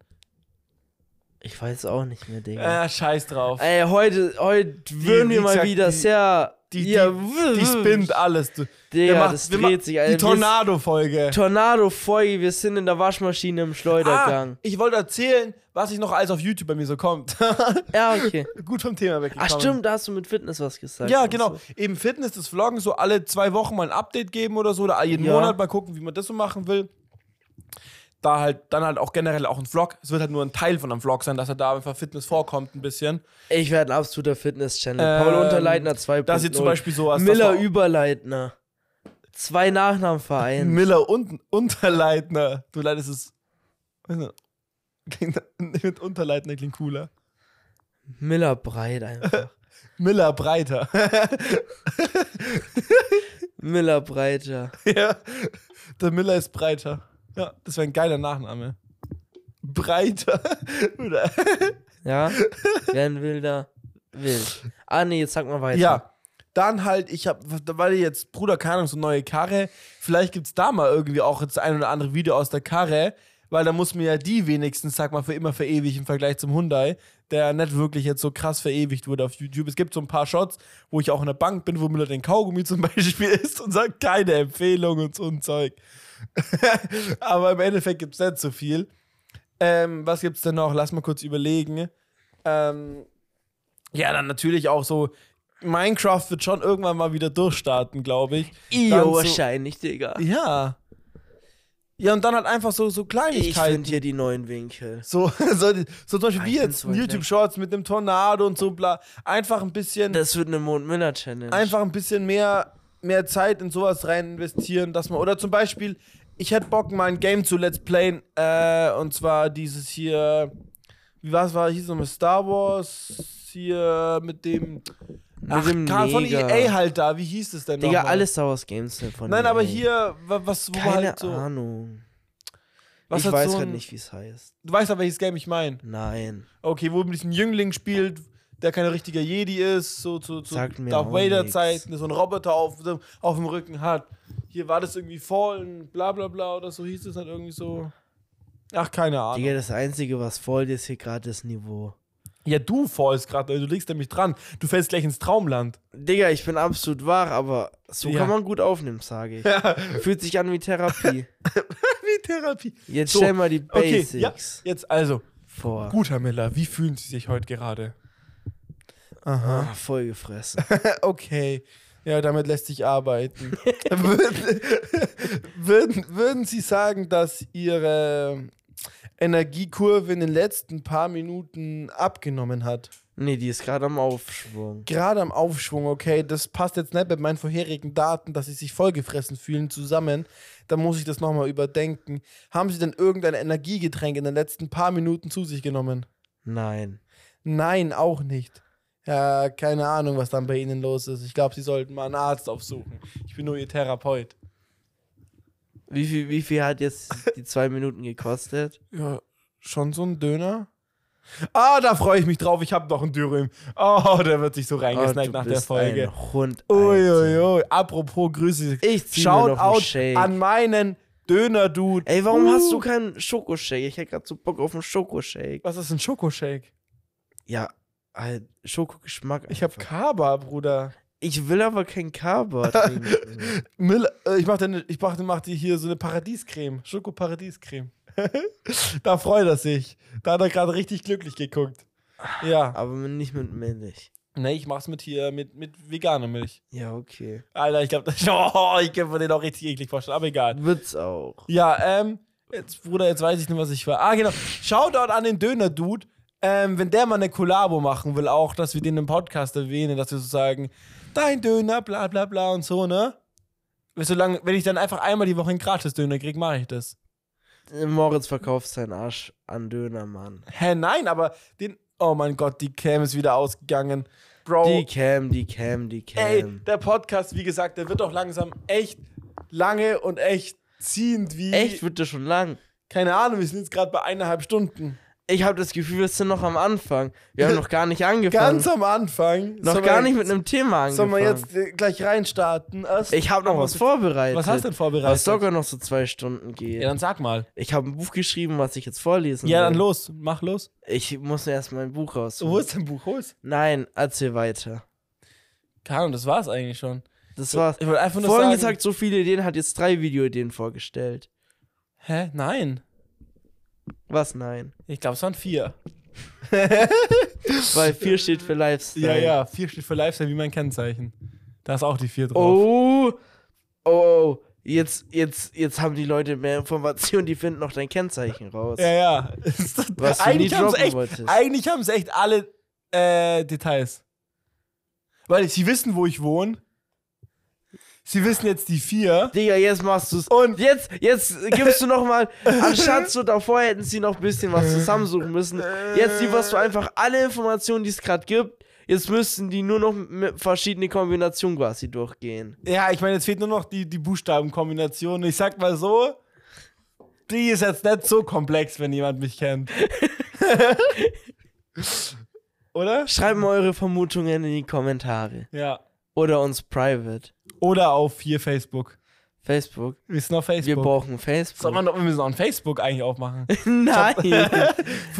S2: Ich weiß auch nicht mehr, Digga.
S1: Äh, scheiß drauf.
S2: Ey, heute, heute würden
S1: wie
S2: wir mal
S1: gesagt,
S2: wieder
S1: die-
S2: sehr.
S1: die, die,
S2: ja,
S1: die spinnt alles. Du.
S2: Digga,
S1: Wir machen-
S2: das
S1: wir
S2: dreht
S1: machen
S2: sich, Alter.
S1: Die Tornado-Folge.
S2: Tornado-Folge, wir sind in der Waschmaschine im
S1: Ah,
S2: Schleudergang.
S1: ich wollte erzählen, was ich noch alles auf YouTube bei mir so kommt.
S2: Ja, okay.
S1: Gut vom Thema
S2: Ach,
S1: weggekommen.
S2: stimmt, da hast du mit Fitness was gesagt. Also,
S1: Ja,
S2: und
S1: genau.
S2: So.
S1: Eben Fitness, das Vloggen, so alle zwei Wochen mal ein Update geben oder so, oder jeden
S2: Ja.
S1: Monat mal gucken, wie man das so machen will. Da halt, dann halt auch generell auch ein Vlog. Es wird halt nur ein Teil von einem Vlog sein, dass er da einfach Fitness vorkommt ein bisschen.
S2: Ich werde ein absoluter Fitness-Channel.
S1: Ähm,
S2: Paul Unterleitner 2.0.
S1: Dass ihr zum Beispiel sowas. dass
S2: Miller
S1: wir-
S2: Überleitner. Zwei Nachnamen vereint.
S1: Miller und Unterleitner. Du leitest es. weiß nicht, Klingt, mit Unterleitner klingt cooler.
S2: Miller Breit einfach.
S1: Miller breiter.
S2: Miller Breiter.
S1: ja. Der Miller ist breiter. Ja, das wäre ein geiler Nachname. Breiter. Oder?
S2: Ja? Wer ein wilder Wild. Ah, nee, jetzt sag mal weiter.
S1: Ja. Dann halt, ich hab, weil ihr jetzt, Bruder, keine Ahnung, so neue Karre, vielleicht gibt's da mal irgendwie auch jetzt ein oder andere Video aus der Karre, weil da muss mir ja die wenigstens, sag mal, für immer verewigt im Vergleich zum Hyundai, der nicht wirklich jetzt so krass verewigt wurde auf YouTube. Es gibt so ein paar Shots, wo ich auch in der Bank bin, wo Müller den Kaugummi zum Beispiel isst und sagt, keine Empfehlung und so ein Zeug. Aber im Endeffekt gibt's nicht so viel. Ähm, was gibt's denn noch? Lass mal kurz überlegen. Ähm, ja, dann natürlich auch so. Minecraft wird schon irgendwann mal wieder durchstarten, glaube ich. Dann
S2: Io,
S1: so-
S2: wahrscheinlich, Digga.
S1: Ja. Ja, und dann halt einfach so, so
S2: Ich
S1: Kleinigkeiten.
S2: finde hier die neuen Winkel.
S1: so, so, die- so zum Beispiel
S2: Ah, ich
S1: wie
S2: find's
S1: jetzt
S2: so weit weg.
S1: YouTube-Shorts mit dem Tornado und so bla. Einfach ein bisschen,
S2: Das wird eine Mond-Miller-Challenge.
S1: einfach ein bisschen mehr, mehr Zeit in sowas rein investieren, dass man. Oder zum Beispiel, ich hätte Bock, mal ein Game zu Let's Playen. Äh, und zwar dieses hier. Wie war's, war hieß es nochmal Star Wars hier mit dem. Ach,
S2: dem
S1: kam von
S2: Neger.
S1: EA halt da. Wie hieß es denn
S2: Digga,
S1: nochmal?
S2: alle Star Wars Games sind von
S1: Nein,
S2: EA.
S1: aber hier, wa- was, wo
S2: Keine
S1: halt so.
S2: Ahnung.
S1: Was
S2: ich
S1: hat
S2: weiß
S1: so
S2: halt
S1: ein-
S2: nicht, wie es heißt.
S1: Du weißt aber, welches Game ich meine.
S2: Nein.
S1: Okay, wo man diesen Jüngling spielt, der kein richtiger Jedi ist, so zu, zu
S2: Sagt mir
S1: Darth
S2: auch
S1: Vader-Zeiten, so einen Roboter auf, dem- auf dem Rücken hat. Hier war das irgendwie Fallen, bla bla bla oder so hieß es halt irgendwie so. Ach, keine Ahnung.
S2: Digga, das Einzige, was voll ist hier gerade, ist Niveau.
S1: Ja, du fallst gerade, du liegst nämlich dran. Du fällst gleich ins Traumland.
S2: Digga, ich bin absolut wach, aber so
S1: Ja.
S2: kann man gut aufnehmen, sage ich.
S1: Ja,
S2: Fühlt sich an wie Therapie.
S1: wie Therapie.
S2: Jetzt
S1: So,
S2: stell mal die
S1: Okay, ja,
S2: Basics
S1: jetzt also.
S2: vor.
S1: Guter Miller, wie fühlen Sie sich heute gerade? Aha.
S2: Ah, voll gefressen.
S1: Okay. Ja, damit lässt sich arbeiten. würden, würden, würden Sie sagen, dass Ihre Energiekurve in den letzten paar Minuten abgenommen hat?
S2: nee, die ist gerade am Aufschwung.
S1: Gerade am Aufschwung, okay, das passt jetzt nicht mit meinen vorherigen Daten, dass Sie sich vollgefressen fühlen zusammen. Da muss ich das nochmal überdenken. Haben Sie denn irgendein Energiegetränk in den letzten paar Minuten zu sich genommen?
S2: Nein.
S1: Nein, auch nicht. Ja, keine Ahnung, was dann bei Ihnen los ist. Ich glaube, Sie sollten mal einen Arzt aufsuchen. Ich bin nur Ihr Therapeut.
S2: Wie viel, wie viel hat jetzt die zwei Minuten gekostet?
S1: Ja, schon so ein Döner? Ah, da freue ich mich drauf. Ich habe noch einen Dürüm. Oh, der wird sich so reingesnackt
S2: du
S1: nach der
S2: bist
S1: Folge.
S2: Ein Hund, Alter.
S1: Uiuiui. Apropos Grüße.
S2: Ich zieh mir noch einen
S1: Shoutout
S2: Shake.
S1: an meinen Döner-Dude.
S2: Ey, warum
S1: Uh.
S2: hast du keinen Schokoshake? Ich hätte gerade so Bock auf einen Schokoshake.
S1: Was ist ein Schokoshake?
S2: Ja, halt Schokogeschmack.
S1: Ich habe
S2: einfach.
S1: Kaba, Bruder.
S2: Ich will aber kein Kaba trinken.
S1: Müll, äh, ich mache ich mach, mach dir hier so eine Paradiescreme, Schoko-Paradiescreme. da freut er sich. Da hat er gerade richtig glücklich geguckt. Ja.
S2: aber nicht mit Milch.
S1: Ne, ich mach's mit hier, mit, mit veganer Milch.
S2: Ja, okay.
S1: Alter, ich glaube, oh, ich kann mir den auch richtig eklig vorstellen, aber egal.
S2: Wird's auch.
S1: Ja, ähm, jetzt, Bruder, jetzt weiß ich nicht, was ich war. Ah, genau. Shoutout an den Döner-Dude. Ähm, wenn der mal eine Kollabo machen will, auch, dass wir den im Podcast erwähnen, dass wir so sagen, dein Döner, bla bla bla und so, ne? Solange, wenn ich dann einfach einmal die Woche einen Gratis-Döner krieg, mache ich das.
S2: Moritz verkauft seinen Arsch an Dönermann.
S1: Hä, nein, aber den. Oh mein Gott, die Cam ist wieder ausgegangen. Bro.
S2: Die Cam, die Cam, die
S1: Oh. Ey,
S2: Cam.
S1: der Podcast, wie gesagt, der wird doch langsam echt lange und echt ziehend wie.
S2: Echt, wird das schon lang.
S1: Keine Ahnung, wir sind jetzt gerade bei eineinhalb Stunden.
S2: Ich habe das Gefühl, wir sind noch am Anfang. Wir haben noch gar nicht angefangen.
S1: Ganz am Anfang.
S2: noch
S1: Sollen
S2: gar
S1: wir-
S2: nicht mit einem Thema
S1: Sollen
S2: angefangen.
S1: wir jetzt äh, gleich reinstarten? Erst-
S2: ich habe noch was vorbereitet.
S1: Was hast du denn vorbereitet?
S2: Was sogar noch so zwei Stunden geht.
S1: Ja, dann sag mal.
S2: Ich habe ein Buch geschrieben, was ich jetzt vorlesen
S1: Ja,
S2: will.
S1: dann los. Mach los.
S2: Ich muss mir erst mein Buch raus.
S1: Wo ist dein Buch? Hol's.
S2: Nein, erzähl weiter.
S1: Keine Ahnung, das war's eigentlich schon.
S2: Das war's.
S1: Ich wollte einfach nur
S2: Vorhin
S1: sagen.
S2: gesagt, so viele Ideen, hat jetzt drei Videoideen vorgestellt.
S1: hä? Nein.
S2: Was nein?
S1: Ich glaube, es waren vier.
S2: Weil vier steht für Lifestyle.
S1: Ja, ja. Vier steht für Lifestyle wie mein Kennzeichen. Da ist auch die vier drauf.
S2: Oh, oh, oh. Jetzt, jetzt, jetzt haben die Leute mehr Informationen, die finden noch dein Kennzeichen raus.
S1: Ja, ja.
S2: Was du
S1: eigentlich
S2: nie
S1: haben sie
S2: droppen
S1: echt,
S2: wolltest.
S1: eigentlich haben's echt alle äh, Details. Weil sie wissen, wo ich wohne. Sie wissen jetzt die vier.
S2: Digga, jetzt machst du's.
S1: Und-
S2: jetzt, jetzt gibst du nochmal, anstatt so davor hätten sie noch ein bisschen was zusammensuchen müssen. Jetzt lieferst du einfach alle Informationen, die es gerade gibt. Jetzt müssten die nur noch mit verschiedene Kombinationen quasi durchgehen.
S1: Ja, ich meine, jetzt fehlt nur noch die, die Buchstabenkombination. Ich sag mal so, die ist jetzt nicht so komplex, wenn jemand mich kennt. Oder?
S2: Schreibt mal eure Vermutungen in die Kommentare.
S1: Ja.
S2: Oder uns private.
S1: Oder auf hier Facebook.
S2: Facebook.
S1: Wir sind auf
S2: Wir
S1: Facebook.
S2: brauchen Facebook.
S1: Soll man noch, wir müssen auch ein Facebook eigentlich aufmachen.
S2: Nein.
S1: wir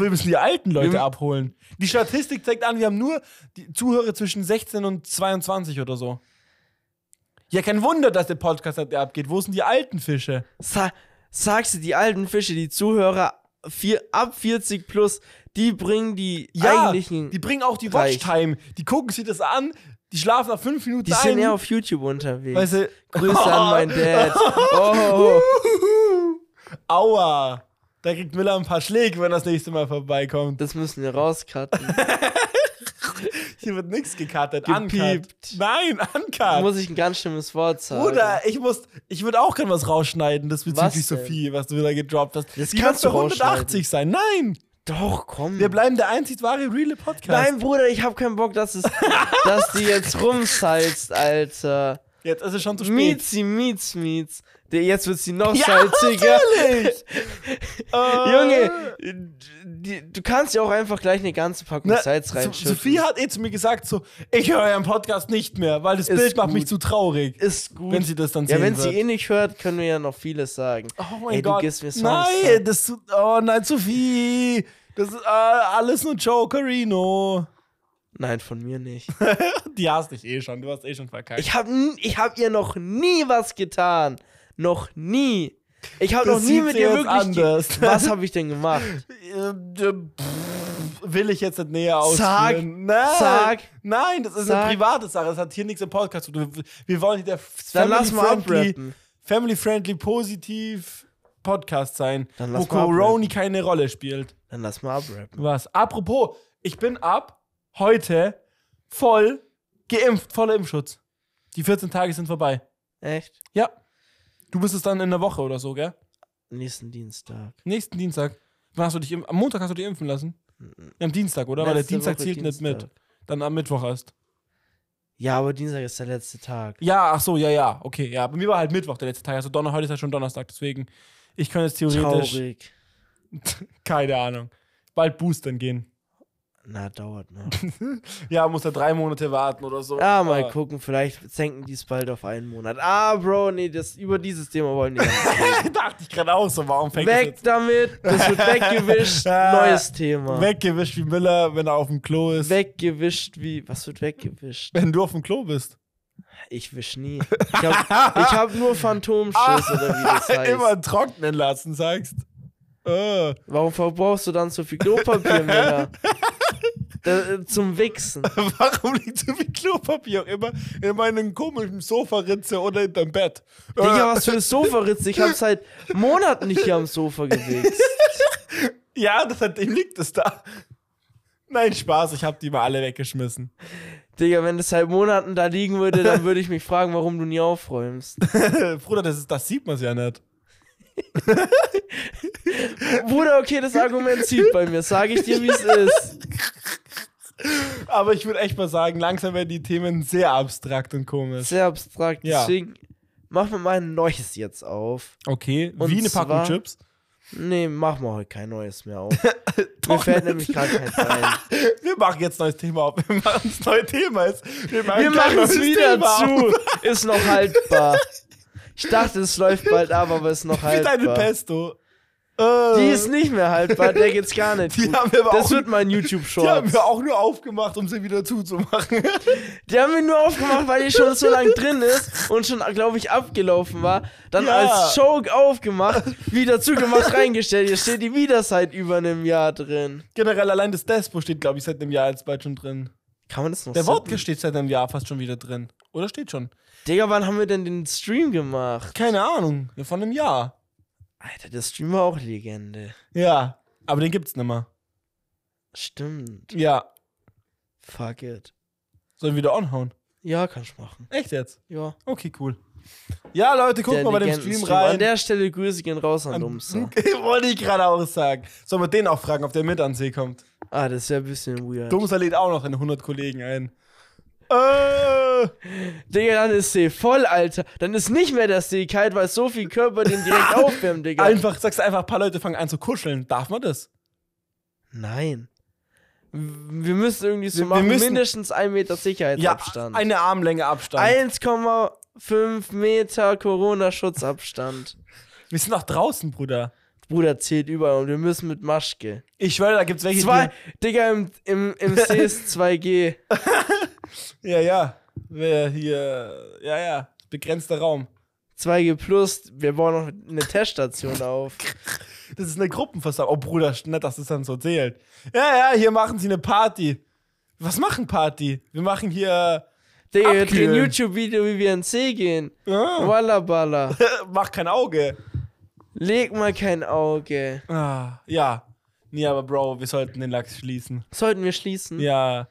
S1: müssen die alten Leute
S2: Wir-
S1: abholen. Die Statistik zeigt an, wir haben nur die Zuhörer zwischen 16 und 22 oder so. Ja, kein Wunder, dass der Podcast nicht abgeht. Wo sind die alten Fische?
S2: Sa sagst du, die alten Fische, die Zuhörer vier, ab 40 plus, die bringen die
S1: Ja,
S2: eigentlichen.
S1: die bringen auch die
S2: Reich.
S1: Watchtime. Die gucken sich das an, die schlafen nach fünf Minuten
S2: Die
S1: ein.
S2: sind ja auf YouTube unterwegs.
S1: weißt du,
S2: Grüße an mein Dad. Oh.
S1: Aua. Da kriegt Miller ein paar Schläge, wenn er das nächste Mal vorbeikommt.
S2: Das müssen wir rauscutten.
S1: Hier wird nichts gecuttet.
S2: Gepiept.
S1: Uncut. Nein,
S2: Da
S1: uncut.
S2: muss ich ein ganz schlimmes Wort sagen.
S1: Bruder, ich muss, ich würde auch gerne was rausschneiden, das bezüglich
S2: Was denn?
S1: Sophie, was du wieder gedroppt hast.
S2: Das
S1: Die
S2: kannst
S1: wird
S2: du
S1: bei 180 sein. Nein,
S2: Doch, komm.
S1: wir bleiben der einzig wahre reale Podcast.
S2: Nein, Bruder, ich hab keinen Bock, dass, es, dass die jetzt rumsalzt, Alter.
S1: Jetzt ist es schon zu spät.
S2: Mietz sie, mietz, mietz. Der- Jetzt wird sie noch
S1: Ja,
S2: salziger.
S1: Natürlich. Äh,
S2: Junge, die, du kannst ja auch einfach gleich eine ganze Packung
S1: Na,
S2: Salz
S1: So-
S2: reinschütten.
S1: Ne, Sophie hat eh zu mir gesagt, so, ich höre euren Podcast nicht mehr, weil das
S2: Ist
S1: Bild macht
S2: gut.
S1: mich zu traurig.
S2: ist gut.
S1: Wenn sie das dann
S2: ja,
S1: sehen
S2: wenn
S1: wird.
S2: sie eh nicht hört, können wir ja noch vieles sagen.
S1: oh mein
S2: Ey,
S1: Gott.
S2: Du gibst mir Songs,
S1: nein,
S2: Alter.
S1: das tut, oh nein, Sophie. Das ist äh, alles nur Jokerino.
S2: Nein, von mir nicht.
S1: Die hast dich eh schon, du hast eh schon verkackt.
S2: Ich hab, n- ich hab ihr noch nie was getan. Noch nie. Ich hab
S1: Das
S2: noch nie
S1: sieht
S2: mit
S1: sie
S2: ihr
S1: jetzt
S2: wirklich. ge-
S1: anders.
S2: Was hab ich denn gemacht?
S1: Äh, äh, pff, will ich jetzt nicht näher ausführen.
S2: Sag,
S1: nein,
S2: sag,
S1: nein, das ist
S2: sag.
S1: eine private Sache. Das hat hier nichts im Podcast zu tun. Wir- Wir wollen hier der
S2: Dann lass mal
S1: family-friendly-
S2: abrappen.
S1: family-friendly, positiv Podcast sein,
S2: Dann
S1: wo
S2: lass mal
S1: Corona keine Rolle spielt.
S2: Dann lass mal abrappen.
S1: Was? Apropos, ich bin ab heute voll geimpft, voller Impfschutz. Die 14 Tage sind vorbei.
S2: Echt?
S1: Ja. Du bist es dann in der Woche oder so, gell?
S2: Nächsten Dienstag.
S1: Nächsten Dienstag. Wann hast du dich im- am Montag hast du dich impfen lassen? Am Dienstag, oder? Weil der
S2: Letzte
S1: Dienstag
S2: Woche
S1: zählt nicht mit.
S2: Dienstag.
S1: Dann am Mittwoch erst.
S2: Ja, aber Dienstag ist der letzte Tag.
S1: Ja, ach so, ja, ja. Okay, ja. Bei mir war halt Mittwoch der letzte Tag. Also Donner, heute ist ja schon Donnerstag. Deswegen, ich könnte jetzt theoretisch,
S2: Traurig.
S1: keine Ahnung, bald boostern gehen.
S2: Na, dauert noch.
S1: Ja, muss er drei Monate warten oder so.
S2: Ja, mal
S1: Aber-
S2: gucken, vielleicht senken die es bald auf einen Monat. Ah, Bro, nee, das, über dieses Thema wollen wir nicht.
S1: Dachte ich gerade auch so, warum fängt
S2: Weg damit, das wird weggewischt.
S1: Ah,
S2: Neues
S1: das
S2: Thema.
S1: jetzt? Weggewischt wie Müller, wenn er auf dem Klo ist.
S2: Weggewischt wie. Was wird weggewischt?
S1: Wenn du auf dem Klo bist.
S2: Ich wisch nie. Ich hab, ich hab nur Phantomschiss oder wie das heißt.
S1: Immer trocknen lassen, sagst. Äh.
S2: Warum verbrauchst du dann so viel Klopapier, Männer? Da, äh, zum Wichsen.
S1: Warum liegt so viel Klopapier auch immer in meinen komischen Sofaritze oder hinterm Bett?
S2: Digga,
S1: Äh,
S2: was für ein Sofaritz. Ich hab seit Monaten nicht hier am Sofa gewichst.
S1: ja, das hat, dem liegt es da. Nein, Spaß, ich hab die mal alle weggeschmissen.
S2: Digga, wenn das seit Monaten da liegen würde, dann würde ich mich fragen, warum du nie aufräumst.
S1: Bruder, das, ist, das sieht man ja nicht.
S2: Bruder, okay, das Argument zieht bei mir. Sag ich dir, wie es ist.
S1: Aber ich würde echt mal sagen, langsam werden die Themen sehr abstrakt und komisch.
S2: Sehr abstrakt.
S1: Ja.
S2: Deswegen machen wir mal ein neues jetzt auf.
S1: Okay,
S2: Und
S1: wie eine Packung
S2: zwar-
S1: Chips.
S2: Nee, machen wir heute kein neues mehr auf. Mir fällt nämlich gerade keins ein.
S1: Wir machen jetzt neues Thema auf. Wir machen das neue Thema. Jetzt. machen,
S2: Wir
S1: gleich
S2: machen es
S1: neues
S2: wieder
S1: Thema auf.
S2: zu. Ist noch haltbar. Ich dachte, es läuft bald ab, aber ist noch
S1: Wie deine
S2: haltbar.
S1: Pesto. Äh,
S2: Die ist nicht mehr haltbar, der geht's gar nicht.
S1: Die
S2: gut.
S1: haben wir aber
S2: das
S1: auch-
S2: wird mein
S1: die haben
S2: YouTube-Short.
S1: wir auch nur aufgemacht, um sie wieder zuzumachen.
S2: Die haben wir nur aufgemacht, weil die schon so lang drin ist und schon, glaube ich, abgelaufen war. Dann
S1: Ja.
S2: als Joke aufgemacht, wieder zugemacht, reingestellt. Jetzt steht die wieder seit über einem Jahr drin.
S1: Generell allein das Despo steht, glaube ich, seit einem Jahr jetzt bald schon drin.
S2: Kann man das noch
S1: Der
S2: sippen?
S1: Wodka steht seit einem Jahr fast schon wieder drin. Oder steht schon?
S2: Digga, wann haben wir denn den Stream gemacht?
S1: Keine Ahnung. Ja, Von einem Jahr.
S2: Alter, der Stream war auch Legende.
S1: Ja. Aber den gibt's nimmer.
S2: Stimmt.
S1: Ja.
S2: Fuck it.
S1: Sollen wir wieder onhauen?
S2: Ja, kannst machen.
S1: Echt jetzt?
S2: Ja.
S1: Okay, cool. Ja, Leute, guckt
S2: Der
S1: mal bei dem
S2: Legenden-
S1: Stream
S2: An
S1: rein.
S2: der Stelle Grüße gehen raus an Dumser.
S1: Wollte ich gerade auch sagen. Sollen wir den auch fragen, ob der mit an den See kommt?
S2: Ah, das wäre ein bisschen weird.
S1: Dumser lädt auch noch seine 100 Kollegen ein. Äh,
S2: Digga, dann ist See voll, Alter. Dann ist nicht mehr der See kalt, weil so viel Körper den direkt aufwärmt, Digga.
S1: einfach, sagst einfach, ein paar Leute fangen an zu kuscheln. Darf man das?
S2: Nein. W- Wir müssen irgendwie so
S1: Wir- wir
S2: machen,
S1: müssen-
S2: mindestens 1 Meter Sicherheitsabstand.
S1: eine Armlänge Abstand.
S2: 1,5 Meter Corona-Schutzabstand.
S1: wir sind noch draußen, Bruder.
S2: Bruder zählt überall und wir müssen mit Maschke.
S1: Ich schwöre, da gibt's welche.
S2: Zwei, Digga, im, im, im See ist 2G.
S1: Die, ja, ja. Wer hier. Ja, ja. Begrenzter Raum.
S2: 2G plus, wir bauen noch eine Teststation auf.
S1: Das ist eine Gruppenversammlung. Oh, Bruder, nett, dass das dann so zählt. Ja, ja, hier machen sie eine Party. Was machen Party? Wir machen hier.
S2: Digga, wir drehen
S1: Abkühlen.
S2: YouTube-Video, wie wir in den See gehen.
S1: Ja,
S2: Walla balla.
S1: äh, mach kein Auge.
S2: Leg mal kein Auge.
S1: Ah, ja. Nee, aber Bro, wir sollten den Lachs schließen.
S2: Sollten wir schließen?
S1: Ja.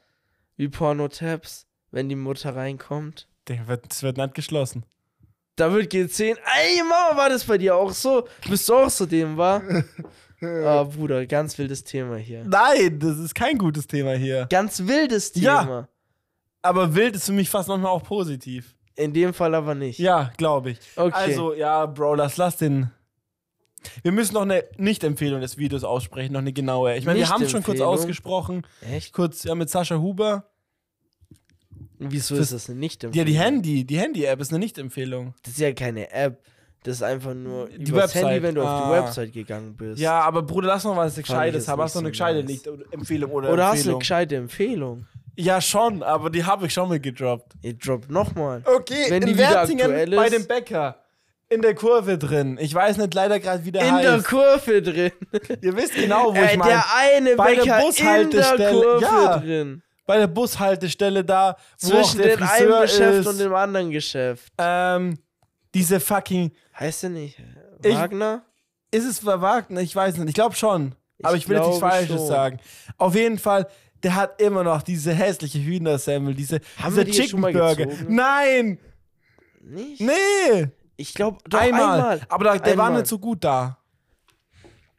S2: Wie Porno-Tabs, wenn die Mutter reinkommt.
S1: Der wird, es wird nicht geschlossen.
S2: Da wird G10. Ey, Mama, war das bei dir auch so? Bist du auch so dem, war? Ah, Bruder, ganz wildes Thema hier.
S1: Nein, das ist kein gutes Thema hier.
S2: Ganz wildes
S1: Ja.
S2: Thema.
S1: Aber wild ist für mich fast manchmal auch positiv.
S2: In dem Fall aber nicht.
S1: Ja, glaube ich.
S2: Okay.
S1: Also, ja, Bro, lass, lass den. Wir müssen noch eine Nicht-Empfehlung des Videos aussprechen, noch eine genaue. Ich meine, wir haben es schon kurz
S2: Nicht-Empfehlung?
S1: ausgesprochen.
S2: Echt?
S1: Kurz ja, mit Sascha Huber.
S2: Wieso
S1: Das-
S2: ist das denn nicht im
S1: Ja, die Handy, die Handy-App ist eine Nicht-Empfehlung.
S2: Das ist ja keine App. Das ist einfach nur
S1: Die
S2: übers
S1: Website.
S2: Handy, wenn du auf die
S1: Ah.
S2: Website gegangen bist.
S1: Ja, aber Bruder, lass noch was Gescheites
S2: jetzt
S1: haben.
S2: nicht
S1: Hast du
S2: so
S1: eine gescheite
S2: nice.
S1: Nicht-Empfehlung oder,
S2: Oder hast du eine
S1: Empfehlung?
S2: gescheite Empfehlung?
S1: ja, schon, aber die habe ich schon mal gedroppt.
S2: Ihr droppt nochmal.
S1: Okay,
S2: Wenn die
S1: in
S2: wieder
S1: Wertingen
S2: aktuell
S1: bei
S2: ist.
S1: dem Bäcker. in der Kurve drin. Ich weiß nicht leider gerade, wie der
S2: In
S1: heißt.
S2: der Kurve drin.
S1: Ihr wisst genau, wo ich
S2: Ey,
S1: meine.
S2: der eine
S1: bei der
S2: Bäcker in der
S1: Bushaltestelle,
S2: Kurve
S1: ja.
S2: drin.
S1: Bei der Bushaltestelle da, wo auch
S2: Zwischen
S1: der
S2: dem einen
S1: Friseur
S2: Geschäft
S1: ist.
S2: und dem anderen Geschäft.
S1: ähm, diese fucking.
S2: Heißt der nicht äh,
S1: Ich-
S2: Wagner?
S1: Ist es verwagt? Ne, Ich weiß nicht. Ich glaube schon. Aber ich will jetzt nichts
S2: glaube
S1: Falsches
S2: schon.
S1: sagen. Auf jeden Fall, der hat immer noch diese hässliche Hühnersemmel, diese,
S2: Haben
S1: diese
S2: wir die jetzt schon mal
S1: Burger.
S2: gezogen?
S1: Nein!
S2: Nicht?
S1: Nee!
S2: Ich glaube, doch
S1: einmal.
S2: einmal.
S1: Aber da, der war
S2: Einmal.
S1: nicht so gut da.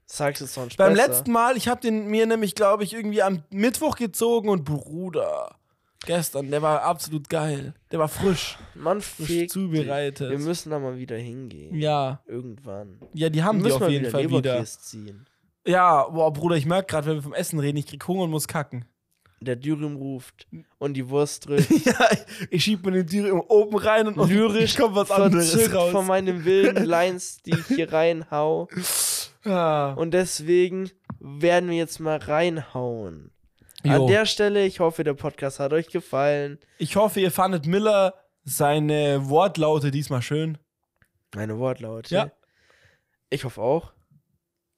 S2: Sagst du sonst
S1: Beim
S2: besser.
S1: letzten Mal, ich habe den mir nämlich, glaube ich, irgendwie am Mittwoch gezogen und Bruder. Gestern, der war absolut geil. Der war frisch.
S2: Mann, fick
S1: zubereitet.
S2: dich. Wir müssen da mal wieder hingehen.
S1: Ja.
S2: Irgendwann.
S1: Ja, die haben die
S2: müssen
S1: auf
S2: wir
S1: jeden
S2: wieder
S1: Fall wieder.
S2: Leberkäse ziehen.
S1: Ja, boah, Bruder, ich merke gerade, wenn wir vom Essen reden, ich krieg Hunger und muss kacken.
S2: Der Dürüm ruft und die Wurst drückt.
S1: ja, ich schieb mir den Tier immer oben rein und
S2: Lyrisch
S1: kommt was anderes
S2: verzückt von
S1: raus.
S2: meinen wilden Lines, die ich hier reinhau.
S1: Ja.
S2: Und deswegen werden wir jetzt mal reinhauen.
S1: Jo.
S2: An der Stelle, ich hoffe, der Podcast hat euch gefallen.
S1: Ich hoffe, ihr fandet Miller seine Wortlaute diesmal schön.
S2: Meine Wortlaute.
S1: Ja.
S2: Ich hoffe auch.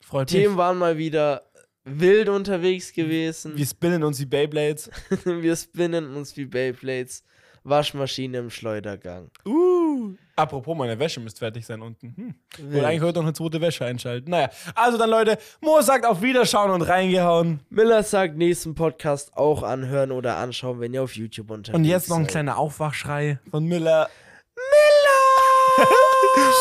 S1: Freut
S2: Themen waren mal wieder wild unterwegs gewesen.
S1: mich. Wir spinnen uns die Beyblades.
S2: Wir spinnen uns wie Beyblades. Waschmaschine im Schleudergang.
S1: Uh. Apropos, meine Wäsche müsste fertig sein unten. Hm.
S2: Wild.
S1: Wollte eigentlich heute noch eine zweite Wäsche einschalten. Naja, also dann Leute, Mo sagt auf Wiederschauen und reingehauen.
S2: Miller sagt, nächsten Podcast auch anhören oder anschauen, wenn ihr auf YouTube unterwegs seid.
S1: Und jetzt noch ein kleiner Aufwachschrei von Miller.
S2: Miller!